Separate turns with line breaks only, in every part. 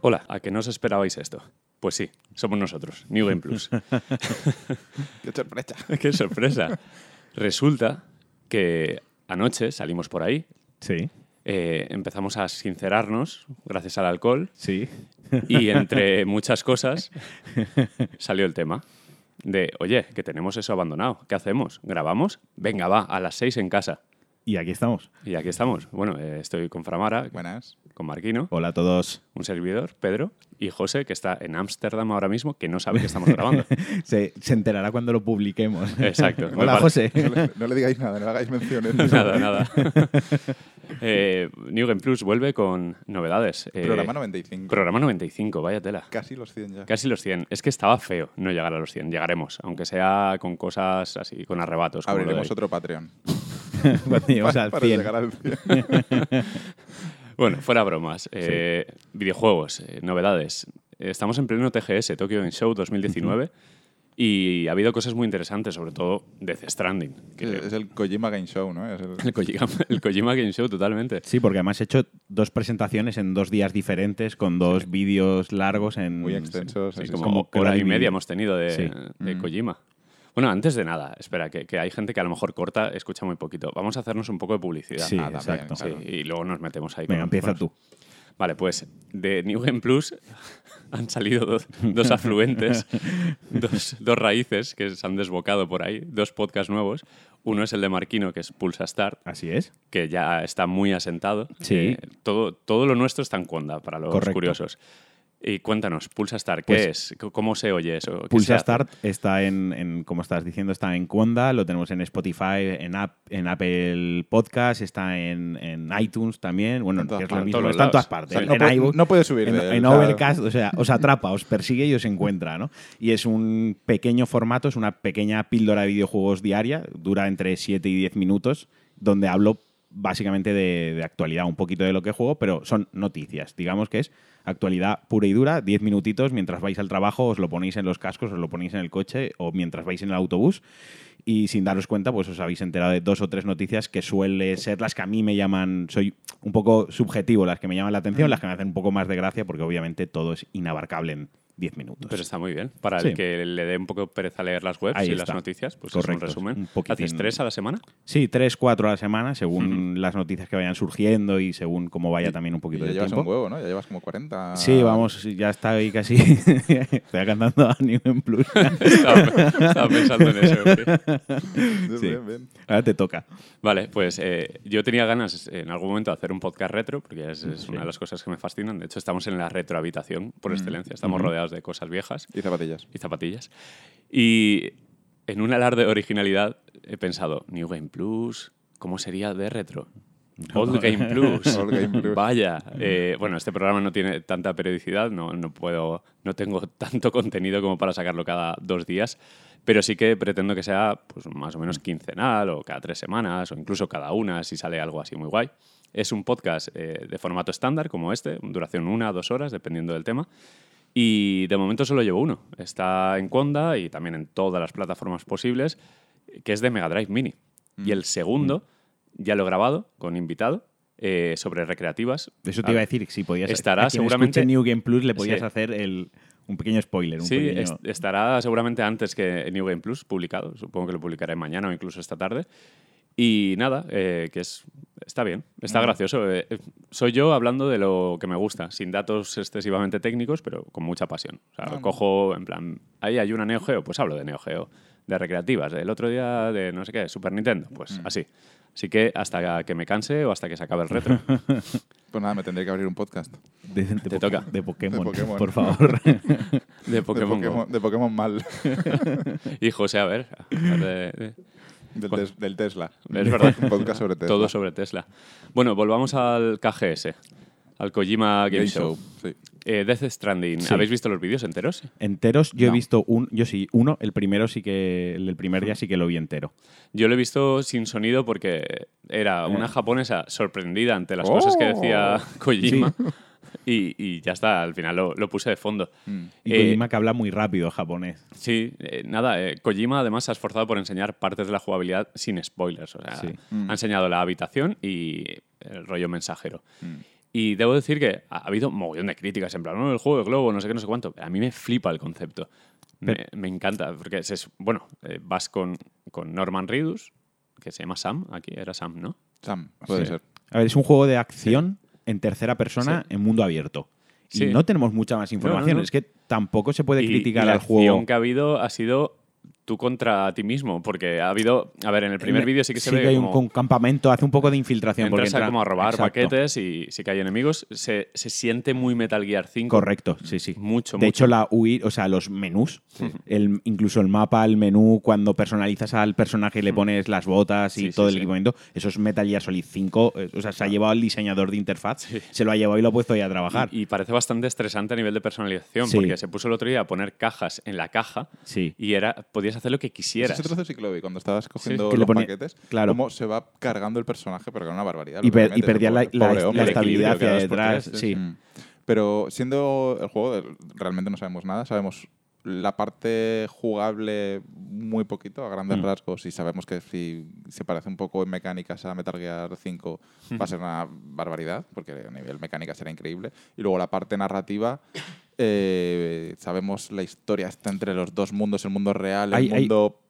Hola, ¿a que no os esperabais esto? Pues sí, somos nosotros, New Game Plus.
Qué sorpresa.
¡Qué sorpresa! Resulta que anoche salimos por ahí,
Sí,
eh, empezamos a sincerarnos gracias al alcohol
sí.
y entre muchas cosas salió el tema de, oye, que tenemos eso abandonado, ¿qué hacemos? ¿Grabamos? Venga, va, a las seis en casa.
Y aquí estamos.
Y aquí estamos. Bueno, eh, estoy con Framara,
Buenas.
con Marquino,
Hola a todos.
un servidor, Pedro, y José, que está en Ámsterdam ahora mismo, que no sabe que estamos grabando.
Se, se enterará cuando lo publiquemos.
Exacto. Me
Hola,
pare-
José.
No le, no le digáis nada, no le hagáis menciones.
Nada, nada. eh, New Game Plus vuelve con novedades. Eh,
Programa 95.
Programa 95, vaya tela.
Casi los 100 ya.
Casi los 100. Es que estaba feo no llegar a los 100. Llegaremos, aunque sea con cosas así, con arrebatos. como lo de
Abriremos
hoy.
otro Patreon.
Cuando lleguemos
Pa-
al
para
100.
llegar al 100.
Bueno, fuera bromas. Eh, Videojuegos, eh, novedades. Estamos en pleno TGS, Tokyo Game Show 2019, y ha habido cosas muy interesantes, sobre todo Death Stranding. que-
Es el Kojima Game Show, ¿no? Es el-
el, Kojima, el Kojima Game Show, totalmente.
Sí, porque además he hecho dos presentaciones en dos días diferentes con dos vídeos largos en...
Muy extensos.
Sí,
sí,
como,
sí.
como
hora y
Clive.
media hemos tenido de,
Sí.
de Kojima. Bueno, antes de nada, espera, que, que hay gente que a lo mejor corta, escucha muy poquito. Vamos a hacernos un poco de publicidad.
Sí,
Ah, también,
exacto.
Sí, y luego nos metemos ahí.
Venga,
con-
empieza
con-
tú.
Vale, pues de New Game Plus han salido dos, dos afluentes, dos, dos raíces que se han desbocado por ahí, dos podcasts nuevos. Uno es el de Marquino, que es Pulsa Start,
Así es.
que ya está muy asentado.
Sí.
Eh, todo, todo lo nuestro está en Cuanda, para los
Correcto. Pues
curiosos. Y cuéntanos, Pulsa Start, ¿qué es? C- ¿Cómo se oye eso? ¿Qué se
Pulsa
hace?
Start está en, en, como estás diciendo, está en Conda, lo tenemos en Spotify, en, App, en Apple Podcast, está en, en iTunes también. Bueno,
En todas
que es lo
partes.
mismo,
En todos
está en
lados.
todas partes.
O sea,
no
en
puede-
iVoox,
no puede subir
En,
de él,
en
o sea-
Overcast, o sea, os atrapa, os persigue y os encuentra, ¿no? Y es un pequeño formato, es una pequeña píldora de videojuegos diaria, dura entre 7 y 10 minutos, donde hablo básicamente de, de actualidad, un poquito de lo que juego, pero son noticias. Digamos que es actualidad pura y dura, 10 minutitos mientras vais al trabajo, os lo ponéis en los cascos, os lo ponéis en el coche o mientras vais en el autobús y sin daros cuenta, pues os habéis enterado de dos o tres noticias que suele ser las que a mí me llaman, soy un poco subjetivo, las que me llaman la atención, las que me hacen un poco más de gracia, porque obviamente todo es inabarcable en 10 minutos.
Pero está muy bien. Para el
Sí.
que le dé un poco de pereza leer las webs
Ahí
y
está.
las noticias, pues
Correcto,
es un resumen.
un poquitín.
¿Haces tres a la semana?
Sí, tres, cuatro a la semana, según las noticias que vayan surgiendo y según cómo vaya también un
Y
poquito
ya
de
llevas
tiempo.
un huevo, ¿no? Ya llevas como 40.
Sí, vamos, ya está ahí casi. Estoy cantando a New en Plus.
estaba, estaba pensando en eso. hombre.
Bien,
Sí.
bien, bien.
Ahora te toca.
Vale, pues eh, yo tenía ganas en algún momento de hacer un podcast retro, porque es, es una de las cosas que me fascinan. De hecho, estamos en la retrohabitación
Mm.
por excelencia. Estamos rodeados de cosas viejas.
Y zapatillas.
y zapatillas. Y en un alarde de originalidad he pensado, New Game Plus, ¿cómo sería de retro? Old Game Plus.
Old Game Plus.
Vaya. Eh, bueno, este programa no tiene tanta periodicidad, no, no puedo, no tengo tanto contenido como para sacarlo cada dos días, pero sí que pretendo que sea pues, más o menos quincenal o cada tres semanas o incluso cada una si sale algo así muy guay. Es un podcast eh, de formato estándar como este, duración una o dos horas, dependiendo del tema. Y de momento solo llevo uno. Está en Conda y también en todas las plataformas posibles, que es de Mega Drive Mini.
Mm.
Y el segundo ya lo he grabado con invitado eh, sobre recreativas.
Eso te
Ah,
iba a decir, si podías.
Estará
a quien
seguramente-
escuche New Game Plus le podías
Sí.
hacer el, un pequeño spoiler. Un
Sí,
pequeño...
es- estará seguramente antes que New Game Plus publicado. Supongo que lo publicaré mañana o incluso esta tarde. Y nada, eh, que es, está bien, está gracioso. Eh, eh, soy yo hablando de lo que me gusta, sin datos excesivamente técnicos, pero con mucha pasión. O sea, cojo, en plan, ahí hay una Neo Geo, pues hablo de Neo Geo, de recreativas, el otro día de no sé qué, Super Nintendo, pues así. Así que hasta que me canse o hasta que se acabe el retro.
Pues nada, me tendría que abrir un podcast.
De, de
Te
Poké-
toca.
De Pokémon,
De Pokémon.
por favor.
De Pokémon,
de,
Go.
Pokémon, de Pokémon mal.
Y José, a ver, a ver, de- de-
del, tes- del Tesla.
Pues Es verdad.
Un podcast sobre Tesla.
Todo sobre Tesla. Bueno, volvamos al KGS, al Kojima Game, Show.
Sí.
Eh, Death Stranding,
Sí.
¿habéis visto los vídeos enteros?
Enteros, yo
No.
he visto un, yo sí, uno, el primero sí que, el del primer día sí que lo vi entero.
Yo lo he visto sin sonido porque era una japonesa sorprendida ante las
Eh. Oh.
cosas que decía Kojima. Y, y ya está, al final lo, lo puse de fondo.
Mm.
Y
Eh,
Kojima que habla muy rápido japonés.
Sí, eh, nada, eh, Kojima además se ha esforzado por enseñar partes de la jugabilidad sin spoilers. O sea,
Sí.
ha enseñado la habitación y el rollo mensajero. Y debo decir que ha ha habido mogollón de críticas, en plan, "No, el juego de globo, no sé qué, no sé cuánto. A mí me flipa el concepto. Me, me encanta, porque se su- bueno, eh, vas con, con Norman Reedus, que se llama Sam, aquí era Sam, ¿no?
Sam, puede
Sí.
ser.
A ver, es un juego de acción en tercera persona en mundo abierto. Y
Sí.
no tenemos mucha más información.
no.
Es que tampoco se puede
Y-
criticar
y la
al
acción
juego.
que ha habido ha sido tú contra ti mismo, porque ha habido, a ver, en el primer vídeo sí que se ve
hay
como
un campamento, hace un poco de infiltración. porque
entras a
entra-
como a robar
Exacto.
paquetes y sí que hay enemigos, se, se siente muy Metal Gear 5.
Correcto, sí, sí.
Mucho,
De
mucho.
hecho, la UI, o sea, los menús, el, incluso el mapa, el menú, cuando personalizas al personaje y le pones las botas y
Sí, sí,
todo el
sí.
equipamiento, eso es Metal Gear Solid 5. eh, O sea, se ha llevado el diseñador de interfaz, se lo ha llevado y lo ha puesto ahí a trabajar.
Y, y parece bastante estresante a nivel de personalización,
Sí.
porque se puso el otro día a poner cajas en la caja
Sí.
y era podías hacer lo que quisieras.
Ese trozo sí que lo vi, cuando estabas cogiendo
Que le
los
ponía-
paquetes,
claro.
cómo se va cargando el personaje, pero que era una barbaridad.
Y per-
obviamente,
y perdía la-
pobre-
la-
pobre
la
hombre.
estabilidad
El equilibrio
hacia
que da dos por
detrás.
tres,
Sí.
Mm. Pero siendo el juego, el- realmente no sabemos nada, sabemos la parte jugable muy poquito, a grandes
Mm.
rasgos, y sabemos que si se parece un poco en mecánicas a Metal Gear 5 va a ser una barbaridad, porque a nivel mecánica será increíble. Y luego la parte narrativa, eh, sabemos la historia está entre los dos mundos, el mundo real, el
Hay- hay-
mundo...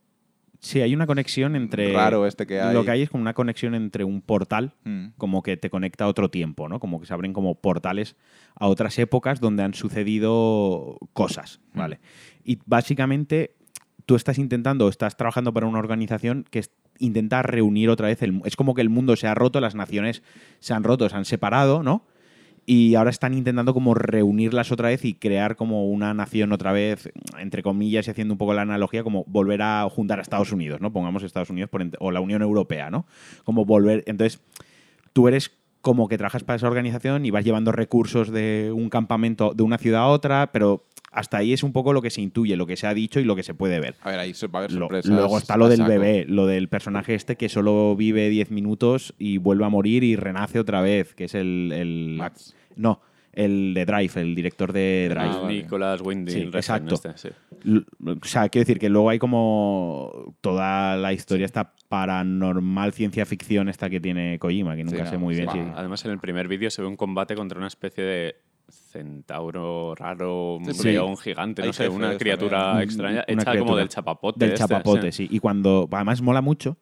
Sí, hay una conexión entre.
Raro este que hay.
Lo que hay es como una conexión entre un portal,
Mm.
como que te conecta a otro tiempo, ¿no? Como que se abren como portales a otras épocas donde han sucedido cosas, ¿vale? Y básicamente tú estás intentando, estás trabajando para una organización que es- intenta reunir otra vez el. mu- Es como que el mundo se ha roto, las naciones se han roto, se han separado, ¿no? Y ahora están intentando como reunirlas otra vez y crear como una nación otra vez, entre comillas, y haciendo un poco la analogía, como volver a juntar a Estados Unidos, ¿no? Pongamos Estados Unidos por ent- o la Unión Europea, ¿no? Como volver. Entonces, tú eres como que trabajas para esa organización y vas llevando recursos de un campamento de una ciudad a otra, pero hasta ahí es un poco lo que se intuye, lo que se ha dicho y lo que se puede ver.
A ver, ahí se- va a haber
Lo-
sorpresas.
luego está lo
a
del
saco.
bebé, lo del personaje este que solo vive 10 minutos y vuelve a morir y renace otra vez, que es el... el-
Max.
No, el de Drive, el director de
Ah,
Drive.
vale.
Nicolas Winding
Sí,
Refn,
exacto.
este, sí.
L- O sea, quiero decir que luego hay como toda la historia esta paranormal ciencia ficción esta que tiene Kojima, que nunca
no,
sé muy bien
sí.
si...
Bah,
Además, en el primer vídeo se ve un combate contra una especie de centauro raro,
Sí,
un
porque
león gigante,
hay
no sé,
jefes
una
también.
criatura
Un-
extraña,
una
hecha como
criatura.
del chapapote.
Del
este,
chapapote,
sí.
sí. Y cuando, además mola mucho,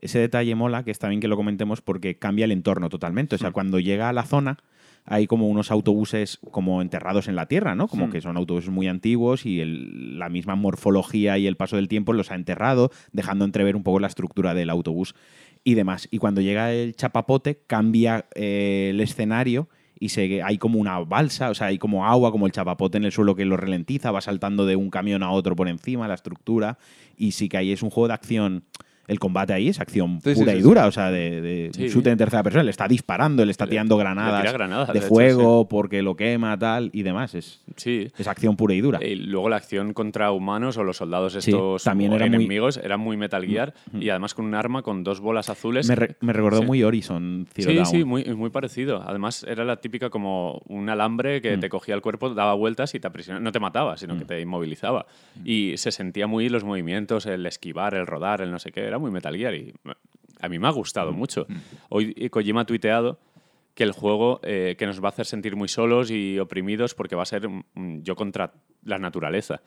ese detalle mola, que está bien que lo comentemos porque cambia el entorno totalmente. O sea, cuando llega a la zona hay como unos autobuses como enterrados en la tierra, ¿no? Como que son autobuses muy antiguos y el- la misma morfología y el paso del tiempo los ha enterrado, dejando entrever un poco la estructura del autobús y demás. Y cuando llega el chapapote cambia eh, el escenario y se, hay como una balsa, o sea, hay como agua, como el chapapote en el suelo que lo ralentiza, va saltando de un camión a otro por encima, la estructura, y sí que ahí es un juego de acción. El combate ahí es acción
Sí, sí,
pura
sí,
y
sí.
dura, o sea, de, de
Sí.
shoot en tercera persona, le está disparando, le está
Le-
tirando
le tira
granadas,
granadas,
de,
de hecho,
fuego porque lo quema, tal, y demás. Es,
Sí.
es acción pura y dura.
Y Eh, luego la acción contra humanos o los soldados
Sí,
estos
también
o
era muy- Mm,
enemigos era muy Metal Gear y además con un arma con dos bolas azules.
me, re- me recordó
Sí.
muy Horizon Zero
Sí,
Dawn.
sí, muy, muy parecido. Además era la típica como un alambre
Mm.
que te cogía el cuerpo, daba vueltas y te aprisionaba. No te mataba, sino que te inmovilizaba.
Mm.
Y se sentía muy los movimientos, el esquivar, el rodar, el no sé qué. Era muy Metal Gear y a mí me ha
Mm.
gustado mucho. Hoy eh, Kojima ha tuiteado que el juego eh, que nos va a hacer sentir muy solos y oprimidos porque va a ser un- un yo contra la naturaleza.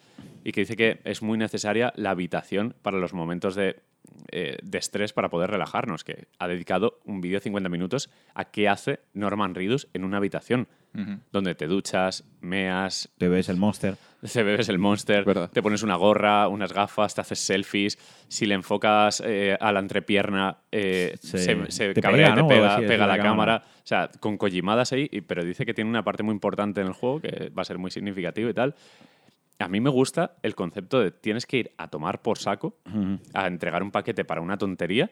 Y que dice que es muy necesaria la habitación para los momentos de, eh, de estrés para poder relajarnos, que ha dedicado un vídeo de 50 minutos a qué hace Norman Reedus en una habitación,
Ujú.
donde te duchas, meas,
Te ves el monster.
te bebes el monster,
Verdad.
te pones una gorra, unas gafas, te haces selfies. Si le enfocas eh, a la entrepierna, eh,
Se-
se,
te
se
pega,
cabrea,
¿no? O
te
algo
pega,
así, es
pega
la
la,
cámara.
cámara. O sea, con collimadas ahí, y- pero dice que tiene una parte muy importante en el juego que va a ser muy significativo y tal. A mí me gusta el concepto de tienes que ir a tomar por saco, a entregar un paquete para una tontería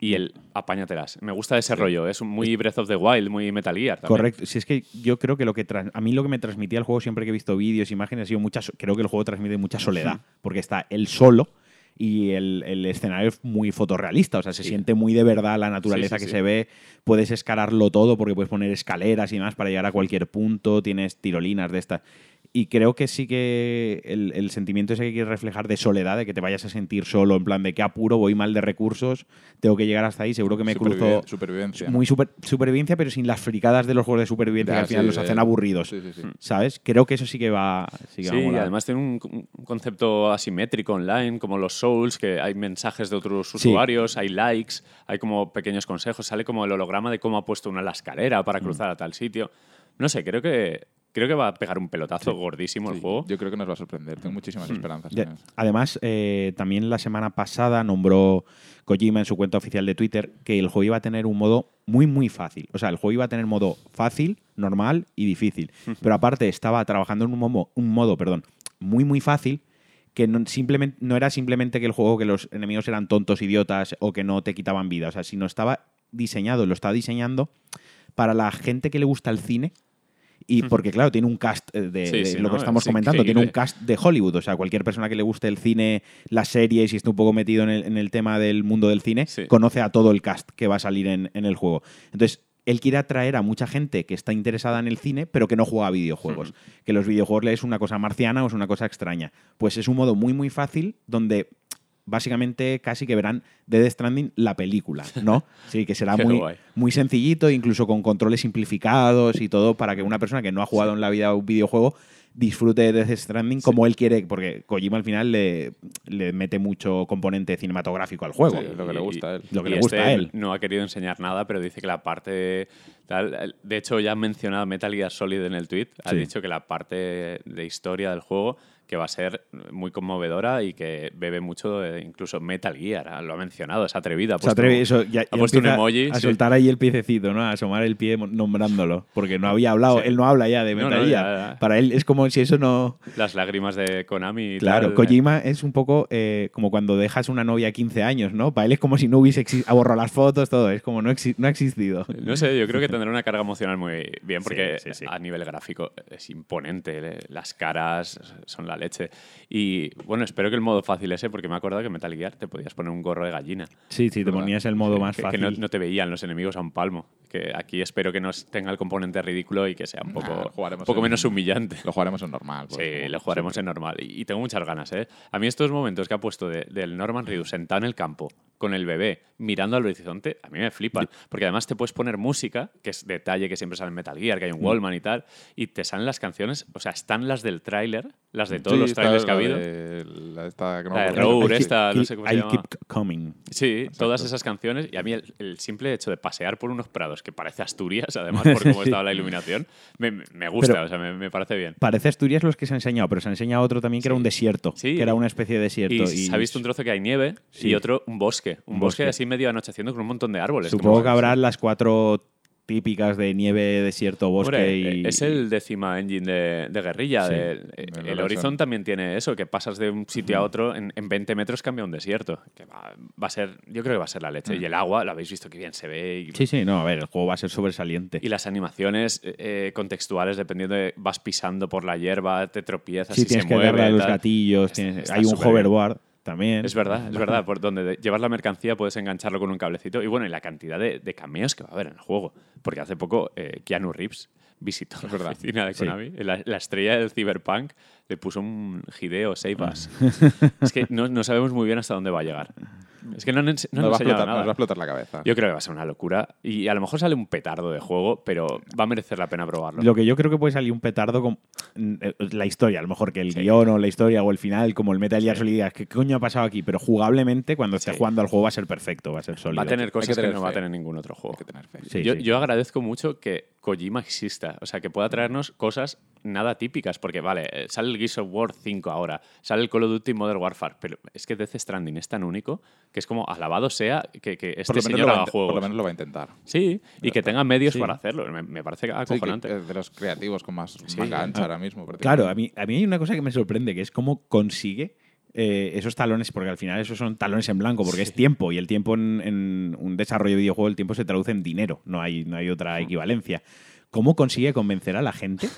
y el apáñatelas. Me gusta ese rollo, es muy Breath of the Wild, muy Metal Gear. también.
Correcto. Si es que yo creo que lo que trans- a mí lo que me transmitía el juego siempre que he visto vídeos, imágenes, ha sido mucha. so- Creo que el juego transmite mucha soledad, porque está él solo y el, el escenario es muy fotorrealista. O sea, se
Sí.
siente muy de verdad la naturaleza
Sí, sí,
que
sí.
se ve. Puedes escalarlo todo porque puedes poner escaleras y más para llegar a cualquier punto. Tienes tirolinas de estas. Y creo que sí que el, el sentimiento ese que quieres reflejar de soledad, de que te vayas a sentir solo, en plan de qué apuro, voy mal de recursos, tengo que llegar hasta ahí. Seguro que me cruzo.
Superviven- supervivencia,
Muy super- supervivencia, pero sin las fricadas de los juegos de supervivencia
Ya,
que al final
sí,
los
de-
hacen aburridos.
Sí, sí,
Hmm.
sí.
¿Sabes? Creo que eso sí que va. Sí, que va a
Sí, y
molar.
además tiene un, un concepto asimétrico online, como los Souls, que hay mensajes de otros
Sí.
usuarios, hay likes, hay como pequeños consejos, sale como el holograma de cómo ha puesto una la escalera
Mm.
para cruzar a tal sitio. No sé, creo que, creo que va a pegar un pelotazo gordísimo el
Sí,
juego.
Yo creo que nos va a sorprender. Tengo muchísimas esperanzas.
Hmm. Ya.
en eso.
Además, eh, también la semana pasada nombró Kojima en su cuenta oficial de Twitter que el juego iba a tener un modo muy, muy fácil. O sea, el juego iba a tener modo fácil, normal y difícil. Pero aparte estaba trabajando en un modo, un modo perdón, muy, muy fácil que no, simplemente, no era simplemente que el juego, que los enemigos eran tontos, idiotas o que no te quitaban vida. O sea, sino estaba diseñado, lo estaba diseñando para la gente que le gusta el cine. Y porque, claro, tiene un cast eh, de,
Sí,
de
sí,
lo
¿no?
que estamos
Es
comentando, tiene un
increíble.
cast de Hollywood. O sea, cualquier persona que le guste el cine, las series y esté un poco metido en el, en el tema del mundo del cine,
Sí.
conoce a todo el cast que va a salir en, en el juego. Entonces, él quiere atraer a mucha gente que está interesada en el cine, pero que no juega a videojuegos. Que los videojuegos le es una cosa marciana o es una cosa extraña. Pues es un modo muy, muy fácil donde básicamente casi que verán Death Stranding la película, ¿no? Sí, que será
Qué
muy,
guay.
muy sencillito, incluso con controles simplificados y todo, para que una persona que no ha jugado en la vida un videojuego disfrute de Death Stranding como él quiere, porque Kojima al final le, le mete mucho componente cinematográfico al juego.
Sí, lo que le gusta a él.
Pues, Lo que
y este
le gusta a él.
No ha querido enseñar nada, pero dice que la parte. tal- de hecho, ya ha mencionado Metal Gear Solid en el tweet. Ha
Sí.
dicho que la parte de historia del juego que va a ser muy conmovedora y que bebe mucho, de- incluso Metal Gear. ah, Lo ha mencionado, es atrevida. Ha
Se
puesto,
atreve eso, ya-
ha
ya
puesto un
empieza
emoji.
a
sí.
soltar ahí el piececito, ¿no? A asomar el pie mo- nombrándolo, porque no había hablado,
Sí.
él no habla ya de
No,
Metal
no, ya,
Gear.
ya.
Para él es como si eso no,
Las lágrimas de Konami. y
Claro,
tal. eh.
Kojima es un poco eh, como cuando dejas una novia a 15 años, ¿no? Para él es como si no hubiese existido, borró las fotos, todo, es como no, exi- no ha existido.
No sé, yo creo que tendrá una carga emocional muy bien, porque
sí, sí.
a nivel gráfico es imponente, le- las caras son la leche. Y bueno, espero que el modo fácil ese, porque me he acordado que en Metal Gear te podías poner un gorro de gallina.
Sí, sí, te ponías el modo más
que,
fácil.
que no, no te veían los enemigos a un palmo. Que aquí espero que no tenga el componente ridículo y que sea un poco,
jugaremos
un poco
en-
menos humillante.
Lo jugaremos en normal. pues,
Sí,
como
lo jugaremos en normal. Y, y tengo muchas ganas, ¿eh? A mí estos momentos que ha puesto de- del Norman Reedus sentado en el campo, con el bebé, mirando al horizonte, a mí me flipan. Porque además te puedes poner música, que es detalle que siempre sale en Metal Gear,
Mm.
que hay un Wallman y tal, y te salen las canciones, o sea, están las del tráiler, las de todos
Sí,
los
está
trailers que ha
la
habido.
de- la esta que no
La
me
de
acuerdo.
Roar,
I
esta. no
keep-
sé cómo se
I
llama.
keep coming.
Sí, todas esas canciones. Y a mí el, el simple hecho de pasear por unos prados, que parece Asturias, además, por cómo
Sí.
estaba la iluminación, me, me gusta,
Pero-
o sea, me, me parece bien.
Parece Asturias los que se ha enseñado, pero se ha enseñado otro también que era un desierto,
Sí.
que era una especie
Y,
de desierto.
se ha visto un trozo que hay nieve
Sí.
y otro un bosque. Un
Un
bosque,
bosque.
así medio anocheciendo con un montón de árboles.
Supongo
como-
que habrá las cuatro típicas de nieve, desierto, bosque
Hombre,
y...
eh, Es el décima engine de, de guerrilla.
Sí,
de- eh,
del
el
Horizon.
Horizon también tiene eso, que pasas de un sitio a otro, en, en 20 metros cambia un desierto. Que va, va a ser, yo creo que va a ser la leche. Y el agua, lo habéis visto que bien se ve. Y,
Mm. Sí, sí, no, a ver, el juego va a ser sobresaliente.
y las animaciones eh, eh, contextuales, dependiendo de vas pisando por la hierba, te tropiezas
Sí,
y
tienes
se
que
mueve.
darle a los
tal.
gatillos,
Está-
tienes-
está
hay un
superbién.
hoverboard también.
Es verdad, es verdad. Por donde de- llevas la mercancía puedes engancharlo con un cablecito. Y bueno, y la cantidad de, de cameos que va a haber en el juego. Porque hace poco eh, Keanu Reeves visitó la oficina de
Sí.
Konami. La, la estrella del Cyberpunk le puso un Hideo Seibas. es que no, no sabemos muy bien hasta dónde va a llegar. Es que no han, ens- no han
Nos va
enseñado
a explotar- nos va a
nada.
explotar la cabeza.
Yo creo que va a ser una locura. Y a lo mejor sale un petardo de juego, pero va a merecer la pena probarlo.
Lo que yo creo que puede salir un petardo con eh, la historia, a lo mejor que el guión o la historia o el final, como el Metal Gear Solid, digas, ¿qué coño ha pasado aquí? Pero jugablemente, cuando esté
Sí.
jugando al juego, va a ser perfecto, va a ser sólido.
va a tener cosas que,
tener
no va a
fe.
tener ningún otro juego.
Hay que tener fe.
Sí,
yo,
sí.
yo agradezco mucho que Kojima exista, o sea, que pueda traernos cosas nada típicas, porque vale, eh, sale el Gears of War 5 ahora, sale el Call of Duty Modern Warfare, pero es que Death Stranding es tan único que es como alabado sea que, que este
Por lo, menos
señor
lo va a
haga
int-
juegos.
por lo menos lo va a intentar.
Sí, y que tenga medios
Sí.
para hacerlo, me, me parece
Sí, que- eh,
acojonante.
que es de los creativos con más manga ancha ahora mismo.
Ah. Claro,
prácticamente.
a mí, a mí hay una cosa que me sorprende, que es cómo consigue eh, esos talones, porque al final esos son talones en blanco, porque es tiempo, y el tiempo en, en un desarrollo de videojuego, el tiempo se traduce en dinero, no hay, no hay otra equivalencia. ¿Cómo consigue convencer a la gente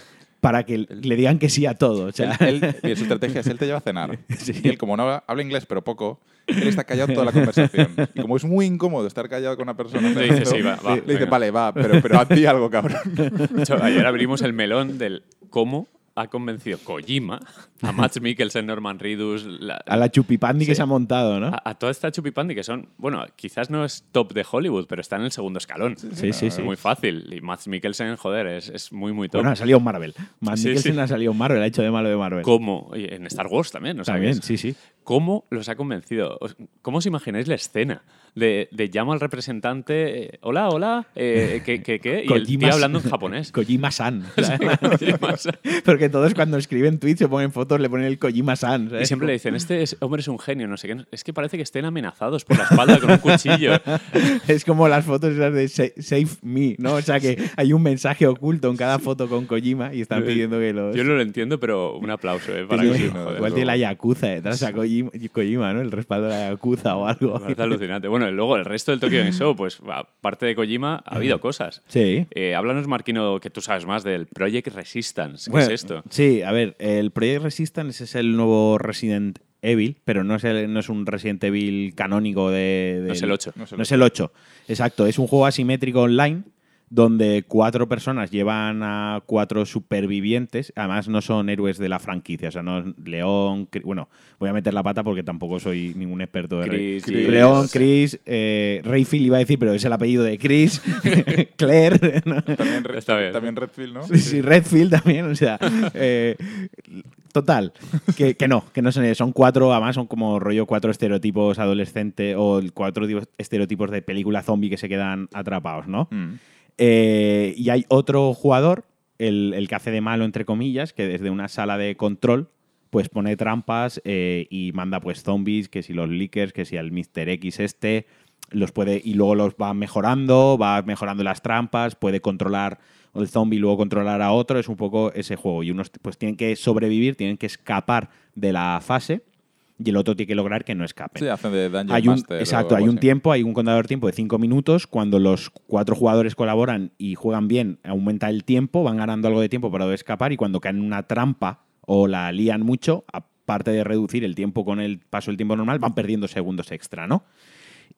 para que le digan que sí a todo? O sea,
Él- él- y su estrategia es él te lleva a cenar.
Sí.
Y él, como no habla, habla inglés, pero poco, él está callado toda la conversación. Y como es muy incómodo estar callado con una persona,
Le dice,
cenando,
"Sí, va, va,
le dice,
venga".
vale, va, pero, pero a ti algo, cabrón.
De hecho, ayer abrimos el melón del cómo ha convencido Kojima, a Max Mikkelsen, Norman Reedus, la-
A la chupipandi
Sí.
que se ha montado, ¿no?
a, a toda esta chupipandi que son, bueno, quizás no es top de Hollywood, pero está en el segundo escalón.
sí, sí,
Es
sí.
muy fácil. Y Max Mikkelsen, joder, es, es muy, muy top.
Bueno, ha salido en Marvel. Matt
Sí,
Mikkelsen
sí.
ha salido en Marvel, ha hecho de malo de Marvel.
¿Cómo? Y en Star Wars también, ¿no
También,
sabías?
sí, sí.
¿Cómo los ha convencido? Os- ¿Cómo os imagináis la escena? De, de llamo al representante, eh, hola, hola, eh, ¿qué, qué, qué? Y el tío
Kojima-
hablando en japonés.
Kojima-san.
Kojima-san.
Porque todos cuando escriben tweets se ponen fotos, le ponen el Kojima-san.
Y
¿sabes?
siempre le dicen, este es- hombre es un genio, no sé qué. Es que parece que estén amenazados por la espalda con un cuchillo.
Es como las fotos esas de sa- Save Me, ¿no? O sea que hay un mensaje oculto en cada foto con Kojima y están pidiendo que los...
Yo no lo entiendo, pero un aplauso, ¿eh? Para
Tiene-
sí,
Kojima,
no,
joder.
igual tiene la Yakuza detrás a Kojima, Kojima, ¿no? El respaldo de la Yakuza o algo.
Me parece alucinante. Bueno, y luego el resto del Tokyo Game Show, pues aparte de Kojima, ha habido cosas.
Sí.
Eh, háblanos, Marquino, que tú sabes más del Project Resistance. ¿Qué
Bueno,
es esto?
Sí, a ver, el Project Resistance es el nuevo Resident Evil, pero no es, el- no es un Resident Evil canónico de...
No es
del-
el 8.
No sé
No es el 8. Exacto, es un juego asimétrico online donde cuatro personas llevan a cuatro supervivientes. Además, no son héroes de la franquicia. O sea, no es León. Cri- bueno, voy a meter la pata porque tampoco soy ningún experto de
Chris,
Rey-
Chris.
León, Chris, eh, Rayfield iba a decir, pero es el apellido de Chris, Claire. ¿no?
También, Red-
Está bien.
también Redfield, ¿no?
Sí, sí, Redfield también, o sea. eh, total, que, que no, que no son ellos. Son cuatro, además son como rollo cuatro estereotipos adolescentes o el cuatro di- estereotipos de película zombie que se quedan atrapados, ¿no?
Mm.
Eh, y hay otro jugador, el, el que hace de malo, entre comillas, que desde una sala de control pues pone trampas eh, y manda pues zombies, que si los leakers, que si al Mr. X este, los puede y luego los va mejorando, va mejorando las trampas, puede controlar el zombie y luego controlar a otro, es un poco ese juego. Y unos pues tienen que sobrevivir, tienen que escapar de la fase y el otro tiene que lograr que no escapen.
Sí, hacen de Dungeon
Hay un-
Master o
exacto, hay
algo
un
así.
tiempo, hay un contador de tiempo de 5 minutos. Cuando los cuatro jugadores colaboran y juegan bien, aumenta el tiempo, van ganando algo de tiempo para poder escapar y cuando caen en una trampa o la lían mucho, aparte de reducir el tiempo con el paso del tiempo normal, van perdiendo segundos extra, ¿no?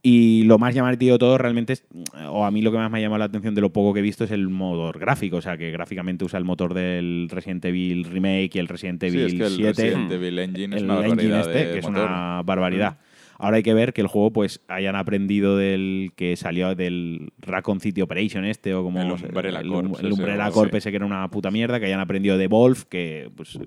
Y lo más llamativo de todo realmente es, o a mí lo que más me ha llamado la atención de lo poco que he visto es el motor gráfico, o sea que gráficamente usa el motor del Resident Evil Remake y el Resident
Sí,
Evil
es que el
7
Resident Evil Engine es
el
una
engine
barbaridad
este,
de
que es
motor. Mm.
una barbaridad. Ahora hay que ver que el juego pues hayan aprendido del que salió del Raccoon City Operation este o como
El Umbrella
el,
Corps,
el Umbrella
ese,
Corp
sí.
ese que era una puta mierda, que hayan aprendido de Wolf que pues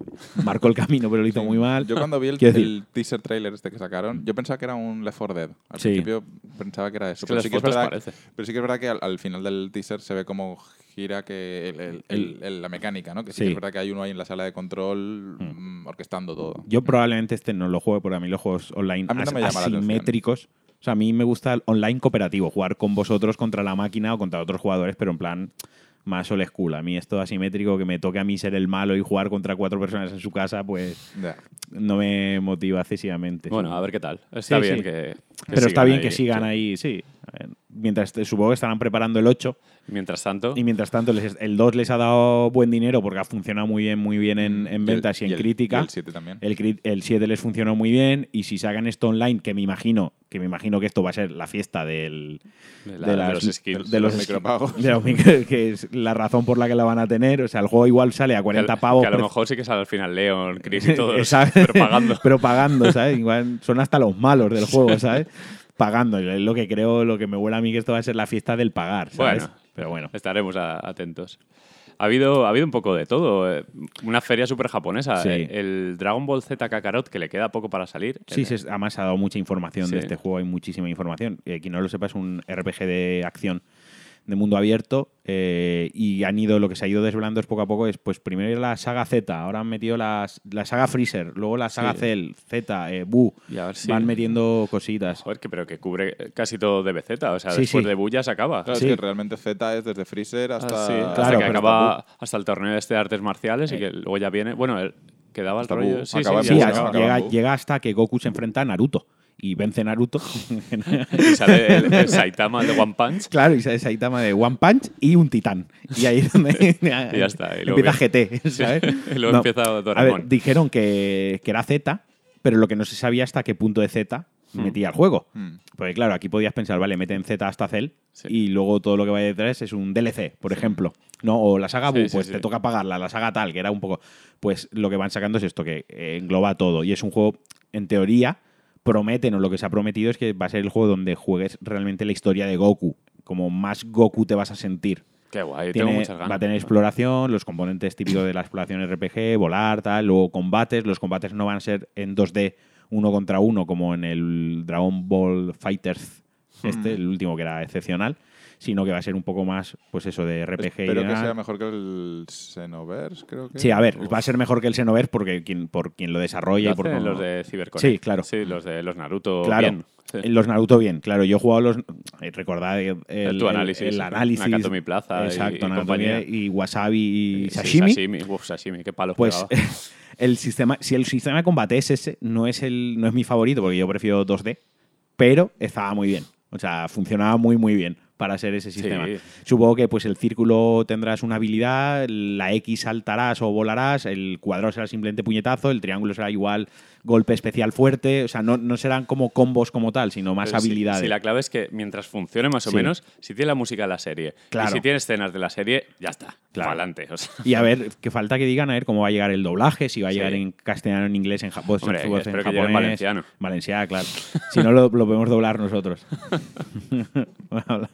marcó el camino pero lo hizo
Sí.
muy mal.
Yo cuando vi el,
Quiero decir-
el teaser trailer este que sacaron, yo pensaba que era un Left 4 Dead. Al
Sí.
principio pensaba que era eso.
que
pero,
las
sí que es
fotos
verdad,
parece.
pero sí que es verdad que al, al final del teaser se ve como gira que el- el- el- el- la mecánica, ¿no? Que sí,
Sí.
que es verdad que hay uno ahí en la sala de control mm, orquestando todo.
Yo probablemente este no lo juegue porque a mí los juegos online
A mí no
as-
me llama la atención.
asimétricos. O sea, a mí me gusta el online cooperativo, jugar con vosotros contra la máquina o contra otros jugadores, pero en plan más old school. A mí esto asimétrico que me toque a mí ser el malo y jugar contra cuatro personas en su casa, pues
Ya.
no me motiva excesivamente.
Bueno, a ver qué tal. Está
Sí,
bien
sí.
que. que
pero está
sigan
bien
ahí,
que sigan
sí.
ahí, sí. A ver, Mientras supongo que estarán preparando el 8
Mientras tanto,
y mientras tanto les- el 2 les ha dado buen dinero porque ha funcionado muy bien, muy bien en, en
el-
ventas y en
el-
crítica. Eh,
y el 7 también.
El, crit- el 7 les funcionó muy bien y si sacan esto online, que me imagino que me imagino que esto va a ser la fiesta del,
de, la- de
las-
los skills.
de los
los
skins,
micropagos.
de los micro- que es la razón por la que la van a tener. O sea, el juego igual sale a
Que al-
40 pavos.
Que a lo
pre-
mejor sí que sale al final Leon, Chris y todos.
Exacto.
pero pagando.
Pero pagando, ¿sabes? Igual son hasta los malos del juego, ¿sabes? Pagando. Es lo que creo, lo que me huele a mí que esto va a ser la fiesta del pagar, ¿sabes?
Bueno.
Pero bueno.
Estaremos a- atentos. Ha habido, ha habido un poco de todo. eh, Una feria súper japonesa.
Sí.
eh, El Dragon Ball Z Kakarot, que le queda poco para salir.
Sí,
eh,
se, además ha dado mucha información de
Sí.
este juego, hay muchísima información. Eh, quien no lo sepa, es un RPG de acción de mundo abierto eh, y han ido, lo que se ha ido desvelando es poco a poco, es pues primero era la saga Z, ahora han metido las- la saga Freezer, luego la saga
Sí.
Cell, Z, eh, Bu,
Y a ver si-
van metiendo cositas.
Joder, que, pero que cubre casi todo de BZ. O sea,
Sí,
después
sí.
de Bulla se acaba.
Claro,
Sí.
es que realmente Z es desde Freezer hasta...
Ah, sí, hasta
Claro,
que
pero-
acaba hasta el torneo este de artes marciales y que luego ya viene. Bueno, el- quedaba el
Hasta
rollo.
Bu-
Sí, sí,
acaba en
ya
Sí,
Bu,
se
a-
¿no?
acaba.
Acaba
llega,
en Bu.
llega hasta que Goku se enfrenta a Naruto y vence Naruto.
Y sale el, el Saitama de One Punch.
Claro, y sale Saitama de One Punch y un titán. Y ahí es donde
Y ya está, y luego
empieza GT,
viene-
¿sabes?
Sí, y luego empieza
a ver,
Doraemon.
dijeron que, que era Z, pero lo que no se sabía hasta qué punto de Z
Hmm.
metía al juego.
Mm.
Porque claro, aquí podías pensar, vale, meten Z hasta Cell
Sí.
y luego todo lo que vaya detrás es un DLC, por ejemplo. No, o la saga
Sí,
Bu,
sí,
pues
sí.
te toca pagarla, la saga tal, que era un poco. Pues lo que van sacando es esto, que eh, engloba todo. Y es un juego, en teoría, prometen, o lo que se ha prometido es que va a ser el juego donde juegues realmente la historia de Goku. Como más Goku te vas a sentir.
Qué guay, tengo
Tiene-
muchas ganas.
Va a tener exploración, los componentes típicos de la exploración RPG, volar, tal, luego combates. Los combates no van a ser en 2D uno contra uno como en el Dragon Ball Fighters, este,
Hmm.
el último que era excepcional, sino que va a ser un poco más, pues eso, de RPG
Espero
y
que
demás.
sea mejor que el Xenoverse, creo que.
Sí, a ver,
Uf.
va a ser mejor que el Xenoverse porque quien, por quien lo desarrolla y
Lo
por
hacen
no-
los de Cyberconnect.
Sí, claro.
Sí, los de los Naruto.
Claro.
bien. Sí.
En Los Naruto bien, claro. Yo he jugado los. eh, Recordad el, el-
tu análisis,
El,
sí.
análisis.
Nakatomi Plaza y-
Exacto,
y
Nakatomi
compañía. Eh,
y Wasabi y
Sí,
Sashimi.
sashimi. Uf, sashimi, qué palos
Pues
pegaba.
el sistema, si el sistema de combate es ese, no es, el, no es mi favorito, porque yo prefiero 2D, pero estaba muy bien. O sea, funcionaba muy, muy bien para ser ese sistema.
Sí.
Supongo que pues el círculo tendrás una habilidad, la X saltarás o volarás, el cuadrado será simplemente puñetazo, el triángulo será igual golpe especial fuerte. O sea, no, no serán como combos como tal, sino más
Pero sí,
habilidades.
Sí, la clave es que mientras funcione más o
Sí.
menos, si tiene la música de la serie
Claro.
y si tiene escenas de la serie, ya está.
Claro.
Adelante. O sea,
Y a ver, que falta que digan a ver cómo va a llegar el doblaje, si va a
Sí.
llegar en castellano, en inglés, en, ja- voz-
Hombre,
voz en
espero que llegue
japonés.
en valenciano.
Valenciano, claro. Si no, lo, lo podemos doblar nosotros.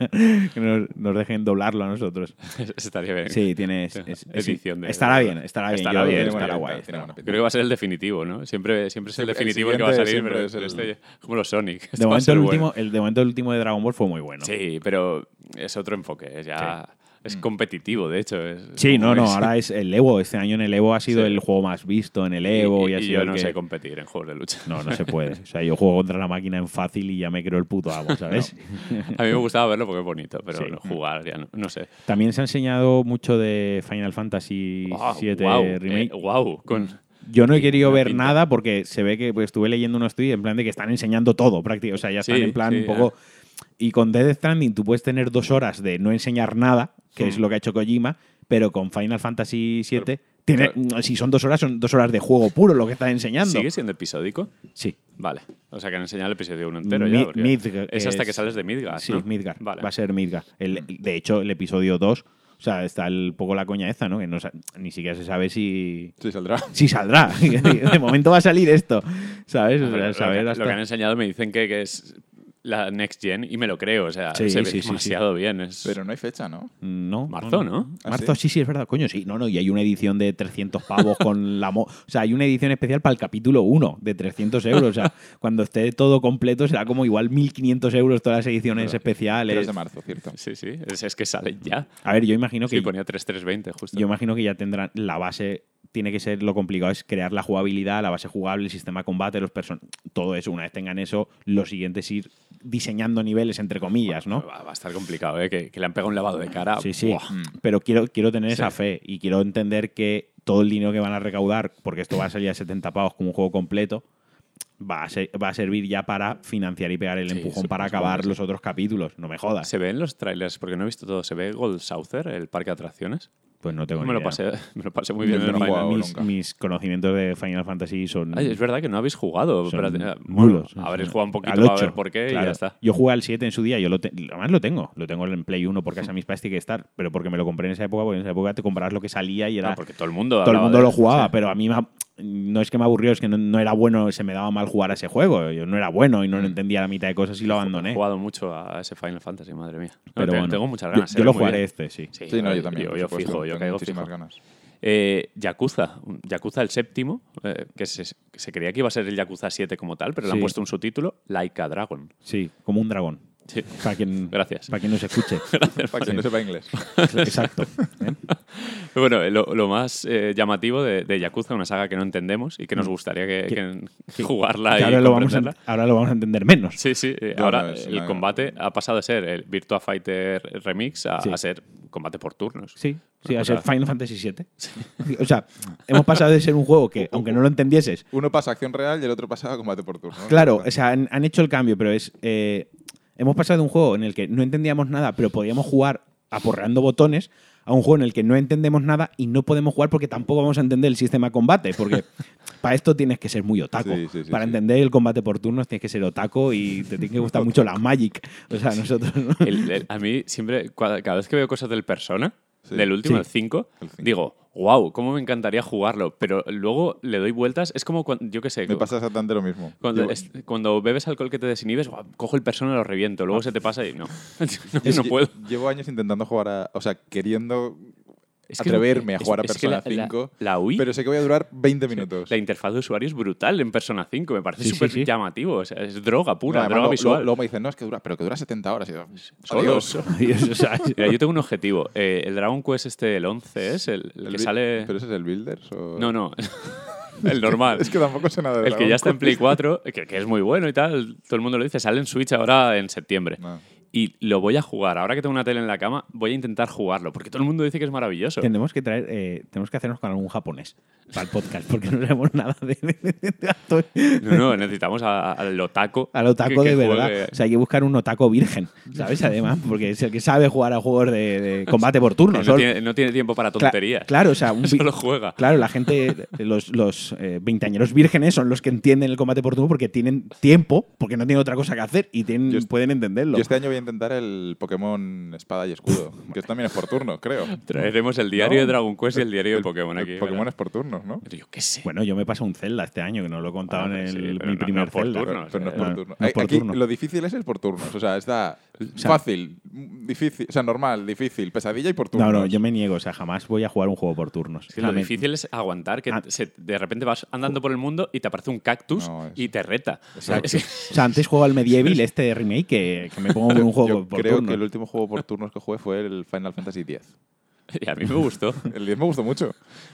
que nos, nos dejen doblarlo a nosotros.
estaría bien.
Sí, tiene... es- es- es-
Edición de-
estará bien, estará bien.
Estará
yo-
bien,
Tiene buena
estará
pinta,
guay.
tiene
estará
buena
guay.
pinta.
Creo que va a ser el definitivo, ¿no? Siempre, siempre es el
Siempre- el
definitivo el que va a
siguiente
salir,
siempre
pero
es el-
este, como los Sonic. este
De
va a
momento,
ser
el
bueno.
último, el, de momento el último de Dragon Ball fue muy bueno.
Sí, pero es otro enfoque. Es ya es
Mm.
competitivo, de hecho. es-
Sí, no, no,
es-
ahora es el Evo. Este año en el Evo ha sido
Sí.
el juego más visto en el
y-
Evo y,
y,
ha
y
sido
yo
el
no
que-
sé competir en juegos de lucha.
No, no se puede. O sea, yo juego contra la máquina en fácil y ya me creo el puto amo, ¿sabes?
A mí me gustaba verlo porque es bonito, pero
Sí.
no jugar ya no, no sé.
También se ha enseñado mucho de Final Fantasy
Ah,
VII
guau,
Remake.
eh, guau, con-
Yo no he querido
una
ver
pinta.
nada porque se ve que pues, estuve leyendo unos tweets en plan de que están enseñando todo prácticamente. O sea, ya están
Sí,
en plan
sí, eh.
un poco. Y con Death Stranding tú puedes tener dos horas de no enseñar nada, que es lo que ha hecho Kojima, pero con Final Fantasy VII. tiene, Si son dos horas, son dos horas de juego puro lo que están enseñando.
¿Sigue siendo episódico?
Sí.
Vale. O sea, que han enseñado el episodio 1 entero
Mi-
ya. porque
Midgar,
es hasta que
es-
sales de Midgar.
Sí,
¿no?
Midgar.
Vale. Mm.
Va a ser Midgar. El, de hecho, el episodio 2, o sea, está el poco la coña esa, ¿no? Que no sa- ni siquiera se sabe si,
Sí, saldrá.
si saldrá. de momento va a salir esto, ¿sabes? O
Ah, Pero
sea,
lo,
saber
que, lo
hasta-
que han enseñado me dicen que, que es la next gen y me lo creo. O sea,
Sí,
se ve
sí, sí, sí.
demasiado bien. Es...
Pero no hay fecha, ¿no?
No.
Marzo, ¿no?
¿Ah,
Marzo, sí? sí, es verdad. Coño, sí. No, no, y hay una edición de 300 pavos con la... mo- o sea, hay una edición especial para el capítulo 1 de 300 euros. O sea, cuando esté todo completo será como igual 1.500 euros todas las ediciones especiales.
3 de marzo, cierto.
Sí, sí. Es, es que sale ya.
A ver, yo imagino que...
Sí, ponía 3320 justo.
Yo imagino que ya tendrán la base. Tiene que ser lo complicado, es crear la jugabilidad, la base jugable, el sistema de combate, los personajes. Todo eso, una vez tengan eso, lo siguiente es ir diseñando niveles, entre comillas, ¿no?
Va, va a estar complicado, ¿eh? Que, que le han pegado un lavado de cara.
Sí, sí.
Ah, Buah.
Pero quiero, quiero tener
Sí.
esa fe y quiero entender que todo el dinero que van a recaudar, porque esto va a salir a 70 pavos como un juego completo, va a, ser- va a servir ya para financiar y pegar el
Sí,
empujón
supongo
para
que
acabar
sí.
los otros capítulos. No me jodas.
Se ven los trailers, porque no he visto todo. Se ve Gold Souther, el parque de atracciones.
Pues no tengo
me,
ni
lo
idea.
pasé, me lo pasé muy
Yo
bien. en
no he
el
jugado.
Final.
Wow,
mis,
nunca.
mis conocimientos de Final Fantasy son.
Ay, es verdad que no habéis jugado.
Son
Espérate, eh,
nulos.
bueno, habréis jugado un poquito
Al
a
ocho,
ver por qué y
claro.
ya está.
Yo jugué al 7 en su día, yo lo te- además lo tengo. Lo tengo en Play 1 porque a mis padres tiene que estar, pero porque me lo compré en esa época, porque en esa época te comprabas lo que salía y era.
No, Ah, porque todo el mundo
todo el
hablaba
mundo
de
lo
él,
jugaba,
sí.
pero a mí me ha- no es que me aburrió, es que no, no era bueno, se me daba mal jugar a ese juego. Yo no era bueno y
Mm.
no entendía la mitad de cosas y lo
He
abandoné.
jugado mucho a ese Final Fantasy, madre mía. No,
Pero
te-
bueno.
tengo muchas
Yo-
ganas.
Yo,
se ve
lo
muy
jugaré
bien.
este, sí.
Sí,
Sí, no, yo también.
Yo,
por
yo
supuesto.
fijo, yo
Tengo
caigo
muchísimas
fijo.
ganas.
Eh, Yakuza, un- Yakuza el séptimo, eh, que, se, que se creía que iba a ser el Yakuza 7 como tal, pero le
Sí.
han puesto un subtítulo, Laika Dragon.
Sí, como un dragón.
Sí.
Para quien,
Gracias.
Para quien nos escuche.
Para quien no sepa inglés.
Exacto. ¿eh?
Pero bueno, eh, lo, lo más eh, llamativo de, de Yakuza, una saga que no entendemos y que nos gustaría que, que- jugarla
Mm. Que
y
ahora, lo vamos a,
comprenderla.
ahora lo vamos a entender menos.
Sí, sí. eh,
No,
ahora
no, es
el
una-
combate ha pasado de ser el Virtua Fighter Remix a,
Sí.
a ser combate por turnos.
Sí, sí, a
O sea-
ser Final Fantasy VII. O sea, hemos pasado de ser un juego que, aunque no lo entendieses,
Uno pasa a acción real y el otro pasa a combate por turno.
claro, o sea, han, han hecho el cambio, pero es. eh, hemos pasado de un juego en el que no entendíamos nada, pero podíamos jugar aporreando botones, a un juego en el que no entendemos nada y no podemos jugar porque tampoco vamos a entender el sistema de combate. Porque para esto tienes que ser muy otaco.
Sí, sí, sí,
para
sí.
entender el combate por turnos tienes que ser otaco y te tiene que gustar mucho la Magic. O sea, nosotros. ¿no?
El- el- a mí siempre, cua- cada vez que veo cosas del Persona,
Sí.
del último,
Sí.
el 5,
El cinco.
digo, wow, cómo me encantaría jugarlo. Pero luego le doy vueltas, es como cuando, yo qué sé,
Me
cu-
pasa exactamente lo mismo.
cuando,
Yo-
es- cuando bebes alcohol que te desinhibes, guau, cojo el Persona y lo reviento, luego se te pasa y no, no,
Ah. es
no
que
puedo.
Llevo años intentando jugar a. O sea, queriendo
Es que-
atreverme a
es-
jugar a
es que
Persona
la- la-
5.
la UI.
Pero sé que voy a durar 20 minutos.
La interfaz de usuario es brutal en Persona 5, me parece
Sí, sí,
súper
sí.
llamativo, o sea, es droga
No,
pura,
además,
droga
lo-
visual. Pues,
lo- Luego me dicen, no, es que dura, pero que dura 70 horas. Y yo,
Solo.
adiós.
Dios, o sea,
Mira, yo tengo un objetivo. Eh, el Dragon Quest este, el 11, es el, el
El
que
bi-
sale...
¿Pero ese es el Builders? O...
No, no, el normal.
Es que tampoco sé nada de
El que
Dragon
ya está en
Quest.
Play 4, que, que es muy bueno y tal, todo el mundo lo dice, sale en Switch ahora en septiembre.
No.
Y lo voy a jugar, ahora que tengo una tele en la cama, voy a intentar jugarlo, porque todo el mundo dice que es maravilloso.
Tenemos que traer, eh, tenemos que hacernos con algún japonés para el podcast, porque no sabemos nada de, de- de- de actor-
No, no, necesitamos a- al otaco.
al otaco
que-
de
que
verdad.
juegue.
O sea, hay que buscar un otaco virgen, ¿sabes? Además, porque es el que sabe jugar a juegos de, de combate por turno.
no,
solo-
tiene, no tiene tiempo para
Cla-
tonterías.
Claro, o sea, un vi-
Solo juega.
Claro, la gente, los, los eh, veinteañeros vírgenes son los que entienden el combate por turno porque tienen tiempo, porque no tienen otra cosa que hacer y tienen,
Yo est-
pueden entenderlo.
Yo este año voy a intentar el Pokémon Espada y Escudo, que también es por turno, creo.
Traeremos el diario
No.
de Dragon Quest y el diario de Pokémon
El
aquí.
Pokémon
¿verdad?
es por turnos, ¿no?
Pero yo qué sé.
Bueno, yo me paso un Zelda este año, que no lo he contado
Bueno,
en
Ah, sí,
el-
pero
mi
no-
primer
no por
Zelda.
turno,
Pero no es
eh,
por
no,
turno.
no es por
Aquí
turno.
lo difícil es el por turnos. O sea, está
sea-
fácil, m- difícil, o sea, normal, difícil, pesadilla y por turnos.
No, no, yo me niego, o sea, jamás voy a jugar un juego por turnos.
Es que
O sea,
lo
me-
difícil es aguantar que
Ah.
se- de repente vas andando por el mundo y te aparece un cactus
No, es-
y te reta. O sea, es que-
O sea, antes juego al Medieval, este de remake, que, que me pongo en un juego
Yo
por
creo
turno.
que el último juego por turnos que jugué fue el Final Fantasy X.
y a mí me gustó.
El 10 me gustó mucho.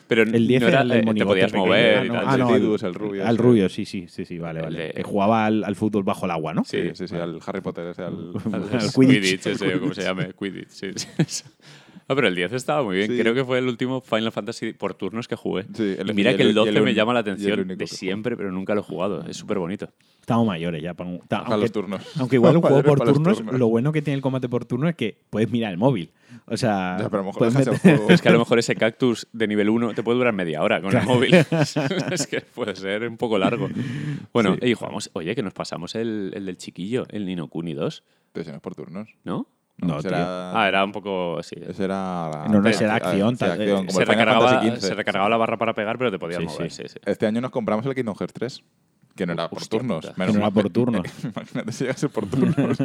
Pero
El 10
no era,
era el del
eh, te
monigote
podías
pequeño,
mover
¿no?
y tal.
Ah,
sí,
no,
sí.
el-
Tidus, el rubio.
Al
ese.
rubio, sí, sí, sí, sí, vale, vale.
El de-
Que jugaba al, al fútbol bajo el agua, ¿no?
Sí, sí, sí, al Harry Potter, ese, al...
Al-
Al
Quidditch.
Quidditch.
ese, o como se llame, Quidditch, sí, sí, eso. Ah, pero el 10 estaba muy bien.
Sí.
Creo que fue el último Final Fantasy por turnos que jugué.
Sí, el-
Y mira
y
que
el-
el
y el
12 me
uni-
llama la
y el
atención
único
de
que jugué.
siempre, pero nunca lo he jugado. Es súper bonito.
Estamos mayores ya. Para un- ta-
Ojalá los turnos.
aunque igual un
Ojalá
juego por
para los
turnos,
turnos.
lo bueno que tiene el combate por turno es que puedes mirar el móvil. O sea,
Ya, pero a lo mejor
puedes
dejas el
meter-
juego.
Es que a lo mejor ese cactus de nivel 1 te puede durar media hora con el móvil. es que puede ser un poco largo. Bueno, y jugamos, oye, que nos pasamos el, el del chiquillo, el Nino Kuni 2,
Pero si no es por turnos.
¿no?
No,
ese
tío.
era-
Ah, era un poco... Sí,
Ese era... la-
No, no, ese
sí,
era
sí,
acción,
sí,
tal-
acción, como
se
el Final
recargaba,
Fantasy XV.
se recargaba la barra para pegar, pero te podías
Sí,
mover.
sí.
sí, sí.
Este año nos compramos el Kingdom Hearts 3, que no era por
Hostia
turnos.
puta.
Que no era por turnos.
Imagínate si llegase por turnos.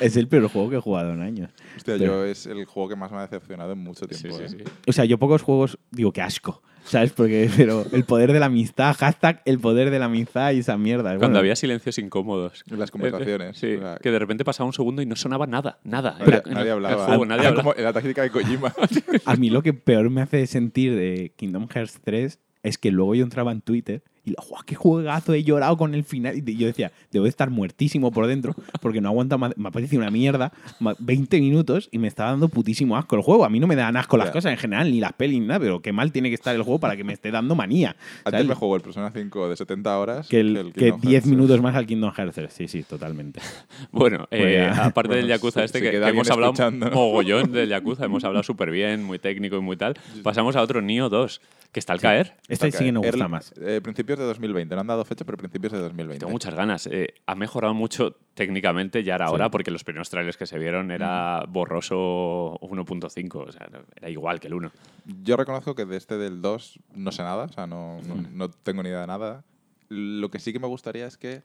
es el peor juego que he jugado en años.
Hostia, yo es el juego que más me ha decepcionado en mucho
Sí,
tiempo.
sí,
¿eh?
sí.
O sea, yo pocos juegos digo que asco. ¿Sabes? Porque, pero el poder de la amistad, hashtag el poder de la amistad y esa mierda.
Cuando
Bueno,
había silencios incómodos. Eh,
En las conversaciones,
Sí,
o sea,
que de repente pasaba un segundo y no sonaba nada, nada.
Nadie-
Era-
nadie
el
hablaba.
juego, nadie
Era
hablaba.
como la táctica de Kojima.
A mí lo que peor me hace sentir de Kingdom Hearts 3 es que luego yo entraba en Twitter y ¡guau, qué juegazo! He llorado con el final. Y yo decía, debo de estar muertísimo por dentro porque no aguanta más. Me ha parecido una mierda ma- 20 minutos y me está dando putísimo asco el juego. A mí no me dan asco las
Ya.
cosas en general, ni las pelis, ni nada, pero qué mal tiene que estar el juego para que me esté dando manía. ¿sabes?
Antes me jugó el Persona 5 de 70 horas
que, el- que
Kingdom
10
Hearts.
minutos más al Kingdom Hearts 3. Sí, sí, totalmente.
Bueno, eh,
Bueno,
aparte
bueno,
del Yakuza
se-
este,
se
que,
queda
que
bien
hemos hablado
escuchando.
mogollón del Yakuza, hemos hablado súper bien, muy técnico y muy tal, pasamos a otro Nio 2, que está al caer.
Este sí que nos gusta
Early-
más.
eh, principios de 2020. No han dado fecha, pero principios de 2020.
Tengo muchas ganas. eh, ha mejorado mucho técnicamente ya era hora, porque los primeros trailers que se vieron era borroso 1.5, o sea, no- era igual que el 1.
Yo reconozco que de este del 2 no sé nada, o sea, no, no,
Hmm.
no tengo ni idea de nada. Lo que sí que me gustaría es que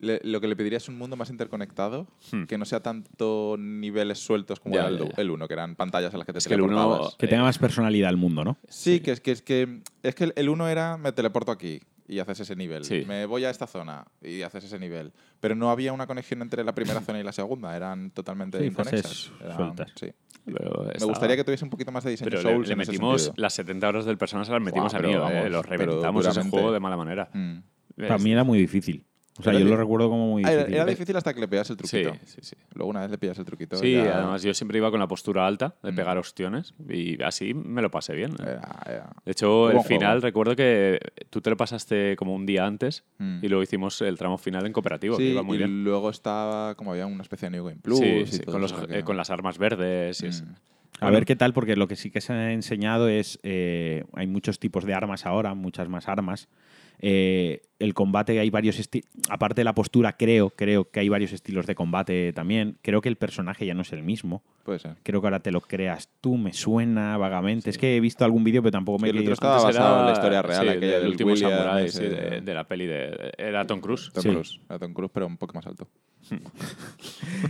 le- lo que le pediría es un mundo más interconectado, que no sea tanto niveles sueltos
Hmm.
como
Ya,
era
ya,
el-
ya.
el 1, que eran pantallas a las que te
Es que el uno-
teleportabas.
Que tenga más personalidad el mundo, ¿no?
Sí, Que, es, que, es, que, es que el 1 era me teleporto aquí y haces ese nivel.
Sí.
Me voy a esta zona y haces ese nivel. Pero no había una conexión entre la primera zona y la segunda, eran totalmente
Sí,
inconexas.
fases
Eran-
sueltas.
sí.
Pero
Me
estaba-
gustaría que tuviese un poquito más de diseño
Pero le,
Souls
le
en ese
metimos
sentido.
las 70 horas del personaje, se las metimos
Buah,
a mí,
pero,
vamos,
eh,
lo
pero
reventamos ese
duramente.
juego de mala manera.
Mm.
Para mí era muy difícil. O sea,
Era
yo lo
di-
recuerdo como muy
Ah,
difícil.
era, era difícil hasta que le pegas el
Sí,
truquito.
sí, sí.
Luego una vez le pillas el truquito.
Sí,
ya
además yo siempre iba con la postura alta de
Mm.
pegar hostiones y así me lo pasé bien.
era- era-
De hecho,
Buen
el
juego.
final, recuerdo que tú te lo pasaste como un día antes
Mm.
y luego hicimos el tramo final en cooperativo,
Sí,
que iba muy
y
bien.
luego estaba como había una especie de New Game Plus.
sí,
y
sí,
todo
con, los-
eso que-
eh, con las armas verdes. y eso.
Mm.
A ver qué tal, porque lo que sí que se ha enseñado es, eh, hay muchos tipos de armas ahora, muchas más armas. Eh, el combate hay varios estilos, aparte de la postura, creo, creo que hay varios estilos de combate también. Creo que el personaje ya no es el mismo.
Puede ser.
Creo que ahora te lo creas tú, me suena vagamente. Es que he visto algún vídeo, pero tampoco me
Sí, el
he
otro
querido-
estaba
Antes
basado en la historia real,
sí,
aquella
del
del
último
William,
samurái,
ese-
sí, de, de la peli de... Era Tom Cruise.
Tom
Sí.
Cruise. Era Tom Cruise, pero un poco más alto.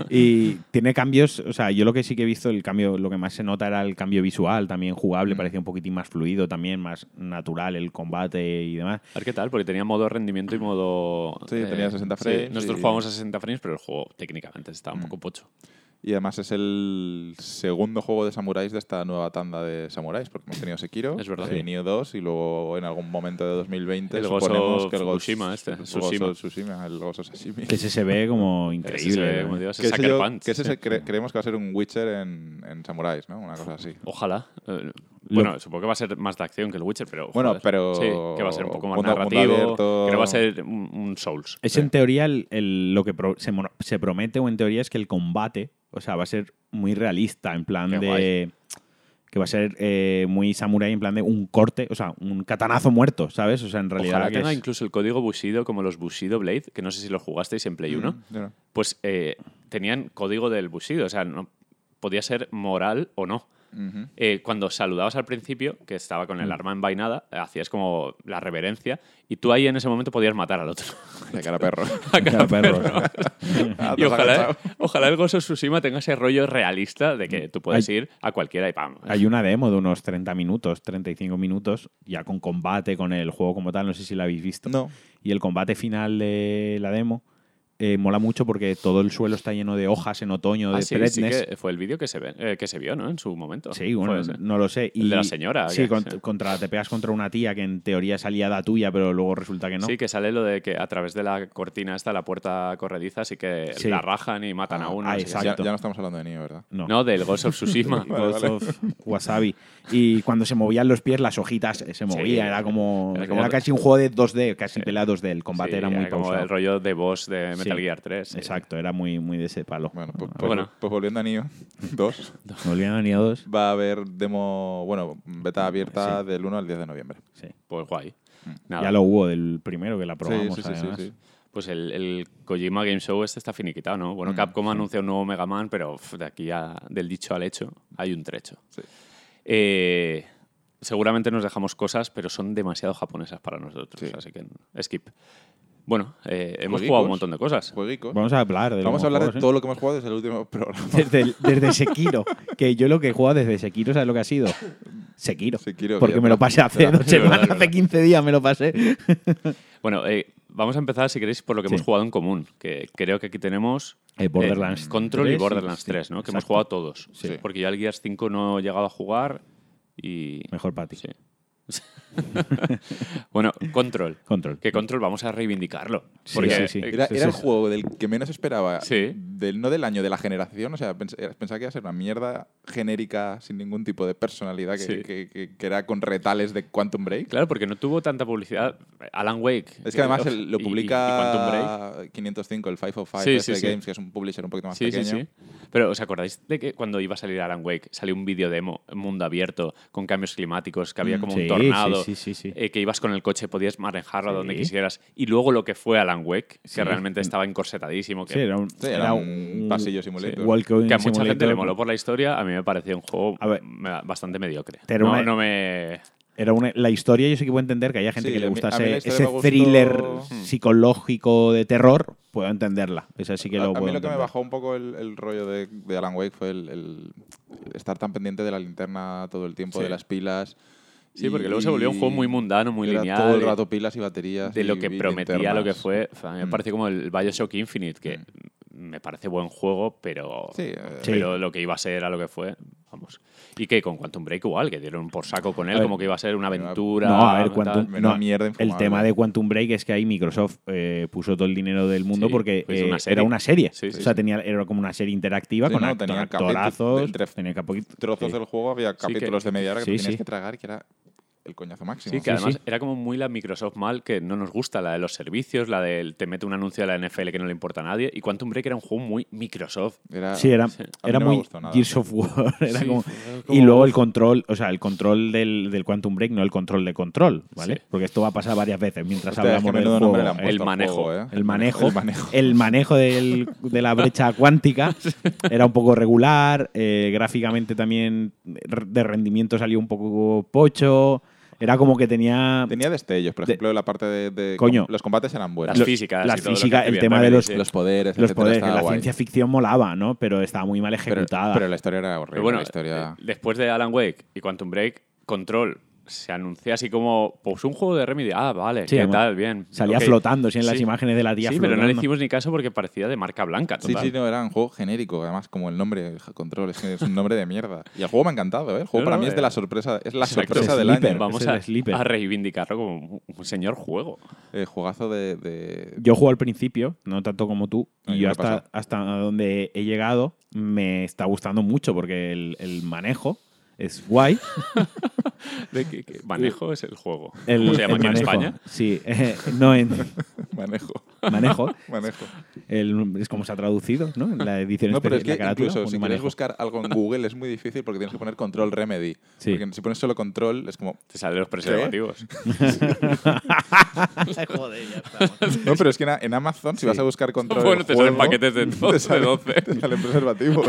Y tiene cambios, o sea, yo lo que sí que he visto, el cambio, lo que más se nota era el cambio visual, también jugable, parecía un poquitín más fluido, también más natural el combate y demás.
A ver qué tal, porque tenía modo rendimiento y modo... eh,
Sí, tenía 60
sí,
frames
nosotros
y- Mm.
jugamos a 60 frames, pero el juego técnicamente estaba un poco pocho.
Y además es el segundo juego de samuráis de esta nueva tanda de samuráis, porque hemos tenido Sekiro,
Es verdad.
eh,
Sí.
Nioh 2 y luego en algún momento de 2020
El Ghost
suponemos
of
que el Ghost-
Tsushima este,
el Ghost
Tsushima.
of Tsushima, el Ghost of Sashimi.
Que ese se ve como
Ese
increíble.
se ve,
¿no?
como digo, ese
Que ese
Pues Sucker
yo-
Punch.
que ese se cre- creemos que va a ser un Witcher en, en samuráis, ¿no? Una cosa así.
Ojalá. Eh, Bueno, supongo que va a ser más de acción que el Witcher, pero.
Bueno,
joder,
pero-
Sí, que va a ser un poco más
mundo- mundo
narrativo.
abierto.
Creo que va a ser un, un Souls.
Es en teoría el- el- lo que pro- se, mono- se promete o en teoría es que el combate, o sea, va a ser muy realista, en plan
Qué
de...
guay.
Que va a ser eh, muy samurai, en plan de un corte, o sea, un catanazo muerto, ¿sabes? O sea, en realidad...
Ojalá
que
tenga
es-
incluso el código Bushido, como los Bushido Blade, que no sé si lo jugasteis en Play 1.
Mm, Yo no.
Pues eh, tenían código del Bushido, o sea, no, podía ser moral o no.
Ujú.
Eh, cuando saludabas al principio, que estaba con
Mm.
el arma envainada, hacías como la reverencia y tú ahí en ese momento podías matar al otro.
De cara a perro.
A cada
Cada perro.
Ah, te
Y
has
ojalá, ¿eh?
agachado.
ojalá el Gozo Tsushima tenga ese rollo realista de que tú puedes
Mm. Hay-
ir a cualquiera y pam.
Hay una demo de unos 30 minutos, 35 minutos, ya con combate, con el juego como tal, no sé si la habéis visto.
No.
Y el combate final de la demo eh, mola mucho porque todo el suelo está lleno de hojas en otoño, de
Ah, sí, sí
threadness.
que fue el vídeo que se ve, eh, que se vio, ¿no? En su momento.
Sí, bueno,
Fue ese.
no lo sé. Y
El de la señora,
Sí,
que- eh.
con-
sí.
contra, te pegas contra una tía que en teoría salía la tuya, pero luego resulta que no.
Sí, que sale lo de que a través de la cortina está la puerta corrediza, así que
Sí.
la rajan y matan a uno.
ah,
no sé qué.
Ya,
Exacto.
ya no estamos hablando de Nioh, ¿verdad?
no.
No, del Ghost of Tsushima.
Vale,
Ghost
vale.
of Wasabi. Y cuando se movían los pies, las hojitas eh, se movían. era, como,
Era
era,
como- Eh,
casi un juego de 2D, casi pelea 2D. El combate
Sí, eh,
era muy
como
pausado.
el rollo de boss de Metal
Sí,
Gear eh. 3. sí.
Exacto, era muy, muy de ese palo.
Bueno, pues,
Ah, bueno.
pues- pues volviendo a Nioh 2,
Me olvidan a Nioh 2.
va a haber demo, bueno, beta abierta del 1 al 10 de noviembre.
Sí.
Pues guay. Nada.
Mm. Ya lo hubo del primero que la
Sí,
probamos.
sí, sí, sí,
además.
sí.
Pues el, el Kojima Game Show este está finiquitado, ¿no?
Mm,
Bueno, Capcom anuncia un nuevo Mega Man, pero uf, de aquí a, del dicho al hecho hay un trecho.
Sí.
Eh, seguramente nos dejamos cosas, pero son demasiado japonesas para nosotros,
Sí.
así que skip. Bueno, eh, hemos
Jueguicos.
jugado un montón de cosas.
Pues-
Jueguicos.
Vamos a hablar de ¿eh?
Vamos
los
a hablar de
juegos,
todo lo que hemos jugado desde el último programa.
¿eh? Desde, desde Sekiro, que yo lo que he jugado desde Sekiro, ¿sabes lo que ha sido? Sekiro.
Sekiro, que
porque
ya
me lo
está.
pasé hace
Era-
dos
verdad,
semanas,
es verdad.
hace 15 días me lo pasé.
Bueno, eh, vamos a empezar, si queréis, por lo que
Sí.
hemos jugado en común, que creo que aquí tenemos...
Eh, Borderlands
eh, Control
3
y
y
Borderlands
sí,
3, ¿no? Que hemos
exacto.
jugado todos.
Sí.
Porque yo al Gears 5 no he llegado a jugar y...
Mejor para ti.
Sí. bueno, Control.
Control.
Que Control vamos a reivindicarlo.
Sí,
Porque
sí, sí.
eh,
Era,
Sí,
era
sí,
el
sí.
juego del que menos esperaba,
Sí.
del, no del año, de la generación. O sea, pens- era- pensaba que iba a ser una mierda genérica, sin ningún tipo de personalidad, que,
Sí.
que- que- que era con retales de Quantum Break.
Claro, porque no tuvo tanta publicidad. Alan Wake.
Es que además
eh,
el- lo
y- y- y Quantum Break.
publica 505, el 505
Sí,
este de
sí, sí.
Games, que es un publisher un poquito más
Sí,
pequeño.
sí, sí. Pero ¿os acordáis de que cuando iba a salir Alan Wake salió un video demo, mundo abierto, con cambios climáticos, que había como
Mm, sí,
un tornado,
sí, sí, sí, sí.
eh, que ibas con el coche, podías manejarlo a donde
Sí.
quisieras? Y luego lo que fue Alan Wake, que
Sí. Mm.
realmente estaba encorsetadísimo, que,
Sí, era un,
Sí, era un pasillo simulator.
walking
que a mucha gente
simulator.
le moló pues. por la historia, a mí me parecía un juego
A ver.
me- bastante mediocre.
Pero
no,
una-
no me...
Era una- la historia, yo sé que puedo entender que haya gente
Sí,
que le
a mí-
gusta
a mí la
ese,
historia
ese
me gustó-
thriller
Hmm.
psicológico de terror, puedo entenderla. Esa sí que
A-
lo
a,
puedo
mí lo que me
entender.
bajó un poco el, el rollo de, de Alan Wake fue el, el estar tan pendiente de la linterna todo el tiempo,
Sí.
de las pilas.
Sí,
y-
porque luego se volvió un juego muy mundano, muy
era
lineal.
Todo el
y-
rato pilas y baterías.
de
y-
lo que
y
prometía lo que
linternas.
fue. A mí me
Mm.
parece como el Bioshock Infinite, que me parece buen juego, pero,
Sí, eh,
pero lo que iba a ser a lo que fue, vamos. Y que con Quantum Break igual, que dieron por saco con él,
ver.
como que iba a ser una aventura.
No, a ver,
tal.
Quantum-
Menuda
no,
mierda
el
infumable.
tema de Quantum Break es que ahí Microsoft eh, puso todo el dinero del mundo
Sí,
porque
pues,
eh,
una serie.
era una serie.
Sí, sí,
o sea,
sí.
tenía, era como una serie interactiva
Sí,
con
no,
acto-
tenía capítulos
actorazos.
de entre
tenía capi-
Trozos
sí.
del juego, había capítulos
que-
de media hora que
sí,
te tenías
sí.
que tragar, que era el coñazo máximo.
Sí, que además era como muy la Microsoft mal que no nos gusta, la de los servicios, la del te mete un anuncio de la NFL que no le importa a nadie. Y Quantum Break era un juego muy Microsoft.
Era-
Sí, era,
a mí
era
no me
muy
gustó nada.
Gears of War. era
Sí,
como-
fue como-
Y luego el control, o sea, el control del, del Quantum Break, no el control de control, ¿vale?
Sí.
Porque esto va a pasar varias veces mientras
Hostia, es que
hablamos del
menudo
juego.
nombre le han
El-
puesto
el
al
manejo.
juego, ¿eh?
el manejo,
El manejo.
el manejo del- de la brecha cuántica era un poco regular, eh, gráficamente también de rendimiento salió un poco pocho, era como que tenía...
Tenía destellos, por
De-
ejemplo, la parte de... de-
Coño.
Los combates eran buenos.
Las físicas.
las
y todo lo que
físicas,
hace
el
bien
tema de
Remedy,
los-
sí.
Los poderes,
los
etcétera,
poderes,
estaba
la
guay.
ciencia ficción molaba, ¿no? Pero estaba muy mal
Pero-
ejecutada.
Pero la historia era horrible.
Pero bueno,
la historia...
eh, después de Alan Wake y Quantum Break, Control se anuncia así como, pues un juego de Remedy. Ah, vale,
Sí,
¿qué
además,
tal? Bien.
salía
ok.
flotando, sí, en las imágenes de la tía
Sí, pero no le
flotando.
hicimos ni caso porque parecía de marca blanca.
Sí,
Total.
sí, no, era un juego genérico, además, como el nombre, el Control, es, que es un nombre de mierda. Y el juego me ha encantado, ¿eh? El juego
No,
para
no,
mí es
eh,
de la sorpresa, es la
Exacto.
sorpresa del
Sleeper,
año.
Vamos
es el
a,
sleeper.
a reivindicarlo como un- un señor juego.
Eh, juegazo de... de-
Yo juego al principio, no tanto como tú,
Ay,
y
yo me
yo
he
hasta,
pasado.
hasta donde he llegado me está gustando mucho porque el, el manejo es guay.
¿De qué- qué manejo es el juego?
El,
¿Cómo se llama
el
aquí en
manejo,
España?
Sí, eh, no en
Manejo.
manejo.
Manejo.
el- es como se ha traducido, ¿no? En la edición
No, pero es
especial,
que
este la carátula,
incluso
un
si quieres
manejo.
buscar algo en Google es muy difícil porque tienes que poner Control Remedy.
Sí.
Porque si pones solo Control es como...
Te salen los preservativos.
No, pero es que en, a- en Amazon si vas a buscar Control
Bueno,
el
te salen
juego,
paquetes de do- de
te salen-
12.
Te salen preservativos.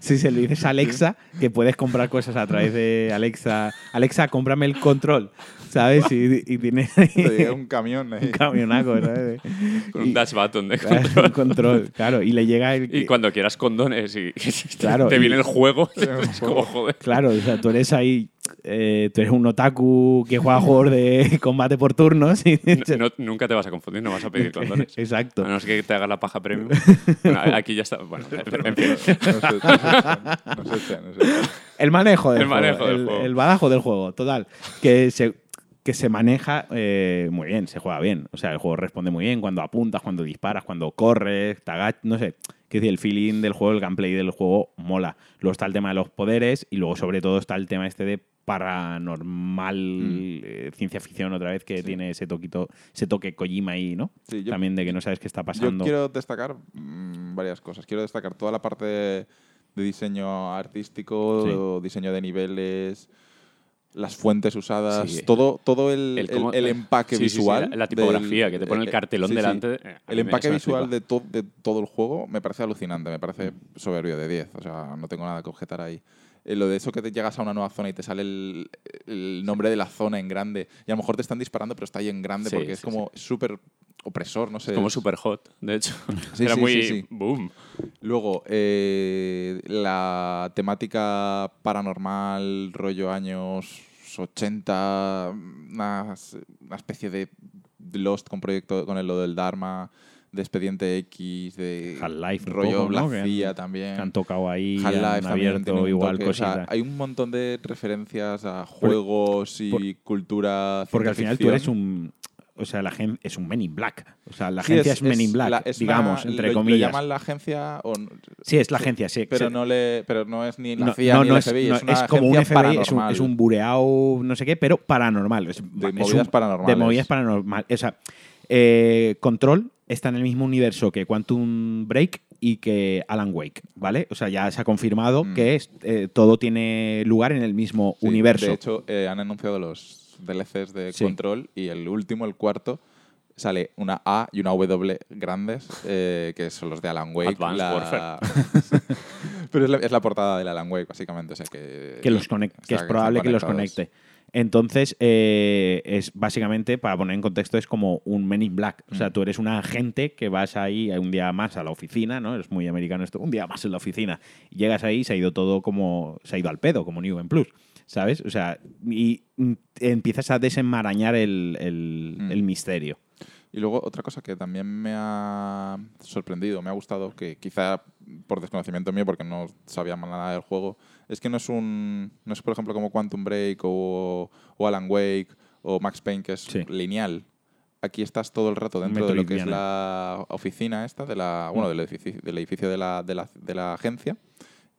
si se le dices a Alexa que puedes comprar cosas a través de Alexa, Alexa, cómprame el control, ¿sabes? Y, y tiene
te llega un camión ahí.
un camionaco, ¿sabes?
Con un
Y-
dash button de
Claro,
control.
un control, claro. Y le llega el.
Y cuando quieras condones y
Claro,
te
y-
viene el juego,
el
es como joder.
Claro, o sea, tú eres ahí. eh, tú eres un otaku que juega juegos de combate por turnos. Y,
No- no- nunca te vas a confundir, no vas a pedir condones.
Exacto.
A no ser que te hagas la paja premium. Bueno, aquí ya está. Bueno, en fin.
No sé, no sé, no sé, no sé.
El manejo del
El manejo
juego.
del
el,
juego.
el badajo del juego, total. Que se, que se maneja eh, muy bien, se juega bien. O sea, el juego responde muy bien cuando apuntas, cuando disparas, cuando corres, te agachas, no sé. Que decir, el feeling del juego, el gameplay del juego mola. Luego está el tema de los poderes y luego, sobre todo, está el tema este de paranormal
Mm.
eh, ciencia ficción otra vez que tiene ese toquito ese toque Kojima ahí, ¿no?
Sí, yo-
También de que no sabes qué está pasando.
Yo quiero destacar mm, varias cosas. Quiero destacar toda la parte de diseño artístico, diseño de niveles, las fuentes usadas,
Sí.
todo, todo el,
El
el,
cómo-
el empaque
Sí, sí, sí,
visual.
la- la tipografía, que te pone el
eh,
cartelón delante, eh, a mí
El
me-
empaque
eso me
visual
flipa.
de, to- de todo el juego me parece alucinante, me parece soberbio de 10. O sea, no tengo nada que objetar ahí. Eh, lo de eso que te llegas a una nueva zona y te sale el, el nombre de la zona en grande. Y a lo mejor te están disparando, pero está ahí en grande
Sí,
porque es
sí,
como súper opresor, no sé.
Como super hot, de hecho.
Sí,
Era
sí,
muy
sí, sí.
boom.
Luego, eh, la temática paranormal, rollo años 80, una, s- una especie de Lost con proyecto con el, lo del Dharma, de Expediente X, de
Half-Life un
rollo
poco, ¿no? Que
Black
han-
Zia también.
Que han tocado ahí,
Half-Life
han
también tiene
abierto
un
igual
toque. O sea,
cositas.
hay un montón de referencias a juegos y
por-
cultura.
Porque al final tú
ciencia
eres
ficción.
un. O sea, la gente es un Men in Black. O sea, la
Sí,
agencia es, Men in Black,
la- es una-
digamos, entre
lo- lo
comillas.
llaman la agencia o n-
sí, es la agencia, sí.
pero
sí.
no le pero no es ni la
No,
CIA
no,
ni
no
el
es,
FBI
no,
es, una
es como un
agencia
FBI, es un,
paranormal.
es un bureado, no sé qué, pero paranormal. Es,
De
es
movidas
un-
paranormales.
De movidas paranormales. O sea, eh, Control está en el mismo universo que Quantum Break y que Alan Wake, ¿vale? O sea, ya se ha confirmado
Mm.
que es- eh, todo tiene lugar en el mismo
Sí,
universo.
de hecho eh, han anunciado los DLCs de
Sí.
Control y el último el cuarto sale una A y una W grandes eh, que son los de Alan Wake
Advanced
pero es la, es la portada del Alan Wake básicamente o sea que
que los conec- que
está-
es probable
están
que los
conectados.
conecte. Entonces, eh, es básicamente, para poner en contexto, es como un Men in Black. O
Mm.
sea, tú eres un agente que vas ahí un día más a la oficina, ¿no? Es muy americano esto, un día más en la oficina. Y Llegas ahí y se ha ido todo como, se ha ido al pedo, como New Game Plus, ¿sabes? O sea, y mm, empiezas a desenmarañar el, el-
Mm.
el misterio.
Y luego otra cosa que también me ha sorprendido, me ha gustado, que quizá por desconocimiento mío, porque no sabía nada del juego, es que no es un. No es, por ejemplo, como Quantum Break o, o Alan Wake o Max Payne, que es
Sí.
lineal. Aquí estás todo el rato dentro de lo que es la oficina esta, de la, bueno, del edificio, del edificio de, la, de la- de la agencia.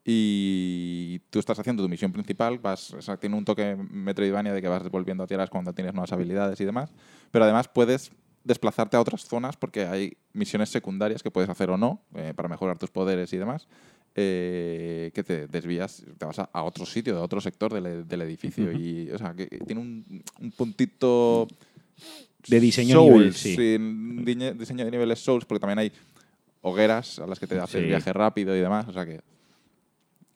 y tú estás haciendo tu misión principal, vas, o sea, tiene un toque Metroidvania de que vas devolviendo tierras cuando tienes nuevas habilidades y demás, pero además puedes desplazarte a otras zonas porque hay misiones secundarias que puedes hacer o no eh, para mejorar tus poderes y demás, eh, que te desvías, te vas a, a otro sitio, a otro sector del, del edificio y, o sea, que tiene un, un puntito
De diseño
Souls,
nivel, sí.
diñe- diseño de niveles Souls, porque también hay hogueras a las que te haces
Sí.
viaje rápido y demás. O sea que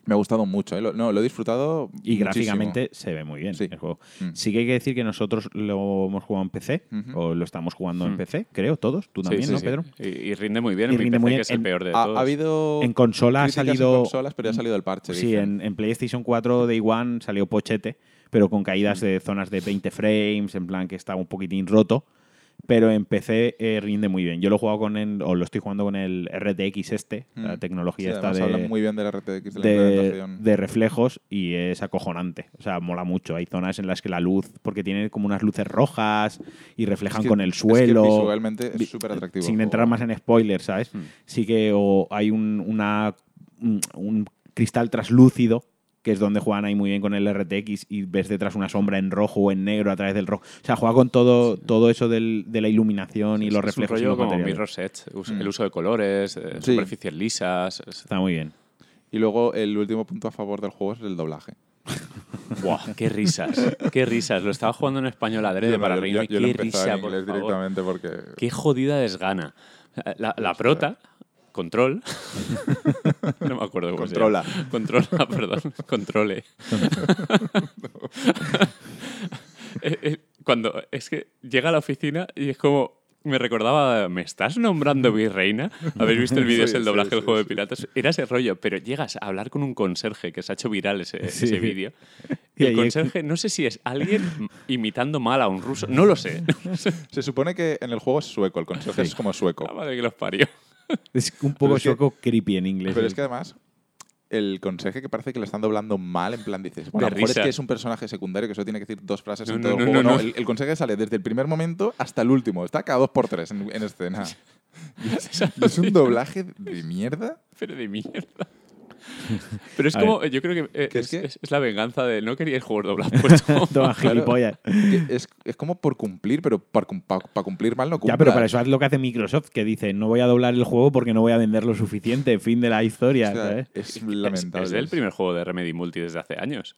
me ha gustado mucho. ¿eh? Lo, no, lo he disfrutado.
Y
muchísimo.
gráficamente se ve muy bien
Sí.
el juego.
Mm.
Sí que hay que decir que nosotros lo hemos jugado en PC,
Ujú.
o lo estamos jugando en
Mm.
PC, creo, todos. Tú también, ¿no, Pedro?
Y, y rinde muy bien.
Y
en mi
rinde
PC,
muy bien.
que es el
En-
peor de
Ha,
todos.
ha habido.
En consola ha
críticas en
salido-
consolas, pero ya ha salido el parche.
Pues Sí,
dicen.
en, en PlayStation 4 Day One salió Pochete, pero con caídas
Mm.
de zonas de 20 frames, en plan que estaba un poquitín roto. Pero en PC eh, rinde muy bien. Yo lo he jugado con el, o lo estoy jugando con el RTX este, la
Mm.
tecnología
Sí,
esta
además
de,
hablan muy bien de la RTX, de la
de,
implementación.
de reflejos y es acojonante. O sea, mola mucho. Hay zonas en las que la luz, porque tiene como unas luces rojas y reflejan
Es que-
con el
es que
suelo.
visualmente
Vi-
es súper atractivo.
Sin entrar más en spoilers, ¿sabes?
Mm.
Sí que o hay un, una- un- un cristal traslúcido que es donde juegan ahí muy bien con el RTX y ves detrás una sombra en rojo o en negro a través del rojo. O sea, juega con todo, todo eso del- de la iluminación y
Sí,
los
es un
reflejos. y
rollo
los
como
materiales.
mirror set, us-
Mm.
el uso de colores, eh,
Sí.
superficies lisas. es-
Está muy bien.
Y luego el último punto a favor del juego es el doblaje.
Buah, qué risas, qué risas. Lo estaba jugando en español adrede
Yo no,
para
yo-
reírme.
yo lo
qué
empezaba
risa,
en
por
inglés
favor.
directamente porque
Qué jodida desgana. La, la prota, control. no me acuerdo cómo se
Controla.
llama. Controla, perdón. Controle. Eh, eh, Cuando es que llega a la oficina y es como. Me recordaba, ¿me estás nombrando virreina? ¿Habéis visto el vídeo?
Sí,
es el
sí,
doblaje del
sí,
juego de
sí.
piratas. Era ese rollo, pero llegas a hablar con un conserje que se ha hecho viral ese,
Sí.
ese vídeo.
Y
Y
ahí-
el conserje, no sé si es alguien imitando mal a un ruso, no lo sé.
se supone que en el juego es sueco, el conserje es como sueco.
La madre que los parió.
Es un poco
es que-
choco creepy en inglés. ¿eh?
Pero
el
es que además, el conserje que parece que le están doblando mal, en plan dices, bueno, a
De
lo mejor
risa.
es que es un personaje secundario que solo tiene que decir dos frases
No,
en
no,
todo
no,
el juego.
no,
No,
no.
El, el conserje sale desde el primer momento hasta el último, está cada dos por tres en, en escena. Y es un doblaje de mierda.
Pero de mierda. Pero es
A
como, yo creo que, eh,
¿Que
es,
es que?
es- es la venganza de no quería el juego doblado. Pues toma.
Toma,
Claro.
gilipollas.
Que Es, es como por cumplir, pero para cumplir mal no cumplas.
Ya, pero para eso es lo que hace Microsoft, que dice, no voy a doblar el juego porque no voy a vender lo suficiente, fin de la historia,
O sea,
¿sabes?
es
es,
lamentable.
es el primer juego de Remedy Multi desde hace años.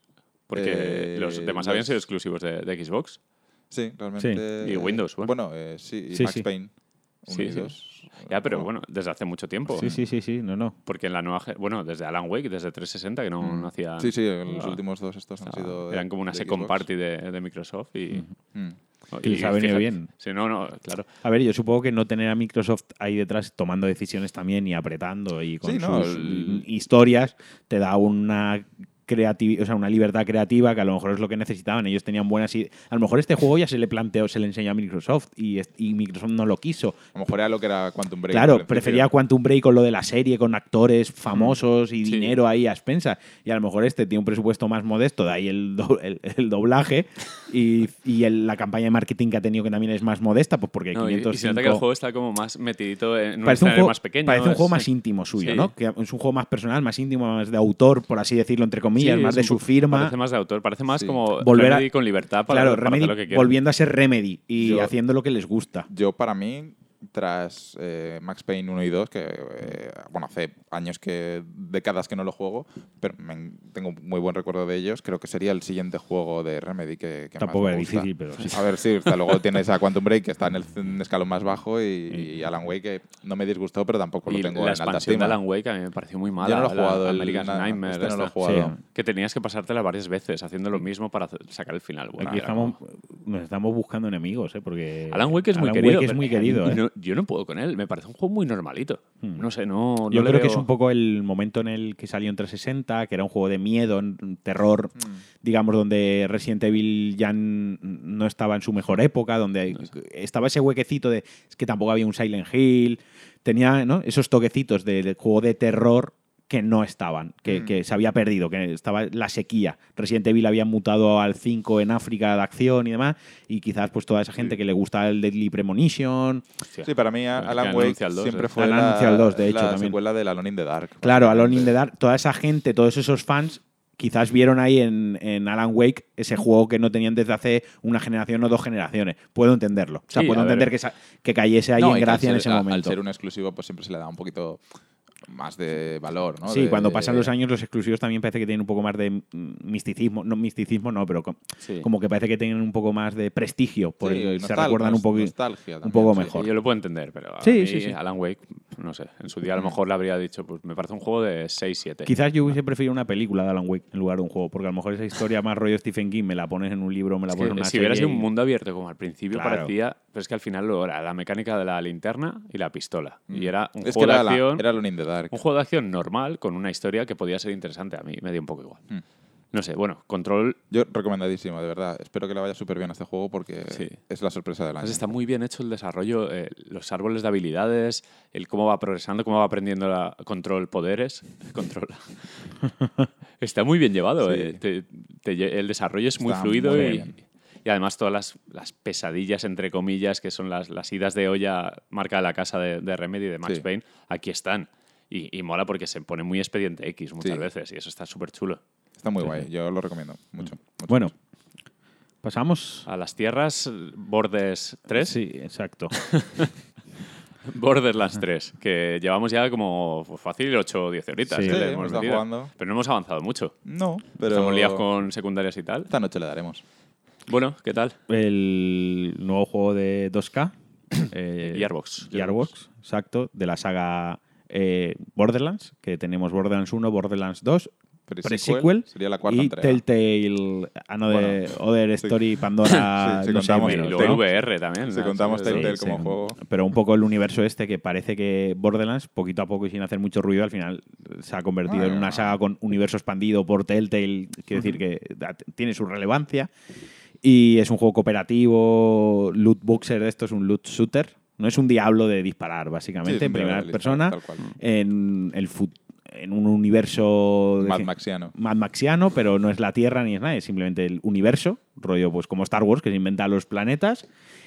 Porque
Eh,
los demás habían
los-
sido exclusivos de, de Xbox.
Sí, realmente.
Sí. Y Windows, bueno.
Bueno, eh, sí, y
Sí,
Max
sí.
Payne. uno
Sí,
y
sí.
dos.
Ya, pero
Bueno,
bueno, desde hace mucho tiempo.
Oh. Sí, sí, sí, sí, no, no.
Porque en la nueva. ge- Bueno, desde Alan Wake, desde 360, que no,
Mm.
no hacía.
Sí, sí, los
Ah,
últimos dos estos han
ah,
sido. de-
eran como una
de
second
Xbox.
party de, de Microsoft y. oh,
Mm.
Que les ha venido bien.
Sí, no, no, claro.
A ver, yo supongo que no tener a Microsoft ahí detrás tomando decisiones también y apretando y con
Sí, no,
sus
el-
historias te da una creativi- o sea, una libertad creativa que a lo mejor es lo que necesitaban. Ellos tenían buenas ideas. A lo mejor este juego ya se le planteó, se le enseñó a Microsoft y, es- y Microsoft no lo quiso.
A lo mejor era lo que era Quantum Break. al
Claro,
principio.
prefería Quantum Break con lo de la serie, con actores famosos y
Mm, Sí.
dinero ahí a expensas. Y a lo mejor este tiene un presupuesto más modesto, de ahí el, do- el- el doblaje y, y el- la campaña de marketing que ha tenido que también es más modesta, pues porque
No, y- y, se
505
nota que el juego está como más metidito en un
parece un
escenario
juego,
más pequeño.
parece un
es-
juego más
sí.
íntimo suyo,
Sí.
¿no? Que es un juego más personal, más íntimo, más de autor, por así decirlo, entre comillas,
Sí,
más
es
de
un
su
poco-
firma.
Parece más de autor, parece más
Sí.
como
Volver a-
Remedy con libertad para,
claro,
para hacer
Remedy
lo que quiera.
volviendo a ser Remedy y
Yo-
haciendo lo que les gusta.
Yo, para mí, tras eh, Max Payne 1 y 2, que, eh, bueno, hace años que. décadas que no lo juego, pero me en- tengo muy buen recuerdo de ellos, creo que sería el siguiente juego de Remedy que. que más
Tampoco
me
es
gusta.
difícil, pero sí.
Pues, A ver, sí, hasta luego tienes a Quantum Break, que está en el un escalón más bajo, y, y Alan Wake, que no me disgustó, pero tampoco
Y
lo tengo
la
en alta
expansión de
estima.
Alan Wake a mí me pareció muy mala.
Yo no lo he
la
jugado, el-
American
na-
Nightmare.
este no lo he
esta.
jugado.
Sí.
Que tenías que pasártela varias veces haciendo lo mismo para hacer- sacar el final. Bueno,
Aquí
era
estamos,
como-
nos estamos buscando enemigos, ¿eh? Porque
Alan Wake es muy
Alan
querido.
Wake es
pero-
muy querido,
y
¿eh? Hmm.
no- yo no puedo con él. Me parece un juego muy normalito. No sé, no. no
Yo
le
creo que
veo-
es un poco el momento en el que salió en 360, que era un juego de miedo, en- terror,
Mm.
digamos, donde Resident Evil ya n- no estaba en su mejor época, donde estaba ese huequecito de es que tampoco había un Silent Hill, tenía ¿no? esos toquecitos del juego de terror que no estaban, que,
Mm.
que se había perdido, que estaba la sequía. Resident Evil había mutado al 5 en África de acción y demás, y quizás pues toda esa gente que le gusta el Deadly Premonition,
Hostia.
Sí, para mí a-
Bueno,
Alan
que
Wake
anuncia el dos,
siempre
eh.
fue
Alan
la,
anuncia el dos, de hecho,
la
también.
secuela del Alone in the Dark.
Claro, Alone in the
básicamente.
Dark, toda esa gente, todos esos fans, quizás vieron ahí en, en Alan Wake ese juego que no tenían desde hace una generación o dos generaciones. Puedo entenderlo. O sea,
Sí,
puedo
a ver.
entender que, sa- que cayese ahí
No, y
en
que al
gracia en
ser-
ese
a- Al
momento.
ser un exclusivo, pues siempre se le da un poquito más de valor, ¿no?
sí,
De-
cuando pasan los años, los exclusivos también parece que tienen un poco más de mm, misticismo. No, misticismo no, pero co-
Sí.
como que parece que tienen un poco más de prestigio. Por
Sí,
el-
y
pues, eh, se
nostal-
recuerdan un,
nos-
poco,
nostalgia
un
también,
poco
sí.
mejor.
Yo lo puedo entender, pero a
Sí,
mí
sí, Hmm. sí.
Alan Wake, no sé, en su día a lo mejor le habría dicho, pues me parece un juego de 6-7.
Quizás yo hubiese preferido una película de Alan Wake en lugar de un juego, porque a lo mejor esa historia más rollo Stephen King me la pones en un libro, me la
Es
pones en
que
una
si hubiera
serie
sido un
y-
mundo abierto como al principio
Claro.
parecía, pero es que al final lo era la mecánica de la linterna y la pistola. Y era un
Mm. Es que
juego de
era, la,
acción.
era Alone in the Dark.
Un juego de acción normal con una historia que podía ser interesante. A mí me dio un poco igual.
Mm.
No sé, bueno, Control
Yo recomendadísimo, de verdad. Espero que le vaya súper bien a este juego porque
Sí.
es la sorpresa del año.
Además, está muy bien hecho el desarrollo, eh, los árboles de habilidades, el cómo va progresando, cómo va aprendiendo la control poderes. Control. está muy bien llevado.
Sí.
eh, te- te lle- el desarrollo es muy
Está
fluido
muy bien.
y, y además todas las, las pesadillas, entre comillas, que son las, las idas de olla marca de la casa de, de Remedy de Max
Sí.
Payne, aquí están. Y, y mola porque se pone muy expediente X muchas
Sí.
veces y eso está súper chulo.
Está muy guay. Yo lo recomiendo
Mm.
mucho. mucho,
Bueno,
mucho.
pasamos.
A las tierras, eh, Bordes 3.
Sí, exacto.
Borderlands 3, que llevamos ya como pues, fácil 8 o 10 horitas.
Sí.
¿eh? Le
Sí,
hemos
hemos estado
metido.
jugando.
Pero no hemos avanzado mucho.
No, pero.
Estamos liados con secundarias y tal.
Esta noche le daremos.
Bueno, ¿qué tal?
El nuevo juego de 2K. eh,
Gearbox.
Gearbox, exacto. De la saga eh, Borderlands, que tenemos Borderlands 1, Borderlands 2,
Pre-sequel,
pre-sequel
sería la cuarta
y
entrega.
Telltale, Another,
Bueno,
Other
sí.
Story, Pandora,
Sí, sí,
no sé,
contamos
Bueno,
el
y
menos,
luego
Telltale.
el
¿no?
VR también.
Si
¿no?
contamos
Sí,
Telltale
sí.
como juego.
Pero un poco el universo este que parece que Borderlands, poquito a poco y sin hacer mucho ruido, al final se ha convertido
Ah,
en una
no.
saga con universo expandido por Telltale. Quiero decir que da- tiene su relevancia. Y es un juego cooperativo, loot boxer, esto es un loot shooter. No es un diablo de disparar,
Sí,
básicamente,
es un
en primera
realista,
persona,
tal cual.
en, el fu- en un universo de
Mad
cien-
Maxiano.
Mad Maxiano, pero no es la Tierra ni es nada, es simplemente el universo, rollo pues como Star Wars, que se inventa los planetas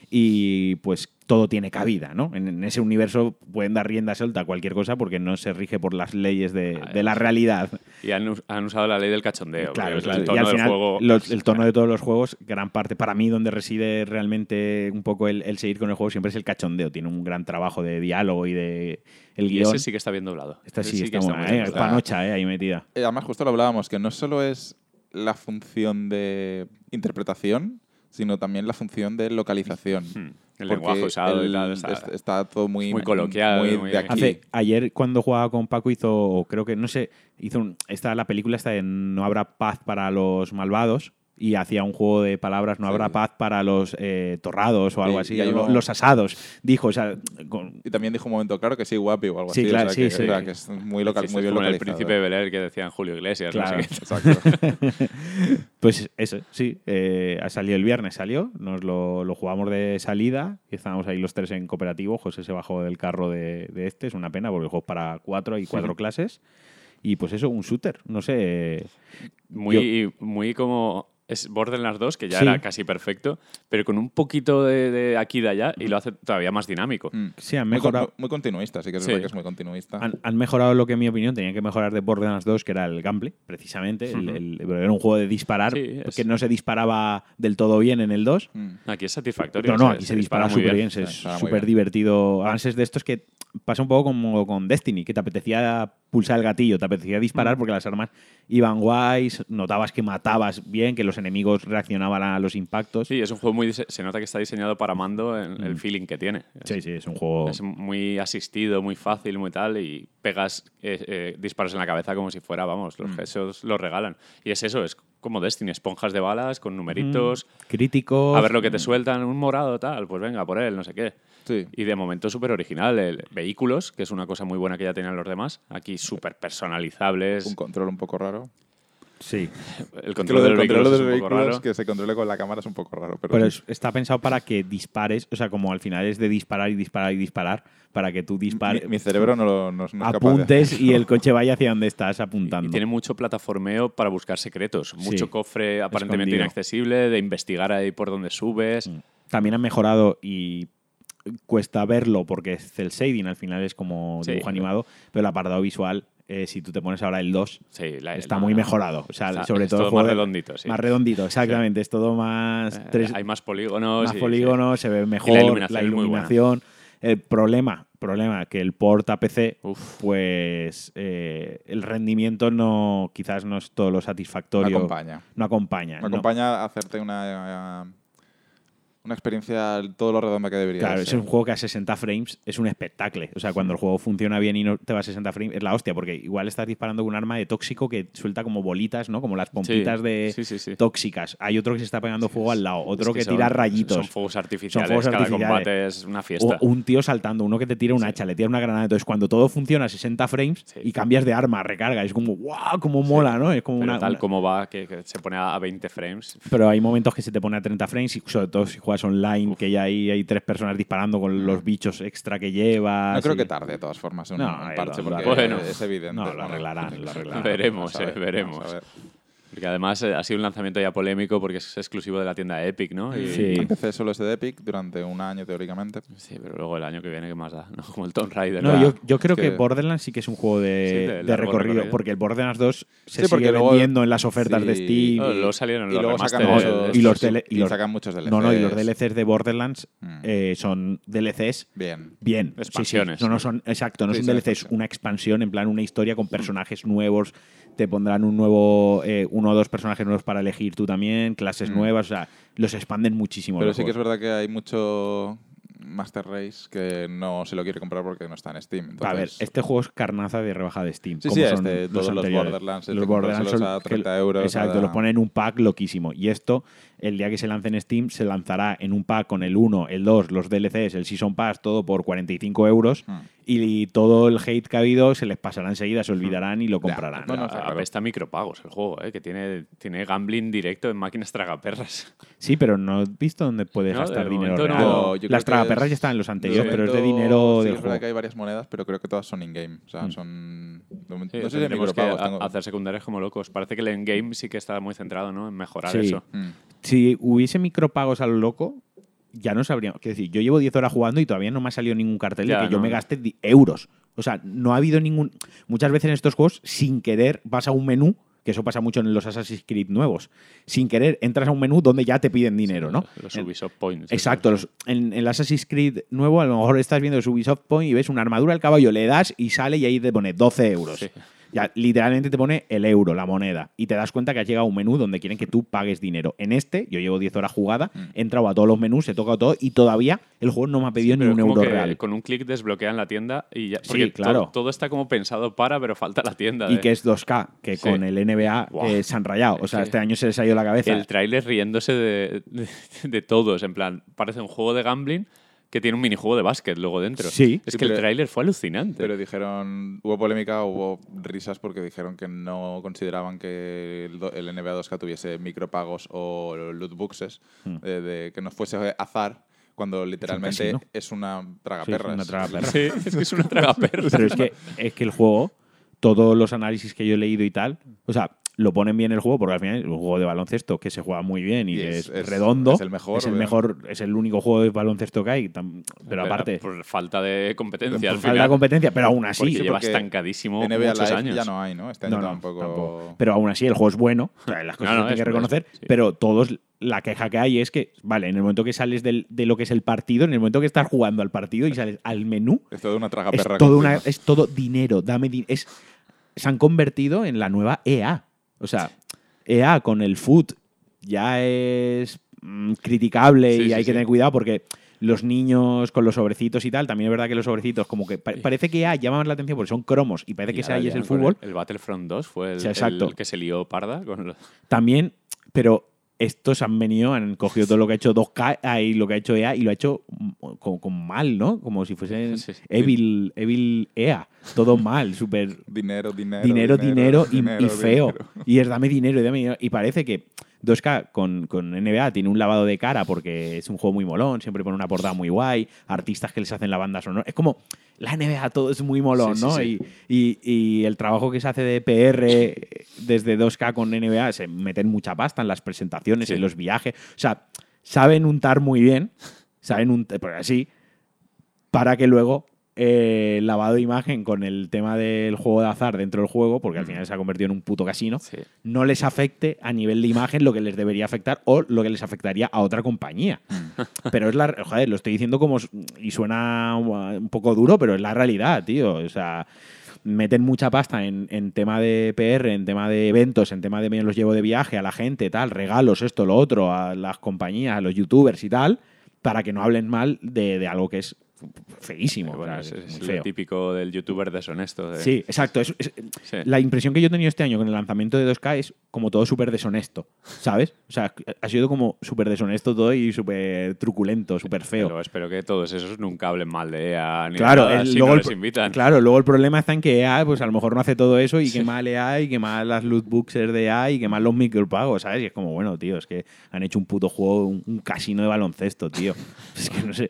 y pues todo tiene cabida, ¿no? En, en ese universo pueden dar rienda suelta a cualquier cosa porque no se rige por las leyes de,
Ah,
de la realidad.
Y han, us- han usado la ley del cachondeo.
Claro,
porque El
claro. y
tono
al
del
final,
juego.
los- el tono de todos los juegos, gran parte, para mí, donde reside realmente un poco el, el seguir con el juego, siempre es el cachondeo. Tiene un gran trabajo de diálogo y de el
Y
guión.
ese sí que está bien doblado.
Esta
Ese
sí,
que
está, buena,
muy
¿eh?
bien doblado.
Panocha, ¿eh? ahí metida.
Eh, Además, justo lo hablábamos, que no solo es la función de interpretación, sino también la función de localización.
Hmm. El
Porque
lenguaje usado y
el-
tal, está-
es- está todo muy,
muy coloquial,
muy
muy-
de aquí.
Hace, ayer cuando jugaba con Paco hizo, o creo que, no sé, hizo un- esta, la película esta de No habrá paz para los malvados y hacía un juego de palabras, no
Sí.
habrá paz para los eh, torrados o algo
Y-
así,
y hay
o
uno-
los asados, dijo, o sea, con-
Y también dijo un momento, claro que sí, guapi o algo
Sí,
así.
claro,
o sea,
sí,
que,
sí.
o sea, que es muy,
Sí,
local,
sí,
muy
es
bien
como en
localizado. eh.
el príncipe de Bel que decían Julio Iglesias. no sé
Claro.
qué.
Exacto.
pues eso, sí, eh, ha salido el viernes, salió, nos lo, lo jugamos de salida y estábamos ahí los tres en cooperativo, José se bajó del carro de, de este, es una pena porque el juego es para cuatro y cuatro clases. Y pues eso, un shooter, no sé.
Muy, muy como. Es Borderlands 2, que ya
Sí.
era casi perfecto, pero con un poquito de, de aquí y de allá y lo hace todavía más dinámico.
Mm.
Sí, han
Muy con-
mejorado.
Muy, continuista, sí que es
Sí.
verdad que es muy continuista.
han, han mejorado lo que en mi opinión tenían que mejorar de Borderlands 2, que era el gameplay, precisamente. el- el- pero era un juego de disparar
Sí, es-
que no se disparaba del todo bien en el 2.
Mm.
Aquí es satisfactorio.
No,
o
no,
sea,
aquí se dispara
muy
súper bien, se-
se
es
dispara muy
súper
bien.
divertido. Avances de estos que pasa un poco como con Destiny, que te apetecía pulsar el gatillo, te apetecía disparar
Mm.
porque las armas iban guays, notabas que matabas bien, que los enemigos reaccionaban a los impactos.
Sí, es un juego muy. dise- Se nota que está diseñado para mando en el feeling que tiene.
Mm. sí, sí, es un juego...
Es muy asistido, muy fácil, muy tal, y pegas eh, eh, disparos en la cabeza como si fuera, vamos,
Mm.
los esos los regalan. Y es eso, es como Destiny, esponjas de balas con numeritos,
críticos...
a ver lo que te sueltan, un morado, tal, pues venga, por él, no sé qué.
Sí.
Y de momento súper original, el vehículos, que es una cosa muy buena que ya tenían los demás, aquí súper personalizables.
Un control un poco raro.
Sí.
El
Que lo
control de
del
los
control de
vehículos es
los
un poco
vehículos,
raro.
que se controle con la cámara es un poco raro. Pero,
Pero
Pues
sí.
es- está pensado para que dispares, o sea, como al final es de disparar y disparar y disparar, para que tú dispares,
mi, mi cerebro no, lo, no, no es capaz de...
apuntes y el coche vaya hacia donde estás
Y
apuntando.
tiene mucho plataformeo para buscar secretos, mucho cofre aparentemente
Escondido.
inaccesible, de investigar ahí por dónde subes.
Mm. También han mejorado y cuesta verlo porque es cel shading, al final es como
Sí.
dibujo animado, pero el apartado visual, eh, si tú te pones ahora el 2,
Sí, la-
está
la-
muy mejorado. O sea,
Está-
sobre
es
todo, el
todo
juego
más
de-
redondito, sí.
Más redondito, exactamente. Es todo más.
Eh,
tres-
Hay más polígonos.
más
y-
polígonos, se ve mejor,
iluminación
la
es muy buena.
iluminación. El problema, problema, que el port a PC,
Uf.
pues eh, el rendimiento no, quizás no es todo lo
No
satisfactorio.
acompaña.
No acompaña.
Me
Ah, no.
acompaña a hacerte una, eh, una experiencia todo lo redonda que debería
Claro,
de
es
ser.
un juego que a 60 frames es un espectáculo. O sea, cuando el juego funciona bien y no te va a 60 frames, es la hostia, porque igual estás disparando con un arma de tóxico que suelta como bolitas, ¿no? Como las pompitas de
sí, sí, sí.
tóxicas. Hay otro que se está pegando fuego al lado, otro
Es
que,
son-
tira rayitos.
Son fuegos artificiales.
fuegos
Cada
artificiales.
combate es una
O
fiesta.
un tío saltando, uno que te tira una hacha, le tira una granada. Entonces, cuando todo funciona a 60 frames
Sí.
y cambias de arma, recarga, es como, wow, como mola, ¿no? Es como
Pero
una,
tal
una-
como va, que, que se pone a 20 frames.
Pero hay momentos que se te pone a 30 frames y sobre todo si juegas online, que ya ahí hay tres personas disparando con los
Mm.
bichos extra que llevas.
No creo
y-
que tarde, de todas formas, un,
No,
un
ahí
parche,
lo-
porque
lo arreglarán.
es evidente.
No, lo
Bueno,
arreglarán, lo arreglarán.
Veremos,
vamos a ver,
eh, veremos.
vamos a ver.
Porque además eh, ha sido un lanzamiento ya polémico porque es exclusivo de la tienda Epic, ¿no? Y-
Sí.
Empecé solo ese de Epic durante un año, teóricamente.
Sí, pero luego el año que viene, ¿qué más da? ¿No? Como el Tomb Raider.
No,
la-
yo, yo creo
Es
que,
que-
Borderlands sí que es un juego de,
Sí, de
de
largo
recorrido,
recorrido.
porque el Borderlands 2 se
Sí, porque
sigue
luego-
vendiendo en las ofertas de
sí.
Steam.
Oh, luego salieron
y
los
luego sacan
remasteres,
muchos,
estos,
y los
sí.
tele- y
y
los-
sacan muchos DLCs.
No, no, y los DLCs de Borderlands
Mm.
eh, son DLCs
Bien.
Bien. sí, sí.
Expansiones.
No, no son, exacto, no
Sí,
son
son
DLC, es
expansiones.
una expansión, en plan una historia con personajes nuevos. Te pondrán un nuevo, eh, uno o dos personajes nuevos para elegir tú también, clases nuevas, o sea, los expanden muchísimo.
Mm. Pero
los
sí que es
juegos.
verdad que hay mucho Master Race que no se lo quiere comprar porque no está en Steam.
A ver,
entonces-
este juego es carnaza de rebaja de Steam.
Sí,
como
sí,
son
este, todos los
anteriores.
Borderlands, este,
Los Borderlands son
comprárselos a 30
que-
euros,
Exacto,
a-
los ponen en un pack loquísimo. Y esto, el día que se lance en Steam, se lanzará en un pack con el 1, el 2, los DLCs, el Season Pass, todo por 45 euros.
Hmm.
Y todo el hate que ha habido se les pasará enseguida, se olvidarán y lo comprarán.
no, no,
Ah,
claro.
Está micropagos el juego, ¿eh? que tiene, tiene gambling directo en máquinas tragaperras.
Sí, pero- Sí, pero no he visto dónde puedes
No, de
gastar dinero
momento
real.
no.
Yo- yo creo
Las
que
tragaperras
es-
ya están en los
De
anteriores, pero es de
momento,
dinero
sí,
del
es verdad
juego. Mm.
que hay varias monedas, pero creo que todas son in-game. O sea, son. de momento-
Sí,
no sé si hay
tendremos que
micropagos.
a-
tengo-
hacer secundarias como locos. Parece que el endgame sí que está muy centrado ¿no? en mejorar
Sí.
eso.
Mm.
Si hubiese micropagos a lo loco, ya no sabríamos. Quiero decir, yo llevo 10 horas jugando y todavía no me ha salido ningún cartel
Ya,
de que yo
no.
me gaste di- euros. O sea, no ha habido ningún. Muchas veces en estos juegos, sin querer, vas a un menú, que eso pasa mucho en los Assassin's Creed nuevos. Sin querer, entras a un menú donde ya te piden dinero, ¿no?
Los
En-
Ubisoft Points.
Exacto, los- en en el Assassin's Creed nuevo a lo mejor estás viendo su Ubisoft Point y ves una armadura al caballo, le das y sale y ahí te pone 12 euros.
Sí.
Ya, literalmente te pone el euro, la moneda, y te das cuenta que has llegado a un menú donde quieren que tú pagues dinero. En este, yo llevo 10 horas jugada,
Mm.
he entrado a todos los menús, he tocado todo y todavía el juego no me ha pedido ni
Pero
un
es como
euro
que
real.
Con un clic desbloquean la tienda y ya.
Sí,
Porque to-
claro.
Todo, está como pensado para, pero falta la tienda.
Y
de-
que es 2K, que
Sí.
con el NBA
Buah.
eh, se han rayado. O sea,
que-
este año se les ha ido la cabeza.
El tráiler riéndose de, de- de todos. En plan, parece un juego de gambling que tiene un minijuego de básquet luego dentro.
Sí.
Es
Sí,
que el
pero-
tráiler fue alucinante.
Pero dijeron, hubo polémica, hubo risas porque dijeron que no consideraban que el, do- el NBA 2K tuviese micropagos o loot boxes,
Hmm.
eh, de- que no fuese azar, cuando literalmente
casino.
es una
Sí,
tragaperras.
una tragaperras.
Sí, es que es una tragaperra.
Pero es que, es que el juego, todos los análisis que yo he leído y tal, o sea, lo ponen bien el juego, porque al final es un juego de baloncesto que se juega muy bien y,
Y
que es,
es- es-
redondo.
es el mejor,
Es el,
¿verdad?
mejor, es el único juego de baloncesto que hay. tam- Pero, aparte,
Por falta de competencia. al
falta
final.
competencia, pero aún así.
Porque lleva
porque
estancadísimo
NBA
muchos
Live
años.
ya no hay, ¿no? Este año
No, no,
tampoco...
tampoco. Pero aún así, el juego es bueno, o sea, las cosas
No, no,
que hay que
es-
reconocer,
es- sí.
pero todos la queja que hay es que, vale, en el momento que sales del- de lo que es el partido, en el momento que estás jugando al partido y sales al menú,
Es todo una
es
tragaperra.
todo, una,
continua.
es todo dinero. Dame di- es, se han convertido en la nueva EA. O sea, EA con el food ya es mm, criticable
Sí,
y
sí,
hay que
sí.
tener cuidado porque los niños con los sobrecitos y tal, también es verdad que los sobrecitos, como que pa- parece que EA llama más la atención porque son cromos y parece que ese
ahora
ahí
ya
es el
con
fútbol.
El Battlefront 2 fue el,
Sí, exacto.
el que se lió parda con los-
También, pero estos han venido, han cogido todo lo que ha hecho 2K E y lo que ha hecho EA y lo ha hecho mm, con, con mal, ¿no? Como si fuese
Sí, sí.
Evil, Evil EA. Todo mal, súper
Dinero, dinero.
dinero, dinero, y- y,
dinero,
feo.
dinero.
Y es dame dinero, y dame dinero. Y parece que 2K con, con NBA tiene un lavado de cara porque es un juego muy molón, siempre pone una portada muy guay, artistas que les hacen la banda sonora. Es como la NBA todo es muy molón,
Sí, sí,
¿no?
sí.
Y, y- y el trabajo que se hace de PR desde 2K con NBA, se meten mucha pasta en las presentaciones,
Sí.
en los viajes. O sea, saben untar muy bien, saben untar, pero así, para que luego eh, el lavado de imagen con el tema del juego de azar dentro del juego, porque al final se ha convertido en un puto casino,
Sí.
no les afecte a nivel de imagen lo que les debería afectar o lo que les afectaría a otra compañía. pero es la. Joder, lo estoy diciendo como. s- Y suena un poco duro, pero es la realidad, tío. O sea. Meten mucha pasta en, en tema de PR, en tema de eventos, en tema de me los llevo de viaje a la gente, tal, regalos, esto, lo otro, a las compañías, a los youtubers y tal, para que no hablen mal de, de algo que es feísimo.
Bueno,
o
es,
sea, es
es
muy
lo
feo.
típico del youtuber deshonesto. de-
Sí, exacto. es- es-
Sí.
La impresión que yo he tenido este año con el lanzamiento de 2K es como todo súper deshonesto, ¿sabes? O sea, ha sido como súper deshonesto todo y súper truculento, súper
Pero
feo.
espero que todos esos nunca hablen mal de EA ni
Claro,
de nada,
el-
si
luego
no
el
les
pro-
invitan.
claro, luego el problema está en que EA, pues a lo mejor no hace todo eso y
Sí.
que mal EA y que mal las loot boxes de EA y que mal los micropagos, ¿sabes? Y es como, bueno, tío, es que han hecho un puto juego, un, un casino de baloncesto, tío. es que no sé.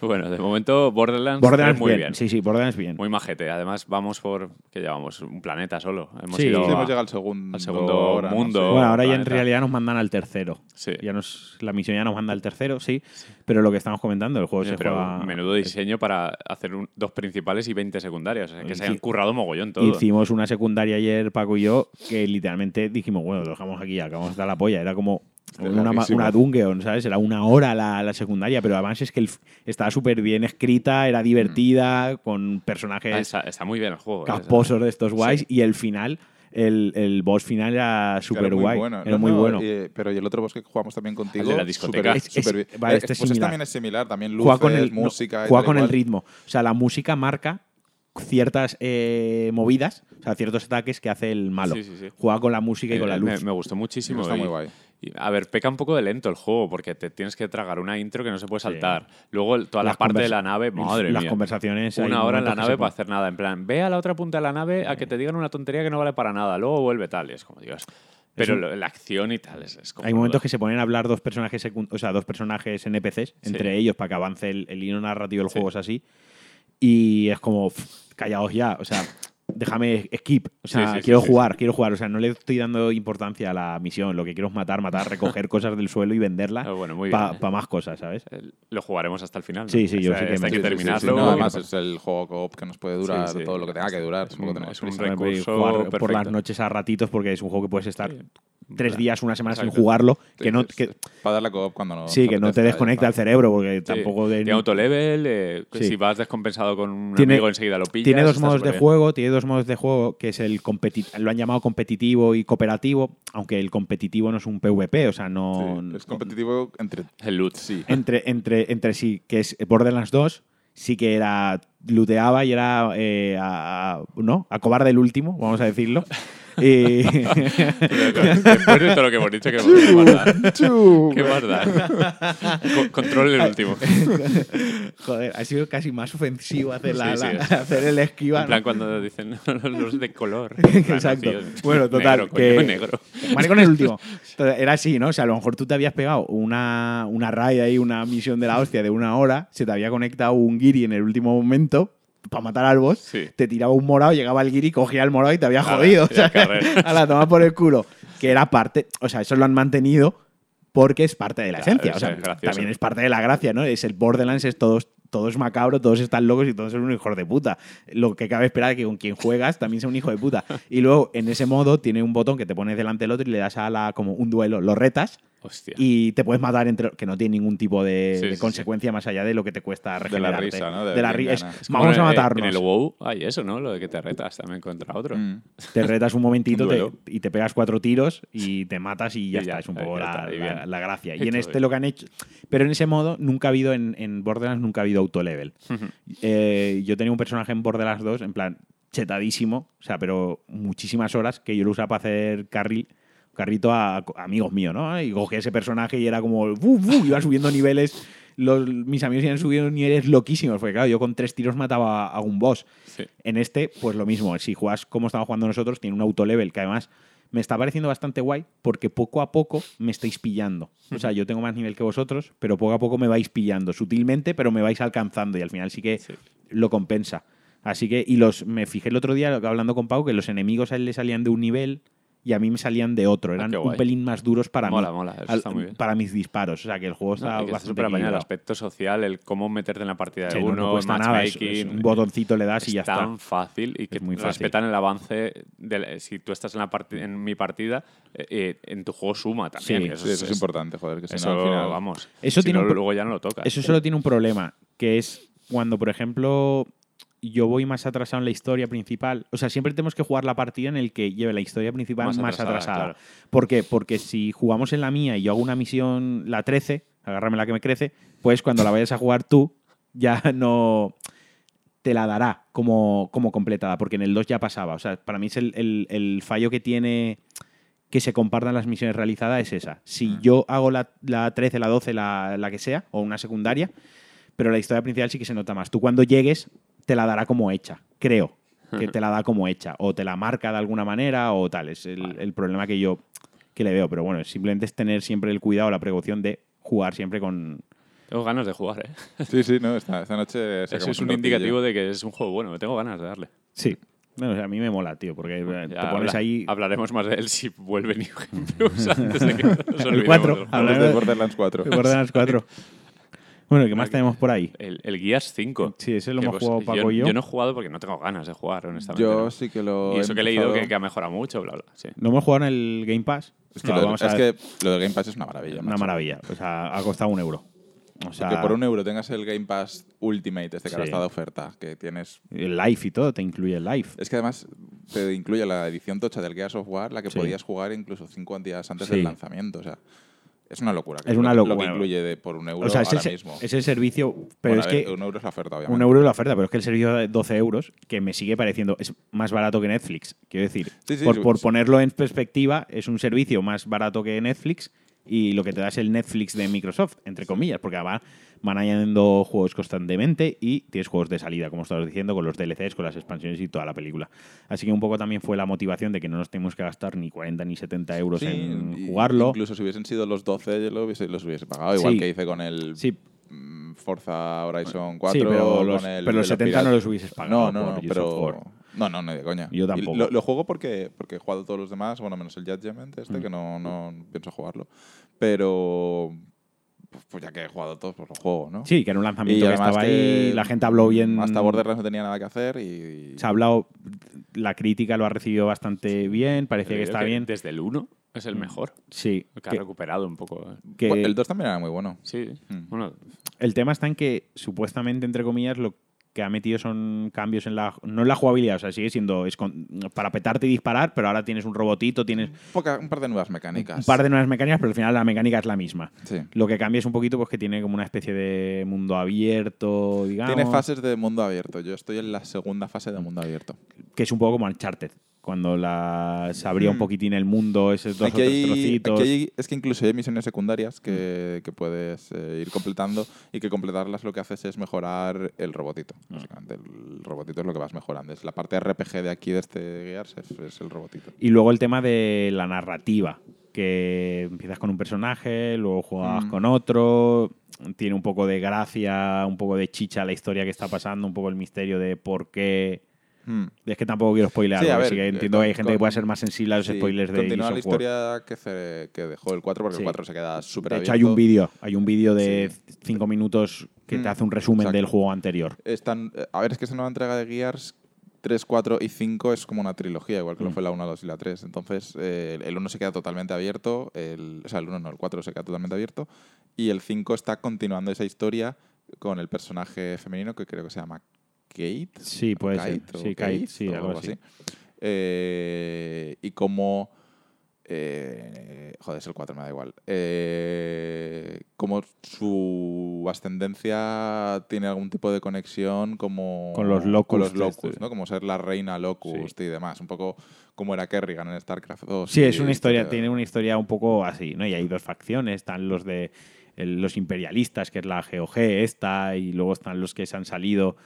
Bueno, de momento Borderlands,
Borderlands
muy bien.
Sí, sí, Borderlands bien.
Muy majete. Además, vamos por. que llevamos? Un planeta solo. Hemos
Sí.
ido
Sí,
a-
hemos llegado al segundo,
al segundo
ahora,
mundo.
No sé.
Bueno, ahora ya en
planeta.
realidad nos mandan al tercero.
Sí.
Ya nos, la misión ya nos manda al tercero, sí. Pero lo que estamos comentando, el juego se
Pero
juega-
menudo diseño para hacer un- dos principales y 20 secundarias. O sea, que se
Hici-
hayan currado mogollón todo.
Hicimos una secundaria ayer, Paco y yo, que literalmente dijimos, bueno, lo dejamos aquí, acabamos de dar la polla. Era como
Está
una, ma-
larguísimo.
una dungeon, ¿sabes? Era una hora la, la secundaria, pero además es que el f- estaba súper bien escrita, era divertida, con personajes
Ah, está, está muy bien el juego. ¿eh?
casposos de estos guays, y el final, el, el boss final era
Que era
súper
muy
guay.
bueno.
Era
No,
muy
no,
bueno.
eh, pero y el otro boss que jugamos también contigo.
la discoteca.
súper-
Es-
súper
es-
bien.
vale,
Eh,
este es
pues este
similar.
también es similar. También luces,
juega con el, no,
música. y
juega
tal
con
y
el
cual.
ritmo. O sea, la música marca ciertas eh, movidas, o sea, ciertos ataques que hace el malo.
Sí, sí, sí.
Juega con la música y con la
Eh,
luz.
Me, me gustó muchísimo.
Está
y-
muy guay.
y, a ver, peca un poco de lento el juego porque te tienes que tragar una intro que no se puede saltar. Luego el- toda la
Las
parte de
conversa-
la nave, madre
las
mía.
conversaciones. hay
Una hora en
momentos
la
que
nave
se
para
ponen-
hacer nada. En plan, ve a la otra punta de la nave a que te digan una tontería que no vale para nada. Luego vuelve tal. Y es como, Dios. Pero
un-
lo- la acción y tal es, es como.
Hay momentos que se ponen a hablar dos personajes, secun- o sea, dos personajes NPCs entre ellos para que avance el, el hilo narrativo del juego, es así. Y es como, "Pff, callaos ya, o sea, déjame skip, o sea,
Sí, sí, sí,
quiero
sí,
jugar, quiero jugar, o sea, no le estoy dando importancia a la misión, lo que quiero es matar, matar, recoger cosas del suelo y venderlas
Ah, bueno, muy bien,
para
eh.
más cosas, ¿sabes?
Eh, Lo jugaremos hasta el final. ¿no?
Sí, sí, yo
Esta-
sí que
esta hay
me-
que
Sí, sí, sí, sí,
terminarlo.
No,
porque-
además es el juego co-op que nos puede durar
Sí, sí.
todo lo que tenga que durar.
Es
Mm,
tampoco
un-
tenemos
es un
prisa.
recurso
Puedes jugar por las
perfecto.
noches a ratitos porque es un juego que puedes estar tres
plan,
días, una semana sin
exacto.
jugarlo, que no,
Sí,
que,
Para dar la co-op cuando no.
sí, que no te
apetezca,
desconecta
ya
el
está.
cerebro porque
Sí,
tampoco... de-
Tiene autolevel, eh,
Sí.
si vas descompensado con un
Tiene-
amigo enseguida lo pillas.
tiene dos
está
modos de
súper bien.
juego, tiene dos modos de juego que es el competi- lo han llamado competitivo y cooperativo, aunque el competitivo no es un PvP, o sea, no
Sí, es competitivo entre.
El loot, sí.
entre entre entre sí, que es Borderlands 2, sí que era looteaba y era eh, a, a- no, a cobarde el último, vamos a decirlo. Y-
Después de todo lo que hemos dicho, que hemos guardado. ¿Qué más da? Co- Control el último.
Joder, ha sido casi más ofensivo hacer, la-
Sí, sí,
la-
es-
hacer el esquiva.
En
¿no?
plan, cuando dicen los de color.
Exacto. bueno, total.
Negro,
que...
coño, negro.
Maricón el último. Entonces, Era así, ¿no? O sea, a lo mejor tú te habías pegado una, una raya ahí, una misión de la hostia de una hora, se te había conectado un guiri en el último momento para matar al boss,
Sí.
te tiraba un morado, llegaba el guiri, cogía el morado y te había
Ala,
jodido.
y a
o sea,
correr.
a la toma por el culo. Que era parte, o sea, eso lo han mantenido porque es parte de la
Claro,
esencia. O
o sea,
sea,
es gracioso.
también es parte de la gracia, ¿no? Es el Borderlands, es todos, todos macabros, todos están locos y todos son un hijo de puta. Lo que cabe esperar es que con quien juegas también sea un hijo de puta. Y luego, en ese modo, tiene un botón que te pones delante del otro y le das a la como un duelo, lo retas.
Hostia.
Y te puedes matar entre. que no tiene ningún tipo de,
Sí,
de
sí, sí.
consecuencia más allá de lo que te cuesta regenerarte.
risa, ¿no? De
De la
quien
ri- es,
gana.
Es como
vamos
en-
a
En
matarnos.
el WoW hay eso, ¿no? Lo de que te retas también contra otro.
Mm.
Te retas un momentito
Un
te-
duelo.
y te pegas cuatro tiros y te matas y ya,
Y ya,
está. Es un
ahí
poco
ya
la,
está, y
la-
bien.
la gracia.
Y
Y en
todo
este
bien.
lo que han hecho. Pero en ese modo nunca ha habido, en, en Borderlands nunca ha habido autolevel. Eh, yo tenía un personaje en Borderlands 2, en plan, chetadísimo, o sea, pero muchísimas horas que yo lo usaba para hacer carril. Carrito a, a amigos míos, ¿no? Y cogía ese personaje y era como. "Bu, bu", iba subiendo niveles los, mis amigos iban subiendo niveles loquísimos, porque claro, yo con tres tiros mataba a un boss.
Sí.
En este, pues lo mismo. Si juegas como estamos jugando nosotros, tiene un autolevel que además me está pareciendo bastante guay porque poco a poco me estáis pillando. O sea, yo tengo más nivel que vosotros, pero poco a poco me vais pillando, sutilmente, pero me vais alcanzando y al final sí que lo compensa. Así que, y los, me fijé el otro día hablando con Pau que los enemigos a él le salían de un nivel y a mí me salían de otro. Eran
Ah, qué
un
guay.
pelín más duros para
Mola,
mí.
mola, eso está muy bien.
Para mis disparos. O sea, que el juego está
No, y que está
bastante
súper apañado el
equilibrado.
aspecto social, el cómo meterte en la partida de
Sí, no,
uno,
no cuesta
el
nada. es- es
matchmaking.
un botoncito le das y ya
es
está.
tan fácil y que
muy fácil.
respetan el avance. de la- si tú estás en, la parti- en mi partida, eh, eh, en tu juego suma también.
Sí,
que eso,
Sí, eso es importante, joder, que si
Eso,
no al final...
vamos.
Eso
si
tiene
no,
un pro-
luego ya no lo toca.
Eso solo tiene un problema, que es cuando, por ejemplo, yo voy más atrasado en la historia principal. O sea, siempre tenemos que jugar la partida en el que lleve la historia principal más,
Más
atrasada.
atrasada, claro.
¿Por qué? Porque si jugamos en la mía y yo hago una misión, la 13, agárrame la que me crece, pues cuando la vayas a jugar tú, ya no te la dará como, como completada, porque en el 2 ya pasaba. O sea, para mí es el, el- el fallo que tiene que se compartan las misiones realizadas es esa. Si
Mm.
yo hago la, la 13, la 12, la, la que sea, o una secundaria, pero la historia principal sí que se nota más. Tú cuando llegues te la dará como hecha, creo que te la da como hecha, o te la marca de alguna manera, o tal. Es el, el problema que yo que le veo, pero bueno, simplemente es tener siempre el cuidado, la precaución de jugar siempre con...
Tengo ganas de jugar, ¿eh?
Sí, sí, no, esta, esta noche
Eso
sacamos
es un
ratillo.
indicativo de que es un juego bueno. Tengo ganas de darle.
Sí. Bueno, o sea, a mí me mola, tío, porque eh, te
Ya
pones
habla-
ahí...
Hablaremos más de él si vuelve New Game Plus antes de que nos olvidemos del
cuatro.
juego.
Antes
Hablando
de
de-
Borderlands 4.
Me guardan las cuatro. Bueno, ¿qué más tenemos por ahí?
El, el Guías 5.
Sí, ese lo
Que,
hemos
pues,
jugado Paco y yo.
Yo no he jugado porque no tengo ganas de jugar, honestamente.
Yo
no.
sí que lo
Y eso que he leído
empezado-
que, que ha mejorado mucho, bla, bla. Sí.
No hemos jugado en el Game Pass.
Es que,
No,
lo,
Ah, vamos
es
a-
que lo del Game Pass es una maravilla.
Una
macho.
maravilla. O sea, ha costado un euro. O sea,
Que por un euro tengas el Game Pass Ultimate, este que ahora
Sí.
está de oferta, que tienes...
el live y todo, te incluye el live.
Es que además te incluye la edición tocha del Gears of War, la que
Sí.
podías jugar incluso cinco días antes
Sí.
del lanzamiento. O sea, es una locura. que
Es
lo-
una
Lo que
locura.
incluye de por un euro
o sea, es
ahora
el, se-
mismo.
es el servicio, pero
Bueno,
es
a ver,
que
Un euro es la oferta, obviamente.
un euro es la oferta, pero es que el servicio de 12 euros, que me sigue pareciendo, es más barato que Netflix. Quiero decir,
Sí, sí,
por,
sí,
por
sí.
ponerlo en perspectiva, es un servicio más barato que Netflix y lo que te da es el Netflix de Microsoft, entre comillas, porque van, van añadiendo juegos constantemente y tienes juegos de salida, como estabas diciendo, con los DLCs, con las expansiones y toda la película. Así que un poco también fue la motivación de que no nos tenemos que gastar ni 40 ni 70 euros
Sí,
en
y-
jugarlo.
Incluso si hubiesen sido los 12, yo lo hubiese- los hubiese pagado. Igual
Sí.
que hice con el
Sí,
mm, Forza Horizon 4.
sí, pero
con
los,
el,
pero los
de
70 no
piratas.
los hubieses pagado.
No, no,
por
no,
Gears of War.
pero... No, no, no, de coña.
Yo
Y
tampoco.
Lo, lo juego porque, porque he jugado todos los demás, bueno, menos el Judgment
Mm.
este, que no, no pienso jugarlo. Pero... Pues, pues ya que he jugado todos, pues lo juego, ¿no?
Sí, que era un lanzamiento que
además
estaba
que
ahí, la gente habló bien.
Hasta Borderlands no tenía nada que hacer y...
Se ha hablado, la crítica lo ha recibido bastante bien,
He
parecía que
leído
está
que
bien. Mm.
Desde el 1 es el mejor.
Sí,
Que ha
que-
recuperado un poco. eh.
que
Bueno, pues, el 2 también era muy bueno.
Sí.
Mm.
Bueno,
el tema está en que supuestamente, entre comillas, lo que ha metido son cambios en la. No en la jugabilidad, o sea, sigue siendo es con- para petarte y disparar, pero ahora tienes un robotito,
Mm,
tienes
Poca- un par de nuevas mecánicas.
un par de nuevas mecánicas, pero al final la mecánica es la misma.
Sí.
Lo que cambia es un poquito, pues que tiene como una especie de mundo abierto, digamos.
Tiene fases de mundo abierto. Yo estoy en la segunda fase de mundo abierto.
que es un poco como Uncharted, cuando la, se abría
Hmm.
un poquitín el mundo, esos dos
Aquí
o tres
hay-
trocitos.
aquí hay- es que incluso hay misiones secundarias que, que puedes eh, ir completando y que completarlas lo que haces es mejorar el robotito.
Mm.
Básicamente, el robotito es lo que vas mejorando. Es la parte RPG de aquí, de este Gears, es, es el robotito.
Y luego el tema de la narrativa, que empiezas con un personaje, luego juegas
Mm.
con otro, tiene un poco de gracia, un poco de chicha la historia que está pasando, un poco el misterio de por qué...
Hmm.
Es que tampoco quiero spoiler,
Sí, a
así
ver,
que
eh,
entiendo
con-
que hay gente que
con-
pueda ser más sensible a los
Sí,
spoilers de
continúa
Gears
la
of War.
historia que, se- que dejó el 4, porque
Sí.
el 4 se queda súper
De hecho,
abierto.
hay un vídeo, hay un vídeo de
Sí.
cinco minutos que te
Mm,
hace un resumen
exacto.
del juego anterior.
Están, eh, a ver, es que esa nueva entrega de Gears 3, 4 y 5 es como una trilogía, igual que lo fue la 1, 2 y la 3. Entonces, eh, el 1 se queda totalmente abierto, el, o sea, el 1 no, el 4 se queda totalmente abierto, y el 5 está continuando esa historia con el personaje femenino que creo que se llama Kate.
Sí, puede ser.
Kate o
Sí, Kate, sí,
o
algo así.
Eh, y cómo... eh, joder, es el 4, me da igual. Eh, cómo su ascendencia tiene algún tipo de conexión como...
Con los Locust,
Con los Locust,
este.
¿no? Como ser la reina Locust y demás. Un poco como era Kerrigan en StarCraft 2.
Sí, es
y este
una historia,
etcétera.
tiene una historia un poco así, ¿no? Y hay dos facciones, están los de el- los imperialistas, que es la GOG esta, y luego están los que se han salido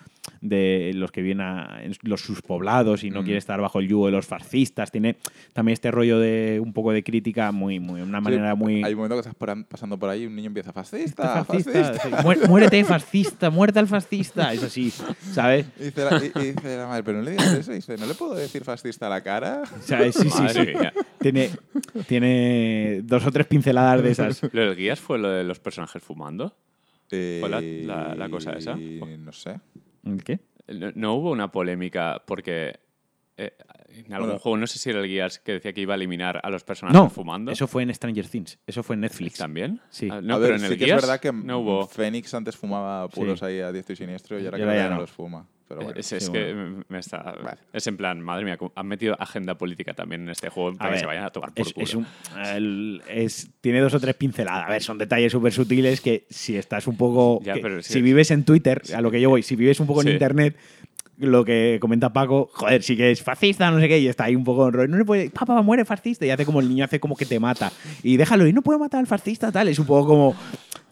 de los que vienen a en los suspoblados y no
Mm.
quieren estar bajo el yugo de los fascistas. Tiene también este rollo de un poco de crítica muy, muy, una manera
Sí,
muy...
Hay un momento que estás por- pasando por ahí y un niño empieza fascista,
Este
fascista.
sí. Muer- Muérete, fascista, muerte al fascista. Es así, ¿sabes?
Y dice, la, y- y dice la madre, pero no le digas eso. Y dice, ¿no le puedo decir fascista a la cara?
O sea, sí, sí,
Madre
sí.
mía.
Tiene, tiene dos o tres pinceladas de esas.
¿Lo de los guías fue lo de los personajes fumando? ¿Cuál
Eh,
la- la- la cosa esa?
No sé.
¿Qué?
No, no hubo una polémica porque eh, en algún
Bueno.
juego, no sé si era el guías que decía que iba a eliminar a los personajes
No,
Ah, fumando.
eso fue en Stranger Things. Eso fue en Netflix.
¿También?
Sí.
Ah, no,
a
pero
ver,
en el
sí que
guías
es verdad que
no hubo.
Fénix antes fumaba puros
Sí.
ahí a diestro y siniestro y ahora
Y
creo
ahora
que
ya
ya no
no.
los fuma. Pero bueno.
es es
sí,
que me está. Es en plan, madre mía, han metido agenda política también en este juego para que se vayan a tomar por
es,
culo.
es un- el- es- tiene dos o tres pinceladas. A ver, son detalles súper sutiles que si estás un poco.
Ya,
que
pero es
si
que-
vives en Twitter, a lo que yo voy, si vives un poco
Sí.
en Internet, lo que comenta Paco, joder, sí que es fascista, no sé qué, y está ahí un poco en rollo. No le puede. Papá, muere fascista. Y hace como el niño hace como que te mata. Y déjalo, y no puedo matar al fascista, tal. Es un poco como.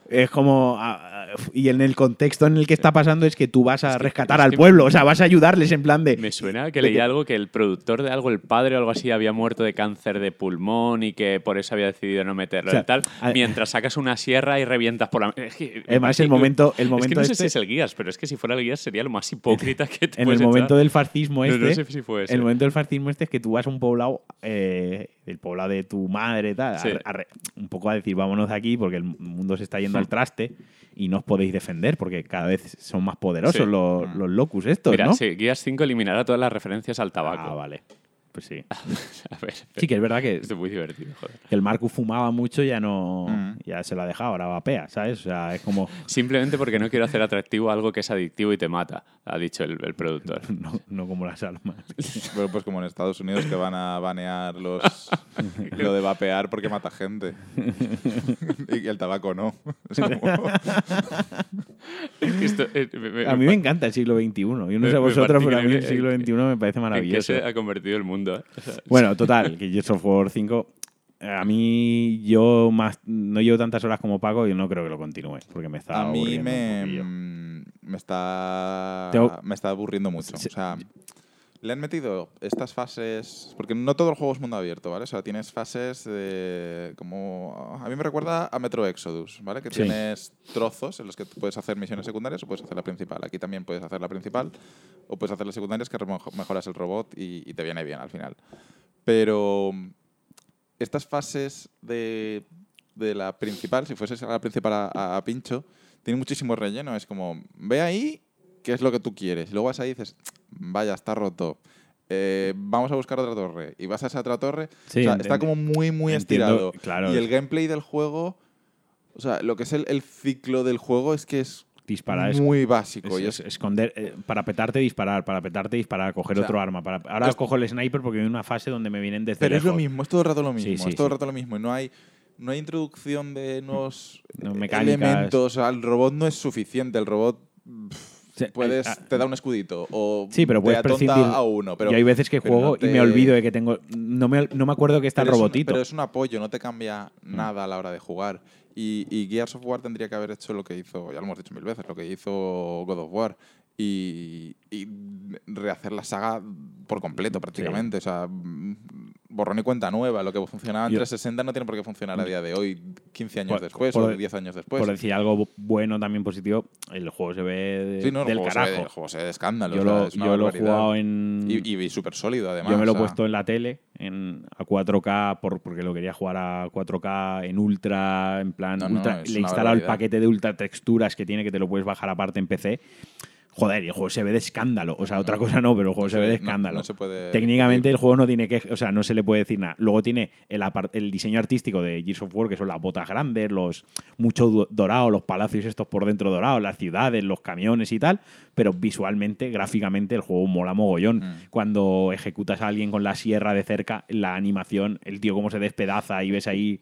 Es como. ah, ah, Y en el contexto en el que está pasando es que tú vas a
que-
rescatar
es
al
que-
pueblo, o sea, vas a ayudarles en plan de.
Me suena que
de
leí algo que el productor de algo, el padre o algo así, había muerto de cáncer de pulmón y que por eso había decidido no meterlo
O sea,
y tal.
a-
Mientras sacas una sierra y revientas por la. Es que-
Además, el momento- el
es que
momento
no sé
este-
si es el guías, pero es que si fuera el guías sería lo más hipócrita que te
en el
puedes
momento
echar.
del fascismo
No,
este,
no sé si fue ese.
el momento del fascismo este es que tú vas a un poblado, eh, el poblado de tu madre, tal, a-
Sí.
a re- un poco a decir vámonos de aquí porque el mundo se está yendo
Hmm.
al traste y no os podéis defender porque cada vez son más poderosos
Sí. Hmm.
los, los locus estos,
Mira,
¿no?
sí, Guías 5 eliminará todas las referencias al tabaco.
Ah, vale. Pues sí.
A ver,
Sí que es verdad que,
esto es muy divertido, joder.
que el Marcus fumaba mucho ya no
Hmm.
Mm.
ya se lo ha dejado, ahora vapea, ¿sabes? O sea, es como
Simplemente porque no quiero hacer atractivo algo que es adictivo y te mata, ha dicho el, el productor.
no, no como las almas.
Pero pues como en Estados Unidos que van a banear los lo de vapear porque mata gente. y el tabaco no. Es como-
Esto, eh, me- me-
A mí me encanta el siglo XXI. Yo no
me-
sé
me
vosotros,
parece
pero a mí el
increíble
siglo
que-
XXI me parece
¿En qué
maravilloso.
se ha convertido el mundo? eh? O sea,
Bueno, total, que Gears of War 5. eh, A mí, yo más no llevo tantas horas como Paco y no creo que lo continúe, porque me está
a mí
aburriendo un
me, mm,
poquillo.
me está
Tengo-
me está aburriendo mucho.
Sí.
O sea, le han metido estas fases porque no todo el juego es mundo abierto, ¿vale? O sea, tienes fases de como a mí me recuerda a Metro Exodus, ¿vale? Que
Sí.
tienes trozos en los que tú puedes hacer misiones secundarias o puedes hacer la principal. Aquí también puedes hacer la principal o puedes hacer las secundarias que remejo- mejoras el robot y- y te viene bien al final. Pero mm, estas fases de, de la principal, si fueses a la principal a, a- a pincho, tiene muchísimo relleno. Es como, ve ahí qué es lo que tú quieres. Y luego vas ahí y dices, vaya, está roto. Eh, vamos a buscar otra torre. Y vas a esa otra torre.
Sí,
o sea,
ent-
está como muy, muy
entiendo,
estirado.
claro.
Y el gameplay del juego, o sea, lo que es el, el ciclo del juego es que es
Disparar es,
muy básico.
es-
y
es
es-
esconder, eh, para petarte, disparar, para petarte, disparar, coger
O sea,
otro arma. Para, ahora
es-
cojo el sniper porque hay una fase donde me vienen desde
pero es lo
lejos.
mismo, es todo el rato lo mismo.
sí,
es todo el
sí.
rato lo mismo. Y no hay, no hay introducción de nuevos
No,
eh,
mecánicas.
elementos. O sea, el robot no es suficiente. El robot
Sí, hay-
puedes
ah,
te da un escudito o
Sí, pero puedes
te atonta
prescindir.
a uno pero
yo hay veces que
pero
juego
no te-
y me olvido de que tengo. No me, no me acuerdo que está el
pero es un-
robotito. Mm.
pero es un apoyo no te cambia nada a la hora de jugar y, y Gears of War tendría que haber hecho lo que hizo ya lo hemos dicho mil veces lo que hizo God of War y, y rehacer la saga por completo prácticamente o sea mm, borrón y cuenta nueva lo que funcionaba en
Yo- Mm.
360 no tiene por qué funcionar a día de hoy 15 años
Por-
después
por-
o 10 años después
Por decir algo bu- bueno, también positivo, el juego se ve de-
Sí, no, el
del
juego se-
carajo.
el juego se de escándalo
yo
o sea,
lo,
es una
yo lo he
barbaridad.
jugado en.
y, y, súper sólido además
Yo me lo
o
he
sea.
puesto en la tele en, a 4K por, porque lo quería jugar a 4K en ultra, en plan
No, no,
ultra.
es
le he
una
instalado el
barbaridad.
paquete de ultra texturas que tiene que te lo puedes bajar aparte en PC. Joder, y el juego se ve de escándalo. O sea, otra cosa no, pero el juego se ve de
Eh, no- no
escándalo.
se puede
Técnicamente el juego no tiene que, o sea, no se le puede decir nada. Luego tiene el, apar- el diseño artístico de Gears of War, que son las botas grandes, los mucho du- dorado, los palacios estos por dentro dorados, las ciudades, los camiones y tal, pero visualmente, gráficamente el juego mola mogollón.
Mm.
Cuando ejecutas a alguien con la sierra de cerca, la animación, el tío cómo se despedaza y ves ahí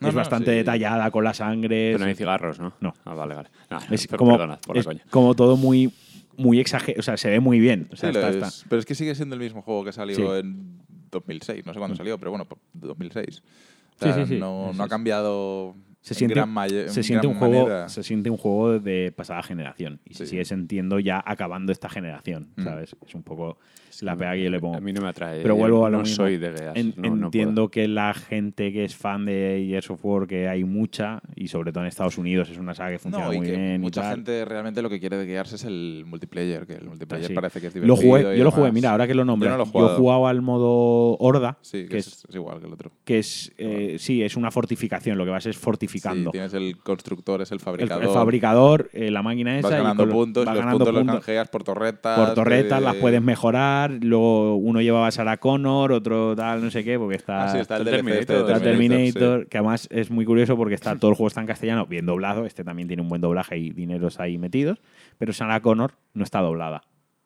No,
es
no,
bastante
sí.
detallada con la sangre.
Pero no hay cigarros, ¿no?
No.
Ah, vale, vale. Nah,
es
per-
como,
perdonad por la
es
coña.
como todo muy muy exagerado, o sea, se ve muy bien. O sea,
Sí, lo
está-
es.
está-
Pero es que sigue siendo el mismo juego que salió
Sí. Mm.
en 2006. No sé cuándo salió, pero bueno, po- 2006. O
Sí,
sea,
sí, sí.
No,
Sí,
no ha
sí.
cambiado
se
en
siente,
gran maye-
se
en
siente
gran
un juego
manera.
se siente un juego de pasada generación y se
Sí.
sigue sintiendo ya acabando esta generación
Mm.
sabes es un poco la pega que yo le pongo
A mí no me atrae. eh,
pero vuelvo a lo
no
mismo.
soy de Gears.
En-
no- no
entiendo que la gente que es fan de Gears of War que hay mucha y sobre todo en Estados Unidos es una saga que funciona
No, y
muy
que
bien y
mucha
tal.
gente realmente lo que quiere de guiarse es el multiplayer, que el multiplayer
Sí.
parece que es
Lo
divertido.
jugué,
y
yo lo jugué,
demás.
mira, ahora que lo nombras.
Yo
Yo,
no lo he jugado.
jugaba al modo Horda,
Sí, que,
que,
es,
es,
es igual que el otro.
que es, eh, sí, es una fortificación, lo que vas es
Sí,
fortificando.
tienes el constructor, es el
el,
fabricador.
el fabricador, eh, la máquina esa.
vas
y
ganando
con lo-
puntos,
vas
los
ganando
puntos los
puntos.
canjeas por torretas.
por torretas,
eh,
las puedes mejorar. Luego uno llevaba a Sarah Connor, otro tal, no sé qué, porque está.
Ah, sí, está el
está el
DLC este
Terminator,
de
Está Terminator,
sí.
que además es muy curioso porque está todo el juego está en castellano, bien doblado. Este también tiene un buen doblaje y dineros ahí metidos. Pero Sarah Connor no está doblada.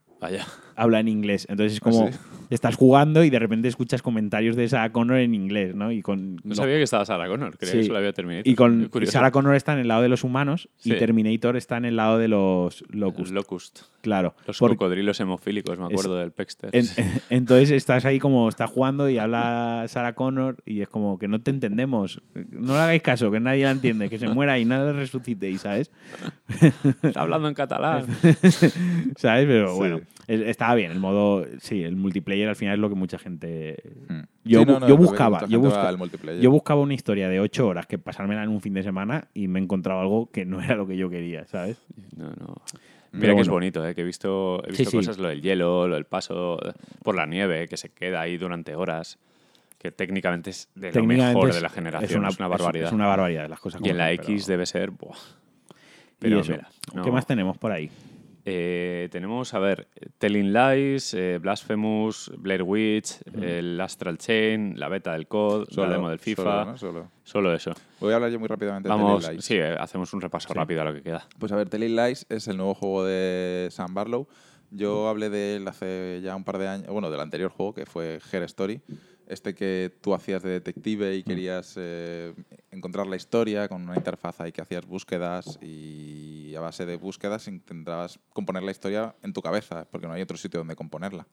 puedo. Vaya.
Habla en inglés. Entonces es como
¿Ah, sí?
estás jugando y de repente escuchas comentarios de Sarah Connor en inglés, ¿no? Y con.
No,
no.
sabía que estaba Sarah Connor. Creía que
Sí.
solo había Terminator.
Y con y
Curioso.
Sarah Connor está en el lado de los humanos
Sí.
y Terminator está en el lado de los locust.
Locust.
claro.
Los
Porque-
cocodrilos hemofílicos, me
Es-
acuerdo del Pexter.
En- entonces estás ahí como está jugando y habla Sarah Connor y es como que no te entendemos. No le hagáis caso, que nadie la entiende, que se muera y nada resucite y sabes.
Está hablando en catalán.
¿Sabes? Pero
Sí.
bueno, es- estaba bien. El modo, sí, el multiplayer al final es lo que mucha gente.
Mm.
Yo,
Sí,
bu-
no, no,
yo
lo que
buscaba,
mucha
yo,
gente va
busca-
al multiplayer.
yo buscaba una historia de 8 horas que pasármela en un fin de semana y me he encontrado algo que no era lo que yo quería, ¿sabes?
No, no. Mira
Pero
que es
bueno.
bonito, ¿eh? que he visto, he visto
sí.
cosas, lo del hielo, lo del paso por la nieve, que se queda ahí durante horas, que técnicamente es de lo mejor
es-
de la generación, es una, barbaridad.
Es, una barbaridad las cosas
y en
como
la
son, pero-
X debe ser... buah.
y
Pero
eso.
mira, no.
¿Qué más tenemos por ahí?
Eh, tenemos, a ver, Telling Lies, eh, Blasphemous, Blair Witch, el Astral Chain, la beta del COD, la demo del FIFA,
Solo,
solo,
¿no? Solo.
eso.
Voy a hablar yo muy rápidamente de
Vamos,
Telling Lies.
sí, eh, hacemos un repaso rápido a lo que queda.
Pues a ver, Telling Lies es el nuevo juego de Sam Barlow. Yo hablé de él hace ya un par de años, bueno, del anterior juego que fue Her Story. Este que tú hacías de detective y querías eh, encontrar la historia con una interfaz ahí que hacías búsquedas y a base de búsquedas intentabas componer la historia en tu cabeza, porque no hay otro sitio donde componerla.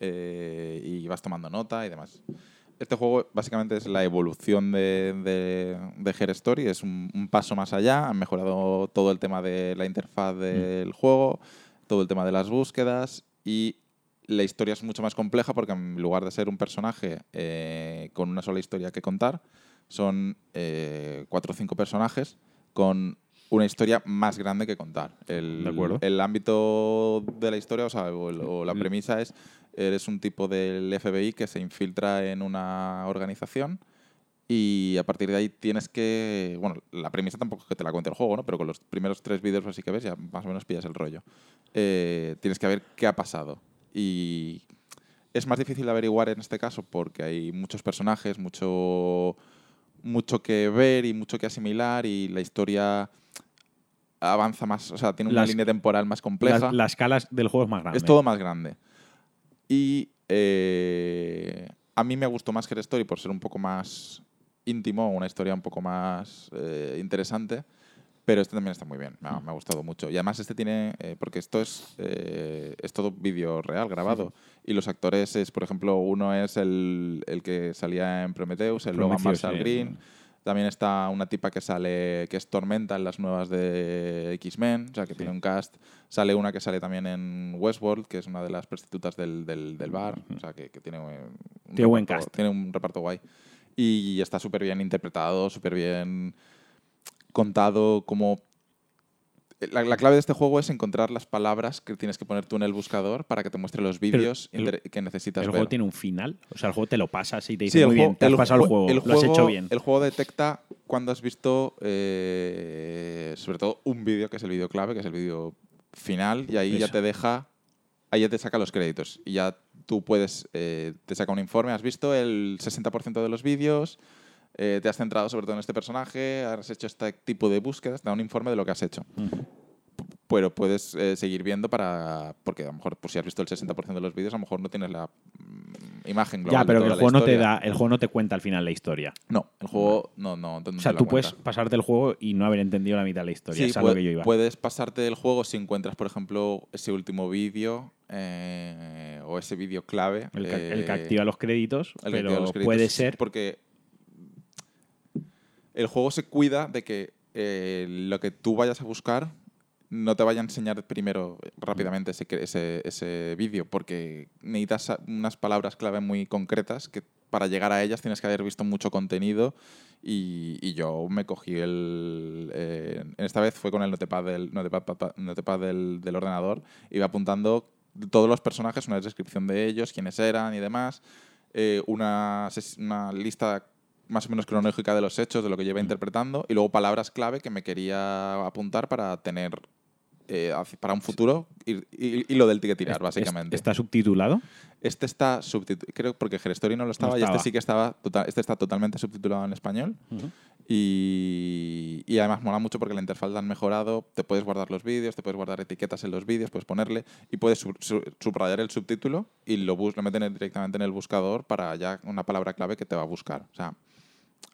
Eh, y vas tomando nota y demás. Este juego básicamente es la evolución de, de, de Her Story, es un, un paso más allá, han mejorado todo el tema de la interfaz del juego, todo el tema de las búsquedas y la historia es mucho más compleja porque en lugar de ser un personaje eh, con una sola historia que contar, son eh, cuatro o cinco personajes con una historia más grande que contar. El,
De acuerdo.
el ámbito de la historia, o sea, o el- o la premisa es eres un tipo del FBI que se infiltra en una organización y a partir de ahí tienes que... Bueno, la premisa tampoco es que te la cuente el juego, ¿no? Pero con los primeros tres vídeos así que ves ya más o menos pillas el rollo. Eh, tienes que ver qué ha pasado. Y es más difícil averiguar en este caso porque hay muchos personajes, mucho, mucho que ver y mucho que asimilar y la historia avanza más, o sea, tiene una
Las-
línea temporal más compleja.
Las, las escalas del juego es más grande.
Es todo más grande. Y eh, a mí me gustó más Her Story por ser un poco más íntimo, una historia un poco más eh, interesante. Pero este también está muy bien, me ha, me ha gustado mucho. Y además este tiene, eh, porque esto es, eh, es todo vídeo real, grabado. Y los actores es, por ejemplo, uno es el, el que salía en Prometheus, el Logan
Prometheus,
Marshall
sí.
Green. También está una tipa que sale, que es Tormenta en las nuevas de X-Men, o sea, que tiene un cast. Sale una que sale también en Westworld, que es una de las prostitutas del, del- del bar, o sea, que, que tiene, eh, un
Tiene buen
reparto-
cast.
Tiene un reparto guay. Y está súper bien interpretado, súper bien contado, como... La, la clave de este juego es encontrar las palabras que tienes que poner tú en el buscador para que te muestre los vídeos
el-
inter- que necesitas
El
ver.
juego tiene un final. O sea, el juego te lo pasas y te
Sí,
dice
el
muy
juego-
bien, te has pasado el juego, lo has hecho bien.
El juego detecta cuando has visto, eh, sobre todo, un vídeo que es el vídeo clave, que es el vídeo final, y ahí ya
Eso.
te deja, ahí ya te saca los créditos. Y ya tú puedes, eh, te saca un informe, has visto el 60% de los vídeos, eh, te has centrado sobre todo en este personaje, has hecho este tipo de búsquedas, te da un informe de lo que has hecho. Pero puedes eh, seguir viendo para. Porque a lo mejor, pues, si has visto el 60% de los vídeos, a lo mejor no tienes la mm, imagen global.
ya,
de
pero que
toda
el
la
juego no te
historia.
da, el juego no te cuenta al final la historia.
No, el juego no, no, no
O sea,
te la
tú puedes
cuenta.
pasarte el juego y no haber entendido la mitad de la historia.
Sí,
es a lo
pue-
que yo iba.
puedes pasarte el juego si encuentras, por ejemplo, ese último vídeo eh, o ese vídeo clave.
el, que, el que
eh,
activa los créditos,
el que
pero
activa los créditos.
puede ser.
Porque el juego se cuida de que eh, lo que tú vayas a buscar no te vaya a enseñar primero rápidamente ese, ese, ese vídeo, porque necesitas a- unas palabras clave muy concretas que para llegar a ellas tienes que haber visto mucho contenido y, y yo me cogí el... eh, esta vez fue con el notepad del, notepad, pa- pa- notepad del, del ordenador, iba apuntando todos los personajes, una descripción de ellos, quiénes eran y demás, eh, una, ses- una lista más o menos cronológica de los hechos, de lo que yo iba interpretando, y luego palabras clave que me quería apuntar para tener, eh, hacia- para un futuro, y, y- y lo del que tirar, básicamente.
¿Está subtitulado?
Este está subtitulado, creo porque Gerestori no lo estaba, y
estaba.
este sí que estaba, total- este está totalmente subtitulado en español. y, y además mola mucho porque la interfaz la han mejorado, te puedes guardar los vídeos, te puedes guardar etiquetas en los vídeos, puedes ponerle y puedes sub- su- subrayar el subtítulo y lo, bus- lo meten en- directamente en el buscador para ya una palabra clave que te va a buscar. O sea,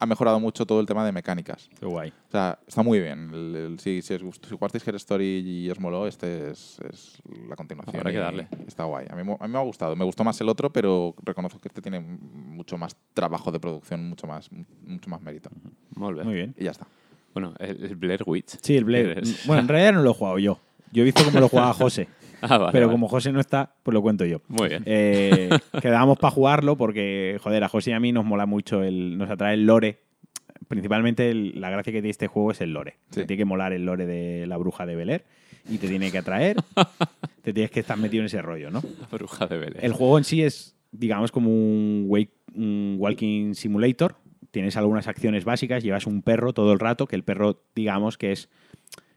ha mejorado mucho todo el tema de mecánicas.
Qué guay.
O sea, está muy bien. El- el- si, si os gustó, si jugasteis Her Story y os moló, este es, es la continuación.
Habrá que
y
darle.
Está guay. A mí, mo- a mí me ha gustado. Me gustó más el otro, pero reconozco que este tiene mucho más trabajo de producción, mucho más, mucho más mérito.
Molt bé.
Muy bien.
Y ya está.
Bueno, el, el Blair Witch.
Sí, el Blade.
Eres.
Bueno, en realidad no lo he jugado yo. Yo he visto cómo lo jugaba José.
Ah, vale,
pero
vale.
como José no está, pues lo cuento yo.
Muy bien.
Eh, quedábamos para jugarlo porque, joder, a José y a mí nos mola mucho, el, nos atrae el lore. Principalmente el- la gracia que tiene este juego es el lore. Te
Sí.
tiene que molar el lore de la bruja de Beler y te tiene que atraer. te tienes que estar metido en ese rollo, ¿no?
La bruja de Belén.
El juego en sí es, digamos, como un, wake- un walking simulator. Tienes algunas acciones básicas, llevas un perro todo el rato, que el perro, digamos, que es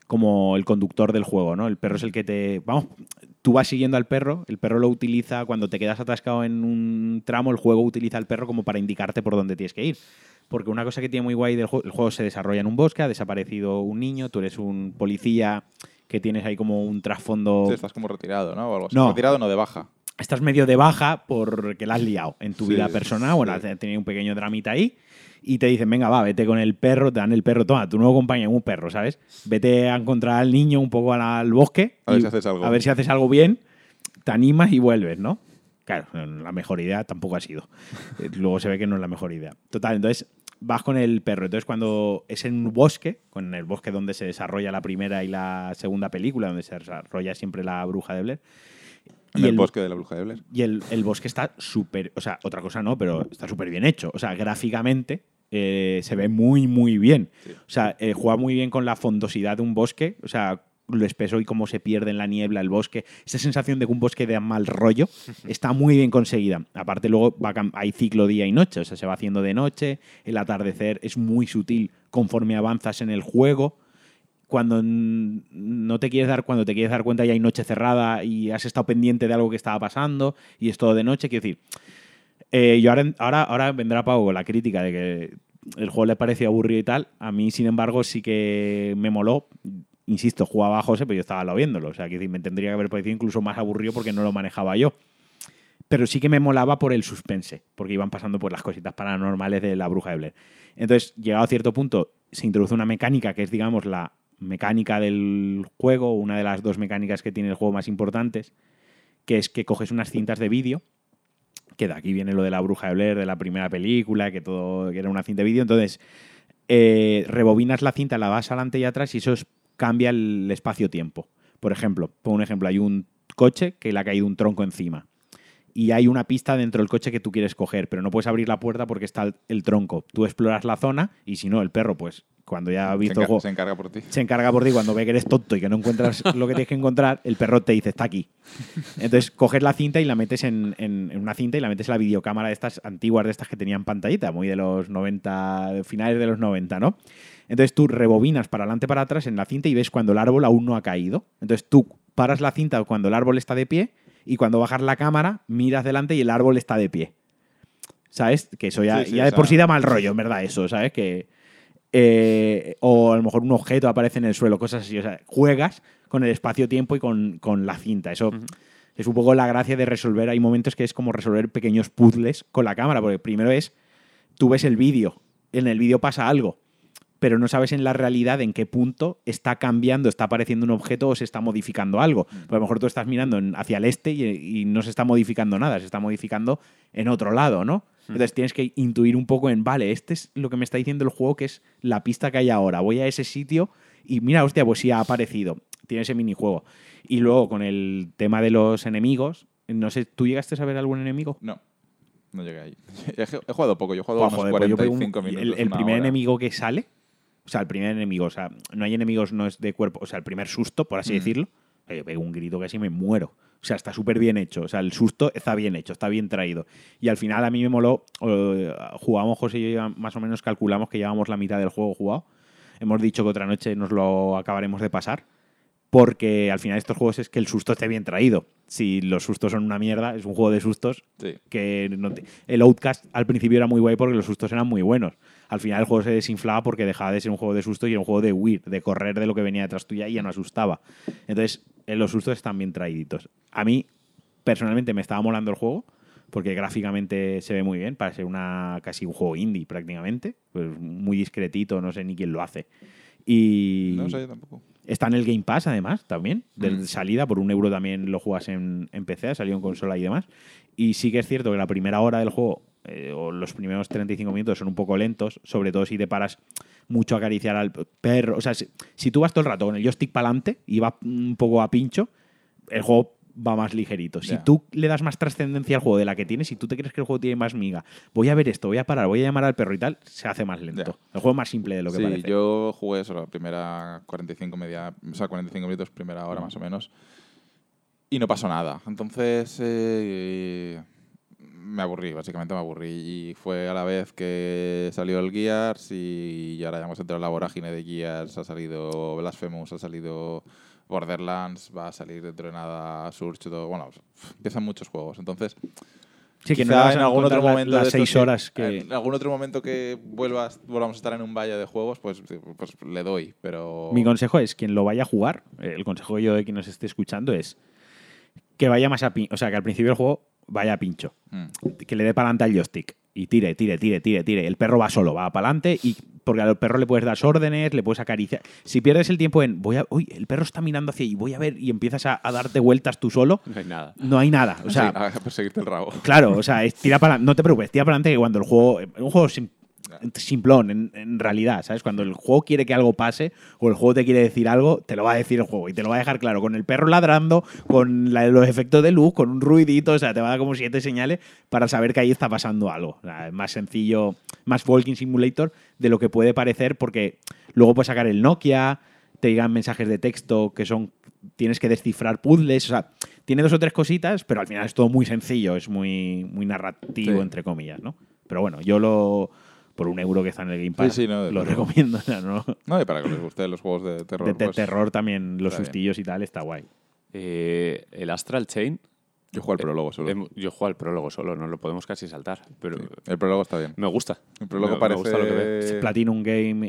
como el conductor del juego, ¿no? El perro es el que te... Vamos, tú vas siguiendo al perro, el perro lo utiliza, cuando te quedas atascado en un tramo, el juego utiliza al perro como para indicarte por dónde tienes que ir. Porque una cosa que tiene muy guay del juego, el juego se desarrolla en un bosque, ha desaparecido un niño, tú eres un policía que tienes ahí como un trasfondo
Sí, estás como retirado, ¿no? O algo así.
No.
Retirado no de baja.
estás medio de baja porque la has liado en tu
Sí,
vida personal, bueno,
sí.
has tenido un pequeño dramita ahí, y te dicen, venga, va, vete con el perro, te dan el perro, toma, tu nuevo compañero, un perro, ¿sabes? Vete a encontrar al niño un poco al, al bosque.
A ver
y-
si haces algo.
A ver si haces algo bien, te animas y vuelves, ¿no? Claro, la mejor idea tampoco ha sido. Eh, Luego se ve que no es la mejor idea. Total, entonces vas con el perro. Entonces cuando es en un bosque, con el bosque donde se desarrolla la primera y la segunda película, donde se desarrolla siempre la bruja de Blair,
En
Y
el,
el-
bosque de la bruja de Blair.
y el, el bosque está súper, o sea, otra cosa no, pero está súper bien hecho. O sea, gráficamente eh, se ve muy, muy bien. O sea, eh, juega muy bien con la fondosidad de un bosque, o sea, lo espeso y cómo se pierde en la niebla el bosque. Esa sensación de que un bosque de mal rollo está muy bien conseguida. Aparte luego va cam- hay ciclo día y noche, o sea, se va haciendo de noche, el atardecer es muy sutil conforme avanzas en el juego cuando n- no te quieres dar, cuando te quieres dar cuenta ya hay noche cerrada y has estado pendiente de algo que estaba pasando y es todo de noche, quiero decir, eh, yo ahora, ahora, ahora vendrá Pau con la crítica de que el juego le pareció aburrido y tal, a mí sin embargo sí que me moló, insisto, jugaba a José, pero yo estaba lo viéndolo, o sea, quiero decir, me tendría que haber parecido incluso más aburrido porque no lo manejaba yo. Pero sí que me molaba por el suspense, porque iban pasando por las cositas paranormales de la bruja de Blair. Entonces, llegado a cierto punto, se introduce una mecánica que es, digamos, la mecánica del juego, una de las dos mecánicas que tiene el juego más importantes, que es que coges unas cintas de vídeo, que de aquí viene lo de la bruja de Blair, de la primera película, que todo que era una cinta de vídeo, entonces eh, rebobinas la cinta, la vas adelante y atrás y eso es- cambia el espacio-tiempo. Por ejemplo, pongo un ejemplo, hay un coche que le ha caído un tronco encima y hay una pista dentro del coche que tú quieres coger, pero no puedes abrir la puerta porque está el, el tronco. Tú exploras la zona y si no, el perro, pues cuando ya ha
Se,
visto el
encar-
juego,
se encarga por ti.
se encarga por ti cuando ve que eres tonto y que no encuentras lo que tienes que encontrar, el perro te dice, está aquí. Entonces coges la cinta y la metes en, en- en una cinta y la metes en la videocámara de estas antiguas, de estas que tenían pantallita, muy de los 90, de finales de los 90, ¿no? Entonces tú rebobinas para adelante, para atrás en la cinta y ves cuando el árbol aún no ha caído. Entonces tú paras la cinta cuando el árbol está de pie y cuando bajas la cámara miras delante y el árbol está de pie. ¿Sabes? Que eso ya,
Sí, sí,
ya
o
de por
sea-
sí da mal rollo, en verdad, eso, ¿sabes? Que, eh, o a lo mejor un objeto aparece en el suelo, cosas así. O sea, juegas con el espacio-tiempo y con, con la cinta. Eso es un poco la gracia de resolver. Hay momentos que es como resolver pequeños puzzles con la cámara, porque primero es, tú ves el vídeo, en el vídeo pasa algo, pero no sabes en la realidad en qué punto está cambiando, está apareciendo un objeto o se está modificando algo. Pues a lo mejor tú estás mirando en- hacia el este y, y no se está modificando nada, se está modificando en otro lado, ¿no? Entonces tienes que intuir un poco en, vale, este es lo que me está diciendo el juego, que es la pista que hay ahora. Voy a ese sitio y mira, hostia, pues sí ha aparecido. Tiene ese minijuego. Y luego con el tema de los enemigos, no sé, ¿tú llegaste a ver algún enemigo?
No, no llegué ahí. He, he jugado poco, yo he jugado
Buah,
unos
joder, pues yo pego un-
45 minutos.
El, el
una
primer
hora.
enemigo que sale, o sea, el primer enemigo, o sea, no hay enemigos, no es de cuerpo, o sea, el primer susto, por
Mm.
así decirlo, eh, yo pego un grito que así me muero. O sea, está súper bien hecho. O sea, el susto está bien hecho, está bien traído. Y al final a mí me moló. eh, jugamos, José y yo, ya más o menos calculamos que llevamos la mitad del juego jugado. Hemos dicho que otra noche nos lo acabaremos de pasar. Porque al final estos juegos es que el susto esté bien traído. Si los sustos son una mierda, es un juego de sustos,
Sí.
que no te- el Outcast al principio era muy guay porque los sustos eran muy buenos. Al final el juego se desinflaba porque dejaba de ser un juego de susto y era un juego de huir, de correr de lo que venía detrás tuya y ya no asustaba. Entonces, eh, los sustos están bien traíditos. A mí, personalmente, me estaba molando el juego porque gráficamente se ve muy bien para ser una casi un juego indie prácticamente. Pues muy discretito, no sé ni quién lo hace. Y
No sé, yo tampoco.
Está en el Game Pass, además, también, de
Mm.
salida. Por un euro también lo juegas en, en PC, ha salido en consola y demás. Y sí que es cierto que la primera hora del juego, eh, o los primeros 35 minutos, son un poco lentos, sobre todo si te paras mucho a acariciar al perro. O sea, si, si tú vas todo el rato con el joystick para adelante y vas un poco a pincho, el juego va más ligerito. Si
Ya.
tú le das más trascendencia al juego de la que tiene, si tú te crees que el juego tiene más miga, voy a ver esto, voy a parar, voy a llamar al perro y tal, se hace más lento.
Ya.
El juego es más simple de lo que
sí,
parece.
yo jugué eso, la primera 45, media, o sea, 45 minutos, primera hora más o menos, y no pasó nada. Entonces eh, me aburrí, básicamente me aburrí. Y fue a la vez que salió el Gears y, y ahora ya hemos entrado en la vorágine de Gears, ha salido Blasphemous, ha salido Borderlands, va a salir dentro de nada Surge, todo, bueno, empiezan muchos juegos. Entonces
Sí, que no
Quizá
vas a
en algún
encontrar
otro
la-
momento
las
de estos
seis
que-
horas que
en algún otro momento que vuelvas volvamos a estar en un valle de juegos pues, pues le doy pero
mi consejo es quien lo vaya a jugar eh, el consejo que yo de quien nos esté escuchando es que vaya más a pin- o sea que al principio del juego vaya a pincho
Mm,
que le dé para adelante al joystick y tire, tire, tire, tire, tire. El perro va solo, va para adelante y porque al perro le puedes dar órdenes, le puedes acariciar. Si pierdes el tiempo en, voy a, uy, el perro está mirando hacia ahí, voy a ver y empiezas a, a darte vueltas tú solo,
No hay nada.
no hay nada. O sea,
sí, a perseguirte el rabo
Claro, o sea, es tira para no te preocupes, tira para adelante que cuando el juego un juego sim- simplón en, en realidad, ¿sabes? Cuando el juego quiere que algo pase o el juego te quiere decir algo, te lo va a decir el juego y te lo va a dejar claro con el perro ladrando, con la- los efectos de luz, con un ruidito, o sea, te va a dar como siete señales para saber que ahí está pasando algo. O sea, es más sencillo, más Walking Simulator de lo que puede parecer porque luego puedes sacar el Nokia, te llegan mensajes de texto que son tienes que descifrar puzzles, o sea, tiene dos o tres cositas, pero al final es todo muy sencillo, es muy, muy narrativo,
Sí.
entre comillas, ¿no? Pero bueno, yo lo, por un euro que está en el Game Pass,
sí, no, de
lo
luego.
recomiendo, o sea, ¿no?
no y para que les gusten los juegos de terror
De, de
pues,
terror también, los
está bien.
sustillos y tal, está guay.
Eh, el Astral Chain.
yo juego el prólogo solo
Em,
Hem- Yo juego al prólogo solo, no lo podemos casi saltar. Pero
Sí, el prólogo está bien
me gusta.
el prólogo
Me- me
parece
gusta lo que veo.
Es Platinum Game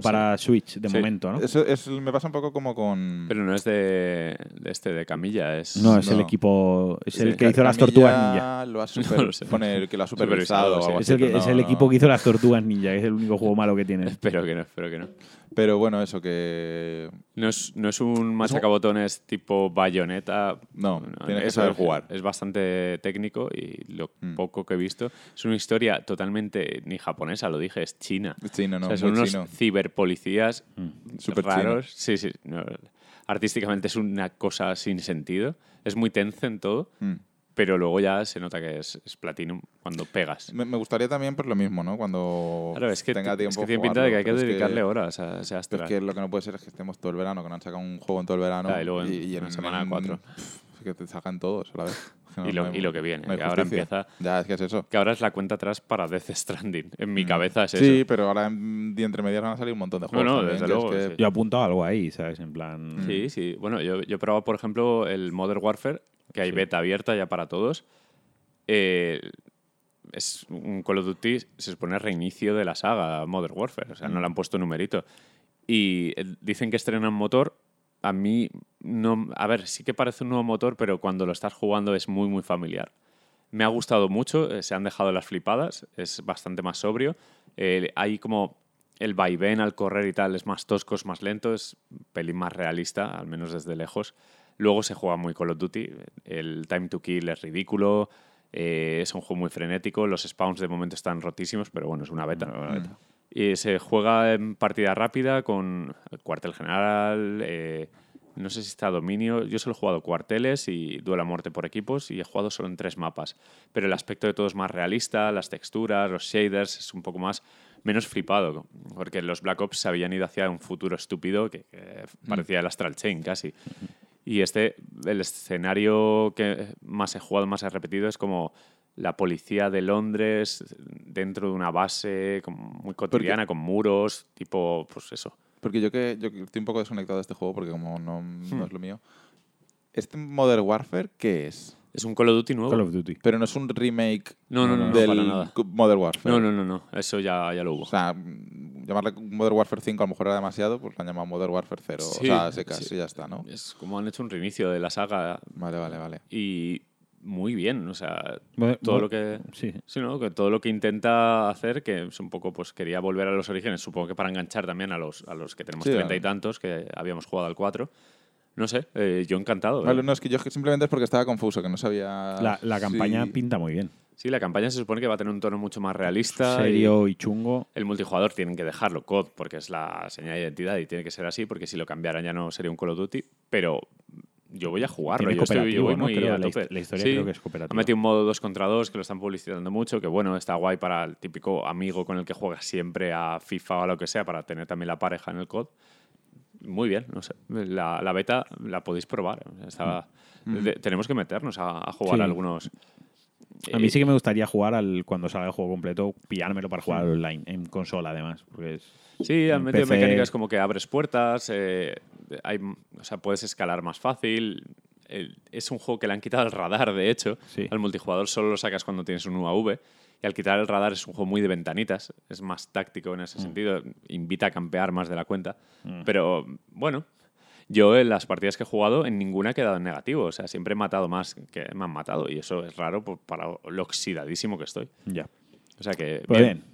Platinum,
para Switch, de
Sí.
momento, ¿no?
Eso es- me pasa un poco como con
Pero no es de, de este de Camilla, es.
no, es el
no.
equipo, es el
Sí.
que hizo las
Camilla
tortugas ninja.
lo ha
No lo sé.
super, pone el que lo ha
Supervisado,
supervisado o algo
sí.
Es
así,
el, que-
pero
es
no,
el
no.
equipo que hizo las tortugas ninja, que es el único juego malo que tiene.
Espero que no, espero que no.
pero bueno eso que
No es, no es un machacabotones tipo bayoneta.
No, tienes que saber jugar. Mm.
Es bastante técnico y lo poco que he visto. Es una historia totalmente ni japonesa, lo dije, es china.
Es chino, no,
O sea, son
muy
unos
chino. Mm,
ciberpolicías
Súper
raros. Sí, sí. no, artísticamente es una cosa sin sentido. Es muy Tencent todo,
Mm.
pero luego ya se nota que es, es Platinum cuando pegas.
me, me gustaría también pues lo mismo no cuando
Claro, es que,
tenga
es que
tiempo
tiene pinta de que hay que
jugarlo, pero es
dedicarle horas a ese Astra.
Pero es que lo que no puede ser es que estemos todo el verano, que no han sacado un juego en todo el verano.
Ah, y luego en una semana cuatro.
pff, que te sacan todos a la vez. Que
Y lo-
hay-
y lo que viene,
hay
que ahora
justicia.
empieza-
Ya, es que es eso.
Que ahora es la cuenta atrás para Death Stranding. En
Mm.
mi cabeza es
sí,
eso.
pero ahora en- de entre medias van a salir un montón de
No,
juegos.
no,
también,
desde
que es
luego.
que-
sí.
Yo apunto algo ahí, ¿sabes? En plan...
Sí, sí. Bueno, yo, yo he probado, por ejemplo, el Modern Warfare, que hay beta abierta ya para todos. Eh, es un Call of Duty, se supone reinicio de la saga Modern Warfare, o sea, no le han puesto numerito. Y eh, dicen que estrenan motor. A mí, no, a ver, sí que parece un nuevo motor, pero cuando lo estás jugando es muy, muy familiar. Me ha gustado mucho, eh, se han dejado las flipadas, es bastante más sobrio. Eh, hay como el vaivén al correr y tal, es más tosco, es más lento, es un pelín más realista, al menos desde lejos. Luego se juega muy Call of Duty, el time to kill es ridículo, Eh, es un juego muy frenético, los spawns de momento están rotísimos, pero bueno, es una beta. Mm. Una beta. Y se juega en partida rápida con cuartel general, eh, no sé si está dominio. Yo solo he jugado cuarteles y duelo a muerte por equipos y he jugado solo en tres mapas. Pero el aspecto de todo es más realista, las texturas, los shaders, es un poco más menos flipado, porque los Black Ops se habían ido hacia un futuro estúpido que, que parecía el Astral Chain casi. Y este, el escenario que más he jugado, más he repetido, es como la policía de Londres dentro de una base como muy cotidiana, con muros, tipo, pues eso.
Porque yo que yo que estoy un poco desconectado de este juego porque como no,
Hmm.
no es lo mío. ¿Este Modern Warfare qué es?
Es un Call of Duty nuevo.
Call of Duty.
Pero no es un remake
No, no, no, no,
del
para nada.
Cu- Modern Warfare.
No, no, no, no, eso ya, ya lo hubo.
O sea, mm, llamarle Modern Warfare 5 a lo mejor era demasiado, pues lo han llamado Modern Warfare 0.
Sí,
o sea, se casi
sí.
ya está, ¿no?
es como han hecho un reinicio de la saga
Vale, vale, vale.
y muy bien, o sea,
Bueno,
todo
bueno,
lo que
sí.
sí, ¿no? que todo lo que intenta hacer que es un poco pues quería volver a los orígenes, supongo que para enganchar también a los a los que tenemos
Sí,
treinta y
vale.
tantos que habíamos jugado al 4. No sé, eh, yo encantado. ¿eh?
Vale, no, es que yo simplemente es porque estaba confuso, que no
Ah,
sabía...
La, la campaña
si-
pinta muy bien.
Sí, la campaña se supone que va a tener un tono mucho más realista y-
Serio y chungo.
el multijugador tienen que dejarlo COD porque es la señal de identidad y tiene que ser así porque si lo cambiaran ya no sería un Call of Duty, pero yo voy a jugarlo.
Tiene
Yo estoy, yo
cooperativo,
voy
¿no?
muy
Creo
a
la his-
tope.
la historia creo que es cooperativo.
Ha metido un modo 2 contra 2 que lo están publicitando mucho, que bueno, está guay para el típico amigo con el que juegas siempre a FIFA o a lo que sea para tener también la pareja en el COD. Muy bien, no sé. La, la beta la podéis probar. Está- de- tenemos que meternos a, a jugar
Mm. Sí.
algunos.
A mí
Eh,
sí que me gustaría jugar al cuando salga el juego completo, pillármelo para jugar online, en consola además. Porque es-
Sí, han
En
metido
PC.
mecánicas como que abres puertas, eh, hay, o sea, puedes escalar más fácil. El- es un juego que le han quitado el radar, de hecho.
Sí.
Al multijugador solo lo sacas cuando tienes un UAV. Y al quitar el radar es un juego muy de ventanitas. Es más táctico en
Mm.
ese sentido. Invita a campear más de la cuenta. Pero bueno, yo en las partidas que he jugado en ninguna he quedado en negativo. O sea, siempre he matado más que me han matado. Y eso es raro por- para lo oxidadísimo que estoy.
ya.
O sea que.
Pues bien.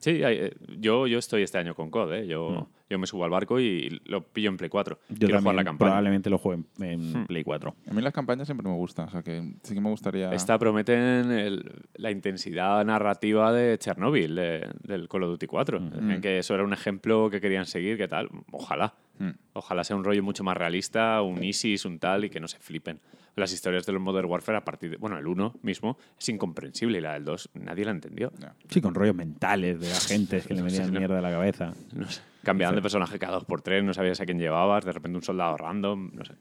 Sí, hay- eh, yo, yo estoy este año con COD, ¿eh? yo, yo me subo al barco y lo pillo en Play 4.
Mm. Yo
Quiero jugar
también
la campaña. Hmm.
probablemente lo juegue en, en Play 4.
A mí las campañas siempre me gustan, o sea que sí que me gustaría...
Esta prometen el- la intensidad narrativa de Chernobyl, de- del Call of Duty 4.
Mm,
Decían que eso era un ejemplo que querían seguir, ¿qué tal? Ojalá.
Mm.
Ojalá sea un rollo mucho más realista, un ISIS, un tal, y que no se flipen. Las historias de los Modern Warfare, a partir de. Bueno, el 1 mismo es incomprensible y la del 2 nadie la entendió.
No.
Sí, con rollos mentales de agentes que le metían
sí, no.
mierda a la cabeza.
No sé, cambiaban de personaje cada dos por tres, no sabías a quién llevabas, de repente un soldado random, no sé.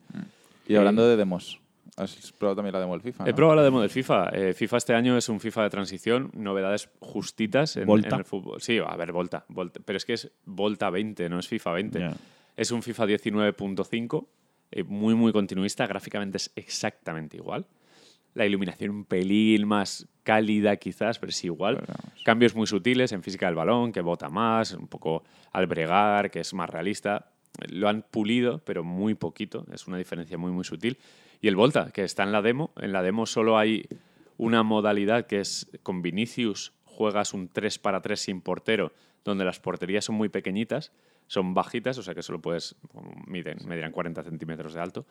Y hablando de demos, has probado también la demo del FIFA,
He
¿no?
probado la demo del FIFA. Eh, FIFA este año es un FIFA de transición, novedades justitas en,
Volta.
en el fútbol. Sí, a ver, Volta, Volta. Pero es que es Volta 20, no es FIFA 20.
Ya.
Es un FIFA 19.5, eh, muy, muy continuista, gráficamente es exactamente igual. La iluminación un pelín más cálida quizás, pero es igual.
Pero vamos.
Cambios muy sutiles en física del balón, que bota más, un poco al bregar, que es más realista. Lo han pulido, pero muy poquito. Es una diferencia muy, muy sutil. Y el Volta, que está en la demo. En la demo solo hay una modalidad que es con Vinicius juegas un 3 para 3 sin portero, donde las porterías son muy pequeñitas, son bajitas, o sea que solo puedes, miden, medirán 40 centímetros de alto.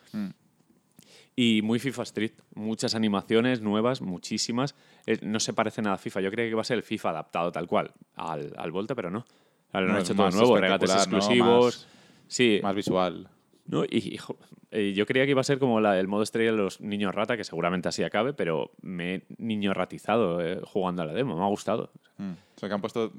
Y muy FIFA Street. Muchas animaciones nuevas, muchísimas. Eh, no se parece nada a FIFA. Yo creía que iba a ser el FIFA adaptado tal cual al, al Volta, pero no. Ahora Lo han
No, es
hecho todo
más
nuevo, regates
espectacular, ¿no?
exclusivos.
Más-
sí,
Más visual.
¿no? Y, y, jo, eh, yo creía que iba a ser como la- el modo estrella de los niños rata, que seguramente así acabe, pero me he niño ratizado eh, jugando a la demo. Me ha gustado.
Mm. O sea, que han puesto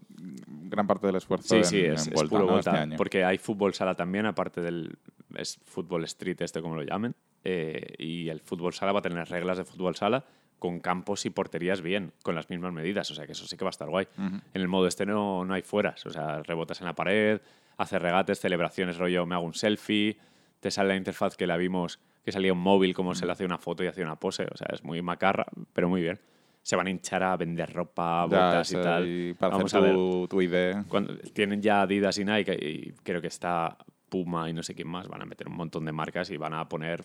gran parte del esfuerzo
Sí,
en,
sí,
en
es, es
Volta,
puro
¿no?
Volta,
Este año.
porque hay fútbol sala también, aparte del es fútbol street, este como lo llamen, eh, y el fútbol sala va a tener reglas de fútbol sala con campos y porterías bien, con las mismas medidas, o sea que eso sí que va a estar guay. En el modo este no, no hay fueras, o sea, rebotas en la pared, haces regates, celebraciones, rollo, me hago un selfie, te sale la interfaz que la vimos, que salía un móvil, como se le hace una foto y hace una pose, o sea, es muy macarra, pero muy bien. Se van a hinchar a vender ropa,
Ya,
botas
eso,
y tal.
y para
Vamos a
hacer
ver
tu, tu idea.
cuando tienen ya Adidas y Nike y creo que está Puma y no sé quién más, van a meter un montón de marcas y van a poner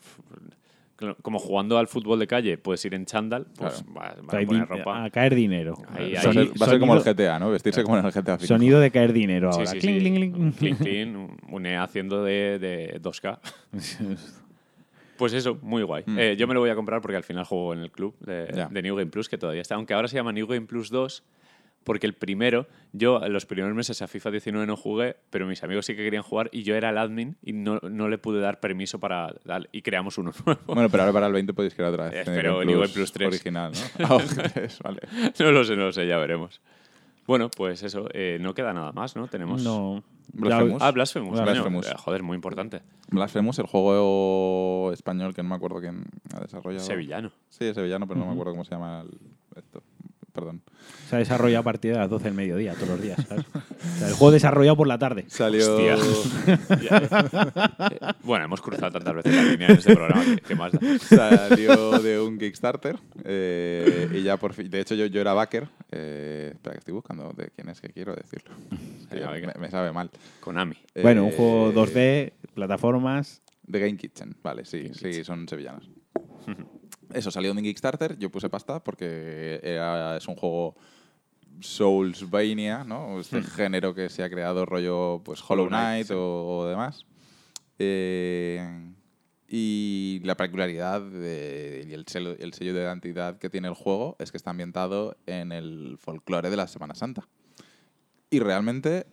pff, como jugando al fútbol de calle, puedes ir en chándal, pues va- van
O sea,
a
hay
poner
din- ah,
ropa.
A caer dinero.
Ahí,
va,
ahí.
a ser, va a ser como el
sonido-
GTA, ¿no? Vestirse como en el GTA. V.
Sonido de caer dinero
Sí,
ahora.
sí,
Cling,
sí.
cling, cling.
Un clink, clink, un- un E haciendo de, de 2K. Pues eso, muy guay. Eh, yo me lo voy a comprar porque al final juego en el club de,
Mm. Ya.
de New Game Plus, que todavía está. Aunque ahora se llama New Game Plus 2, porque el primero, yo en los primeros meses a FIFA 19 no jugué, pero mis amigos sí que querían jugar y yo era el admin y no, no le pude dar permiso para dar. Y creamos uno nuevo.
Bueno, pero ahora para el 20 podéis crear otra vez.
Eh,
Tenéis
pero
un
el Eagle Plus 3.
Original, ¿no? Ah, Eagle tres, vale.
no lo sé, no lo sé, ya veremos. Bueno, pues eso, eh, no queda nada más, ¿no? Tenemos.
No.
Blasphemous.
Ah, Blasphemous. coño.
Blasphemous.
Eh, joder, muy importante.
Blasphemous, el juego español que no me acuerdo quién ha desarrollado.
Sevillano.
Sí, es sevillano, pero no me acuerdo cómo se llama el- esto. Perdón.
Se ha desarrollado a partir de las 12 del mediodía, todos los días. ¿sabes? O sea, el juego desarrollado por la tarde.
Salió.
Hostia. Ya, eh. Eh, bueno, hemos cruzado tantas veces la línea en este programa que, que más da.
Salió de un Kickstarter eh, y ya por fin. De hecho, yo, yo era backer. eh, espera, que estoy buscando de quién es que quiero decirlo. Que
Venga, venga.
me, me sabe mal.
Konami.
Bueno, un
Eh,
juego 2D, plataformas.
The Game Kitchen, vale, sí, sí, son sevillanas. Eso salió de un Kickstarter, yo puse pasta porque era- es un juego Soulsvania, ¿no? Este género que se ha creado rollo pues Hollow Knight o, o demás. Eh, y la particularidad de- y el sello, el sello de identidad que tiene el juego es que está ambientado en el folclore de la Semana Santa. Y realmente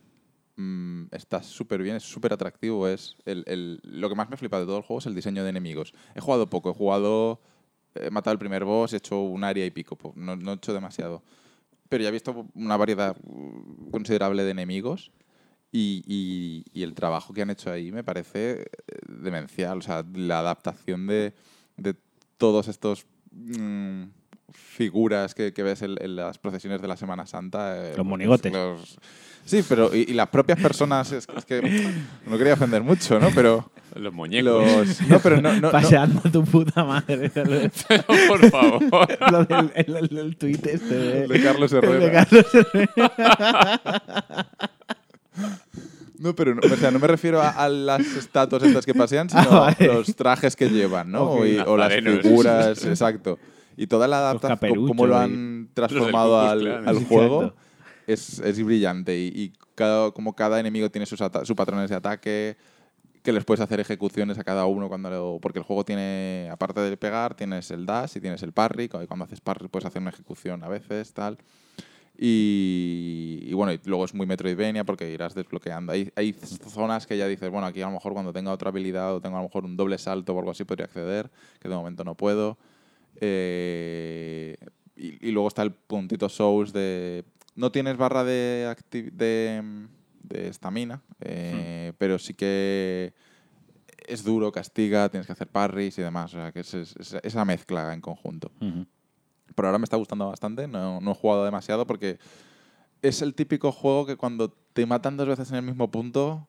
mm, está súper bien, es súper atractivo. Es el- el- lo que más me flipa de todo el juego es el diseño de enemigos. He jugado poco, he jugado, he matado el primer boss, he hecho un área y pico, po- no, no he hecho demasiado. Pero ya he visto una variedad mm, considerable de enemigos y, y- y el trabajo que han hecho ahí me parece eh, demencial. O sea, la adaptación de, de todos estos... mm, figuras que, que ves en, en las procesiones de la Semana Santa. eh,
Los monigotes.
los- Sí, pero y, y las propias personas, es, es que no quería ofender mucho, ¿no? Pero
Los muñecos.
los... No, pero no, no, no.
paseando a tu puta madre.
Pero, por favor.
Lo del el, el- el tuit este de,
El de Carlos
el de
Herrera.
Carlos Herrera.
No, pero no, o sea, no me refiero a, a las estatuas estas que pasean, sino
Ah, vale.
los trajes que llevan, ¿no?
Ok.
Y- o las
Nazarenos.
figuras, exacto. Y toda la
Los
adaptación,
caperuchos
cómo lo
ahí.
han transformado
Los del
al,
Ku Klux Klan.
al juego,
Exacto.
es, es brillante. Y, y cada, como cada enemigo tiene sus, ata- sus patrones de ataque, que les puedes hacer ejecuciones a cada uno cuando lo- porque el juego tiene aparte de pegar tienes el dash y tienes el parry cu- y cuando haces parry puedes hacer una ejecución a veces tal y, y bueno y luego es muy Metroidvania porque irás desbloqueando hay, hay zonas que ya dices bueno aquí a lo mejor cuando tenga otra habilidad o tengo a lo mejor un doble salto o algo así podría acceder que de momento no puedo Eh, y, y luego está el puntito Souls de no tienes barra de acti- de de estamina eh, pero sí que es duro, castiga, tienes que hacer parries y demás. O sea, que es, es- es- esa mezcla en conjunto. Por ahora me está gustando bastante, no, no he jugado demasiado porque es el típico juego que cuando te matan dos veces en el mismo punto,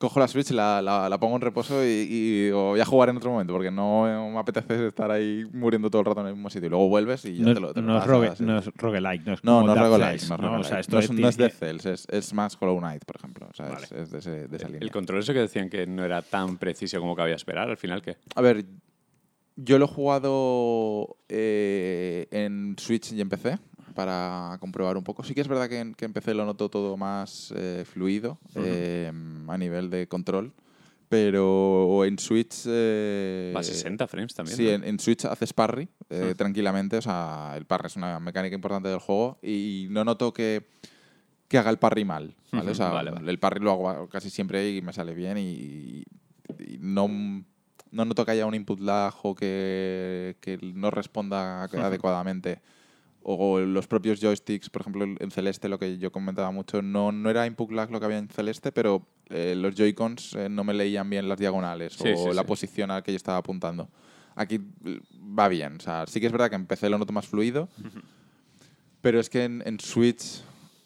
cojo la Switch, la, la- la pongo en reposo y, y digo, voy a jugar en otro momento porque no me apetece estar ahí muriendo todo el rato en el mismo sitio. Y luego vuelves y ya
No,
te lo te lo
no es
pasas,
rogue-
así.
no es roguelike, no es
No,
como
no es
Dark
roguelike,
Souls,
no es
¿no? O sea,
roguelike.
esto
No es- no es
tiene-
Dead Cells, es, es más Hollow Knight, por ejemplo. O sea, es- es, de, ese- de esa línea.
El control eso que decían que no era tan preciso como cabía esperar, al final que
A ver, yo lo he jugado eh, en Switch y en PC para comprobar un poco. Sí que es verdad que en, que en PC lo noto todo más eh, fluido eh, a nivel de control, pero en Switch... eh,
va a 60 frames también.
Sí,
¿no? Ah.
en, en Switch haces parry eh, tranquilamente. O sea, el parry es una mecánica importante del juego y no noto que, que haga el parry mal. ¿vale? O sea,
Vale, vale.
el parry lo hago casi siempre y me sale bien y, y no, no noto que haya un input lag o que, que no responda adecuadamente. O los propios joysticks, por ejemplo, en Celeste, lo que yo comentaba mucho, no, no era input lag lo que había en Celeste, pero eh, los Joy-Cons eh, no me leían bien las diagonales
Sí,
o
sí,
la
sí.
posición a la que yo estaba apuntando. Aquí l- va bien. O sea, sí que es verdad que en PC lo noto más fluido, pero es que en, en Switch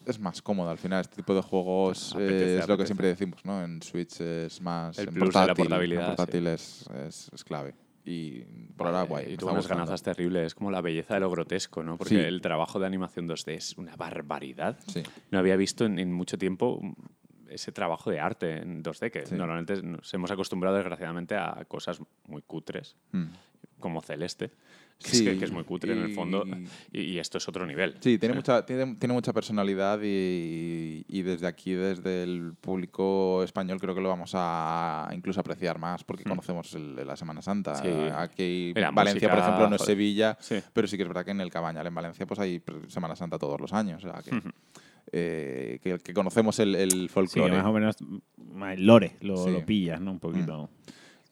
es más cómodo al final. Este tipo de juegos eh,
Ah, Apetece,
es lo que
apetece.
siempre decimos, ¿no? En Switch es más.
El
en
plus de la
portátil, en
portabilidad, sí.
portátil es, es- es clave. Y por ahora,
Eh,
guay. me
Y
está
tuvo unas
gustando.
ganazas terribles. Es como la belleza de lo grotesco, ¿no? Porque
Sí.
el trabajo de animación 2D es una barbaridad.
Sí.
No había visto en, en mucho tiempo ese trabajo de arte en 2D, que
Sí.
normalmente nos hemos acostumbrado, desgraciadamente, a cosas muy cutres.
Mm.
como celeste. que
Sí,
es que, que es muy cutre en el fondo.
y-
Y, y esto es otro nivel.
Sí, tiene, Mucha, tiene, tiene mucha personalidad y, y desde aquí, desde el público español, creo que lo vamos a incluso apreciar más porque conocemos el- la Semana Santa.
Mm. Sí.
Aquí
Y la
Valencia, por
música,
ejemplo, no es
joder.
Sevilla,
Sí.
pero sí que es verdad que en el Cabañal, en Valencia, pues hay pre- Semana Santa todos los años. o sea que, eh, que, que conocemos el, el
Sí,
folclore.
más o menos mm, el lore lo,
Sí. Mm.
lo pillas, ¿no? Un poquito.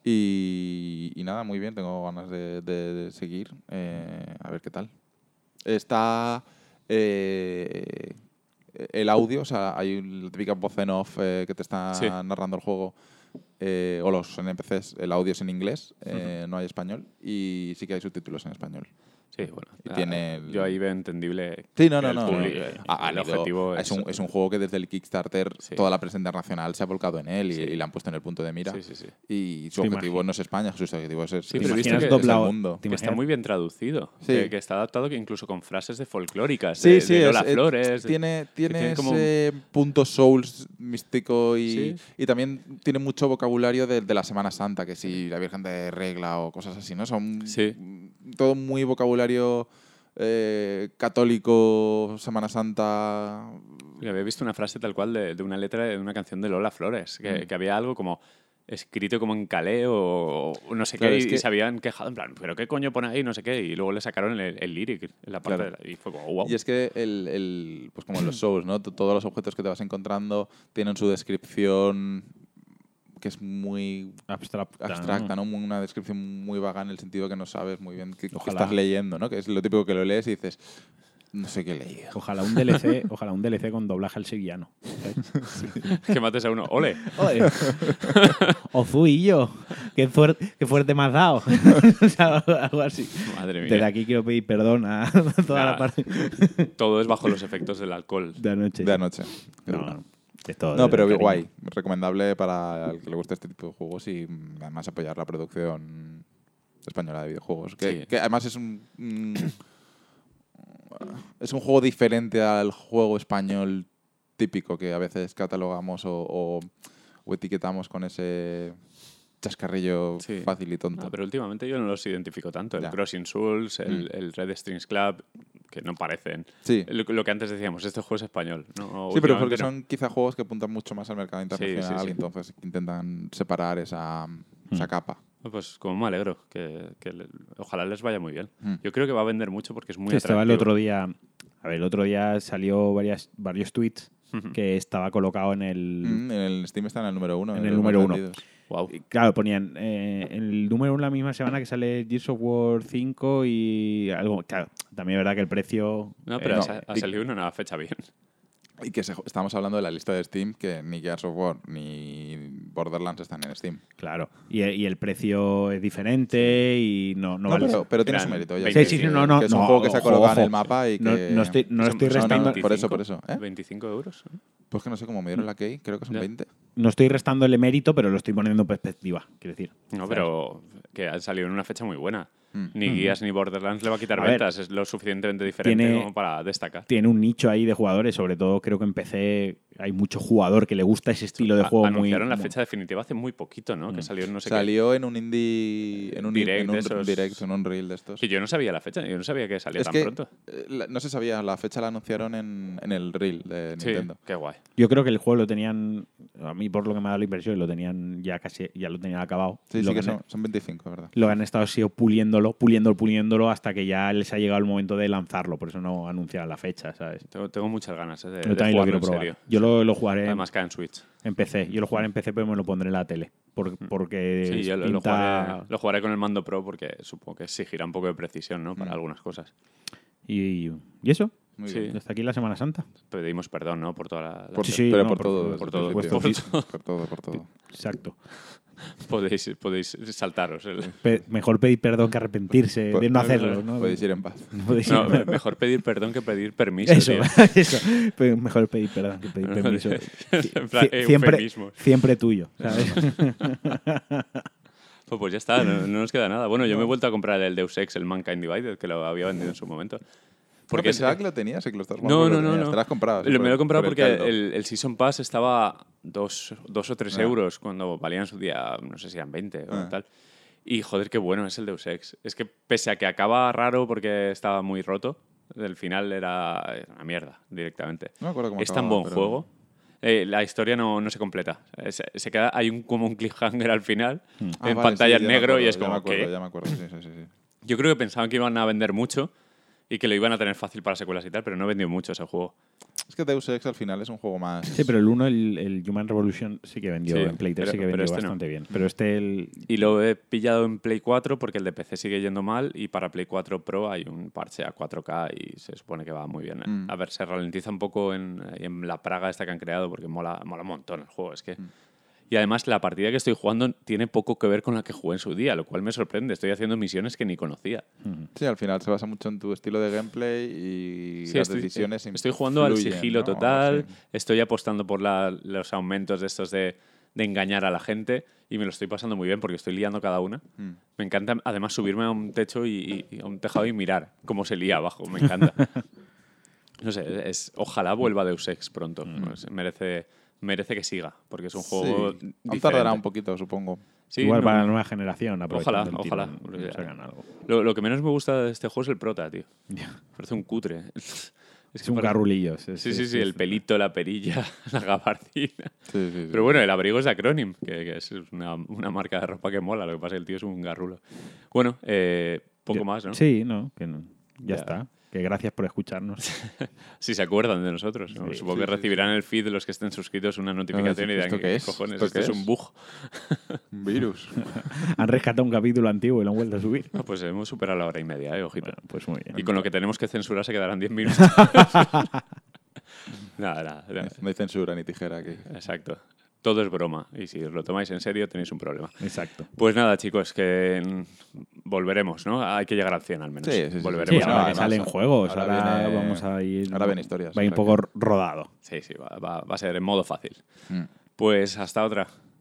Y, y nada, muy bien, tengo ganas de, de- de seguir. eh, a ver qué tal. Está eh, el audio, o sea, hay un- la típica voz en off eh, que te está
Sí.
narrando el juego. eh, o los NPCs, el audio es en inglés, eh, no hay español. Y sí que hay subtítulos en español.
Sí, bueno.
Y
ah,
tiene el-
Yo ahí veo entendible.
Sí,
que
no, no,
el
no.
público-
no.
el
Ha- ha habido-
objetivo
es, un, es un juego que desde el Kickstarter
Sí.
toda la prensa internacional se ha volcado en él y,
Sí.
y le han puesto en el punto de mira.
Sí, sí, sí.
Y su
Te
objetivo no es España, su objetivo es, es-
Sí,
es
pero
el
viste
mundo.
que-
Es el
doblado-
mundo.
¿Te
Que está
imaginas?
muy bien traducido.
Sí.
Que, que está adaptado que incluso con frases de folclóricas.
Sí,
de,
sí,
de
es-
Lola
es-
Flores. de-
tiene, tiene
tiene como-
ese punto souls místico y,
Sí.
y también tiene mucho vocabulario de, de la Semana Santa, que si la Virgen de Regla o cosas así, ¿no? Son
Sí.
todo muy vocabulario eh, católico, Semana Santa.
Mira, había visto una frase tal cual de, de una letra de una canción de Lola Flores,
Mm.
que, que había algo como escrito como en calé o, o no sé
Claro,
qué,
es
y
que-
se habían quejado en plan, pero qué coño pone ahí, no sé qué, y luego le sacaron el, el lyric, la parte
Claro.
de la- y fue como, wow.
Y es que, el, el- pues como en los souls, ¿no? T- Todos los objetos que te vas encontrando tienen su descripción que es muy
Abstracta. ¿no?
abstracta, ¿no? Muy- Una descripción muy vaga en el sentido que no sabes muy bien qué, qué
Ojalá.
estás leyendo, ¿no? Que es lo típico que lo lees y dices, no sé qué he leído.
Ojalá un DLC, ojalá un DLC con doblaje al sevillano. ¿sabes?
que mates a uno, ole.
Oye. Ozuillo, qué, fuer- qué fuerte me has dado. O sea, algo así.
Madre mía.
Desde aquí quiero pedir perdón a toda la
Nah.
parte
Todo es bajo los efectos del alcohol.
de anoche.
De anoche. Qué
No,
dura.
no, es todo
No,
desde
pero
el cariño.
guay. Recomendable para el que le guste este tipo de juegos y mm, además apoyar la producción española de videojuegos. Que,
Sí.
que además es un... mm, es un juego diferente al juego español típico que a veces catalogamos o, o- o etiquetamos con ese chascarrillo
Sí.
fácil y tonto.
No, pero últimamente yo no los identifico tanto. El
Ah. Ya. Mm.
Crossing Souls, el, el Red Strings Club, que no parecen.
Sí.
Lo, lo que antes decíamos, este juego es español. ¿no?
Sí, pero
Últimamente
porque
no.
son quizá juegos que apuntan mucho más al mercado internacional
sí, sí.
y entonces intentan separar esa, esa capa.
Ah, Pues como me alegro, que, que le- ojalá les vaya muy bien.
Mm.
Yo creo que va a vender mucho porque es muy
Estaba el
atractivo.
otro día. A ver, el otro día salió varias, varios tweets que estaba colocado en el.
Mm, en el Steam está en el número uno.
En
de
el
los más
número uno.
vendidos.
Guau.
Claro, ponían eh, el número uno la misma semana que sale Gears of War 5 y algo. Claro, también es verdad que el precio.
No,
eh,
pero
no.
ha, ha salido una nueva fecha bien.
Y que se- estamos hablando de la lista de Steam, que ni Gears of War ni Borderlands están en Steam.
Claro. Y, y el precio es diferente y no, no,
No,
vale.
pero, pero tiene su
Eran
mérito. Ya
20,
sé
sí, sí,
que-
no, no,
que es un
no,
juego que se ha
ojo,
colocado en el
ojo.
mapa y que...
No, no estoy, no
Son-
estoy
son
restando,
por eso, por eso, ¿eh?
25 euros. ¿eh?
Pues que no sé cómo me dieron la key, creo que son
Ya.
20.
no estoy restando el emérito, pero lo estoy poniendo en perspectiva, quiero decir.
No,
¿Sabes?
pero que ha salido en una fecha muy buena.
Mm.
Ni Guías ni Borderlands le va a quitar
A ver,
ventas. es lo suficientemente diferente
tiene-
como para destacar.
Tiene un nicho ahí de jugadores, sobre todo creo que en PC hay mucho jugador que le gusta ese estilo de
A-
juego. muy- Mm,
Anunciaron la
muy-
fecha definitiva hace muy poquito, ¿no? Que salió en no sé qué.
Salió en un indie... En un,
Direct
en un
de esos.
direct, en un reel de estos.
Que yo no sabía la fecha. Yo no sabía que salía
Es
tan
que
pronto.
eh, la- no se sabía, la fecha la anunciaron en, en el reel de
Sí,
Nintendo.
qué guay.
Yo creo que el juego lo tenían, a mí por lo que me ha dado la impresión, lo tenían ya casi, ya lo tenían acabado.
Sí,
lo
sí, que
han-
son, son 25, ¿verdad?
lo que han estado ha sido puliéndolo, puliéndolo, puliéndolo hasta que ya les ha llegado el momento de lanzarlo, por eso no anunciaban la fecha, ¿sabes?
Tengo, tengo muchas ganas eh, de,
Yo
de
también
jugarlo,
lo quiero
en
probar. Eh,
serio.
Yo lo, lo jugaré en,
Además cae en Switch.
en PC. Yo lo jugaré en PC, pero me lo pondré en la tele. por- porque
Mm. Sí, yo lo, lo
eh, pinta-
jugaré, lo jugaré con el mando Pro porque supongo que exigirá un poco de precisión, ¿no? Para
Mm.
algunas cosas.
Y, y eso,
Muy
Sí.
bien.
hasta aquí la Semana Santa.
Pedimos perdón, ¿no? Por toda la... la-
Por-
Sí, sí,
pero
no,
por,
por-
todo.
por
desde
todo,
el
por
principio.
todo.
Por todo, por todo.
Exacto.
Podéis, podéis saltaros. el-
Pe- mejor pedir perdón que arrepentirse
Pues-
de no hacerlo. ¿no?
Podéis ir en paz.
No podéis-
No, pues, me- mejor pedir perdón que pedir permiso.
Eso,
tío.
eso.
Pues,
Pe- Mejor pedir perdón que pedir permiso.
En plan,
Sie-
eh,
siempre,
eufemismos.
siempre tuyo. ¿sabes?
Pues, pues ya está, no, no nos queda nada. Bueno, yo me he vuelto a comprar el Deus Ex, el Mankind Divided, que lo había vendido en su momento.
Porque
Porque
no,
es-
pensaba que lo tenías y que lo estás
No,
jugando,
no,
Pues que lo
no,
tenías.
no.
Te lo has comprado. sí,
Lo-
por-
me lo he comprado
por el
porque el,
caldo.
el Season Pass estaba dos, dos o tres
Ah.
euros cuando valían su día, no sé si eran 20 o
Ah.
tal. Y joder, qué bueno es el Deus Ex. Es que pese a que acaba raro porque estaba muy roto, el final era era una mierda directamente.
No me acuerdo cómo
es tan
acababa,
buen
pero-
juego. Eh, la historia no, no se completa. Eh, Se, se queda, hay un, como un cliffhanger al final, en
Ah, vale,
pantalla
sí,
en
ya me
negro,
acuerdo,
y es
Ya me
como
acuerdo,
que.
ya me acuerdo, sí, sí, sí. sí.
Yo creo que pensaban que iban a vender mucho y que lo iban a tener fácil para secuelas y tal, pero no vendió mucho ese juego.
Es que Deus Ex al final es un juego más...
Sí, pero el 1, el, el Human Revolution, sí que vendió
Sí,
en Play 3,
pero-
sí que
pero
vendió
este no.
bastante bien. Pero este, el,
Y lo he pillado en Play 4 porque el de PC sigue yendo mal y para Play 4 Pro hay un parche a 4K y se supone que va muy bien. ¿eh? A ver, se ralentiza un poco en, en la praga esta que han creado porque mola, mola un montón el juego. Es que... Y además la partida que estoy jugando tiene poco que ver con la que jugué en su día, lo cual me sorprende. Estoy haciendo misiones que ni conocía.
Sí, al final se basa mucho en tu estilo de gameplay y
Sí,
las
estoy, eh,
decisiones.
estoy jugando al
influyen,
sigilo
¿no?
total,
Sí.
estoy apostando por la- los aumentos de estos de, de engañar a la gente y me lo estoy pasando muy bien porque estoy liando cada una.
Mm.
Me encanta además subirme a un techo y, y- y a un tejado y mirar cómo se lía abajo, me encanta. no sé, es, ojalá vuelva Deus Ex pronto, Pues merece, merece que siga porque es un juego...
Mm. Sí, aún
diferente.
tardará un poquito, supongo.
Sí,
igual
no-
para la nueva generación.
Ojalá,
aprovechando el
ojalá.
tirón,
porque-
sacan algo.
Lo, lo que menos me gusta de este juego es el prota, tío. Parece un cutre. Es,
Es
que
un
parece-
garrulillo.
Sí, sí, sí, el pelito, la perilla, la gabardina.
Sí, sí, sí.
Pero bueno, el abrigo es de Acronym, que, que es una, una marca de ropa que mola. Lo que pasa es que el tío es un garrulo. Bueno, eh, poco más, ¿no?
Sí, no, que no. Ya, está. Que gracias por escucharnos.
Si se acuerdan de nosotros. ¿no? Supongo que recibirán el feed de los que estén suscritos una notificación y dirán,
Ah, ¿esto qué
¿qué
es?
cojones?
¿Esto
¿Esto,
qué
es?
es?".
un bug.
Un virus.
Han rescatado un capítulo antiguo y lo han vuelto a subir.
No, pues hemos superado la hora y media, eh, ojito.
Bueno, pues muy bien.
y con lo que tenemos que censurar se quedarán 10 minutos. nada, nada, nada.
no hay censura ni tijera aquí.
Exacto. Todo es broma. Y si os lo tomáis en serio, tenéis un problema.
Exacto.
Pues nada, chicos, que mm, volveremos, ¿no? Hay que llegar al 100 al menos.
Sí, sí, sí.
Sí,
Volveremos.
Pues
ahora
a-
que
nada, además,
salen juegos,
ahora
ahora,
viene-
vamos a ir.
ahora viene historias,
Va a ir
o
un
sea
poco rodado.
Sí, sí, va, va- va a ser en modo fácil.
Mm.
Pues hasta otra.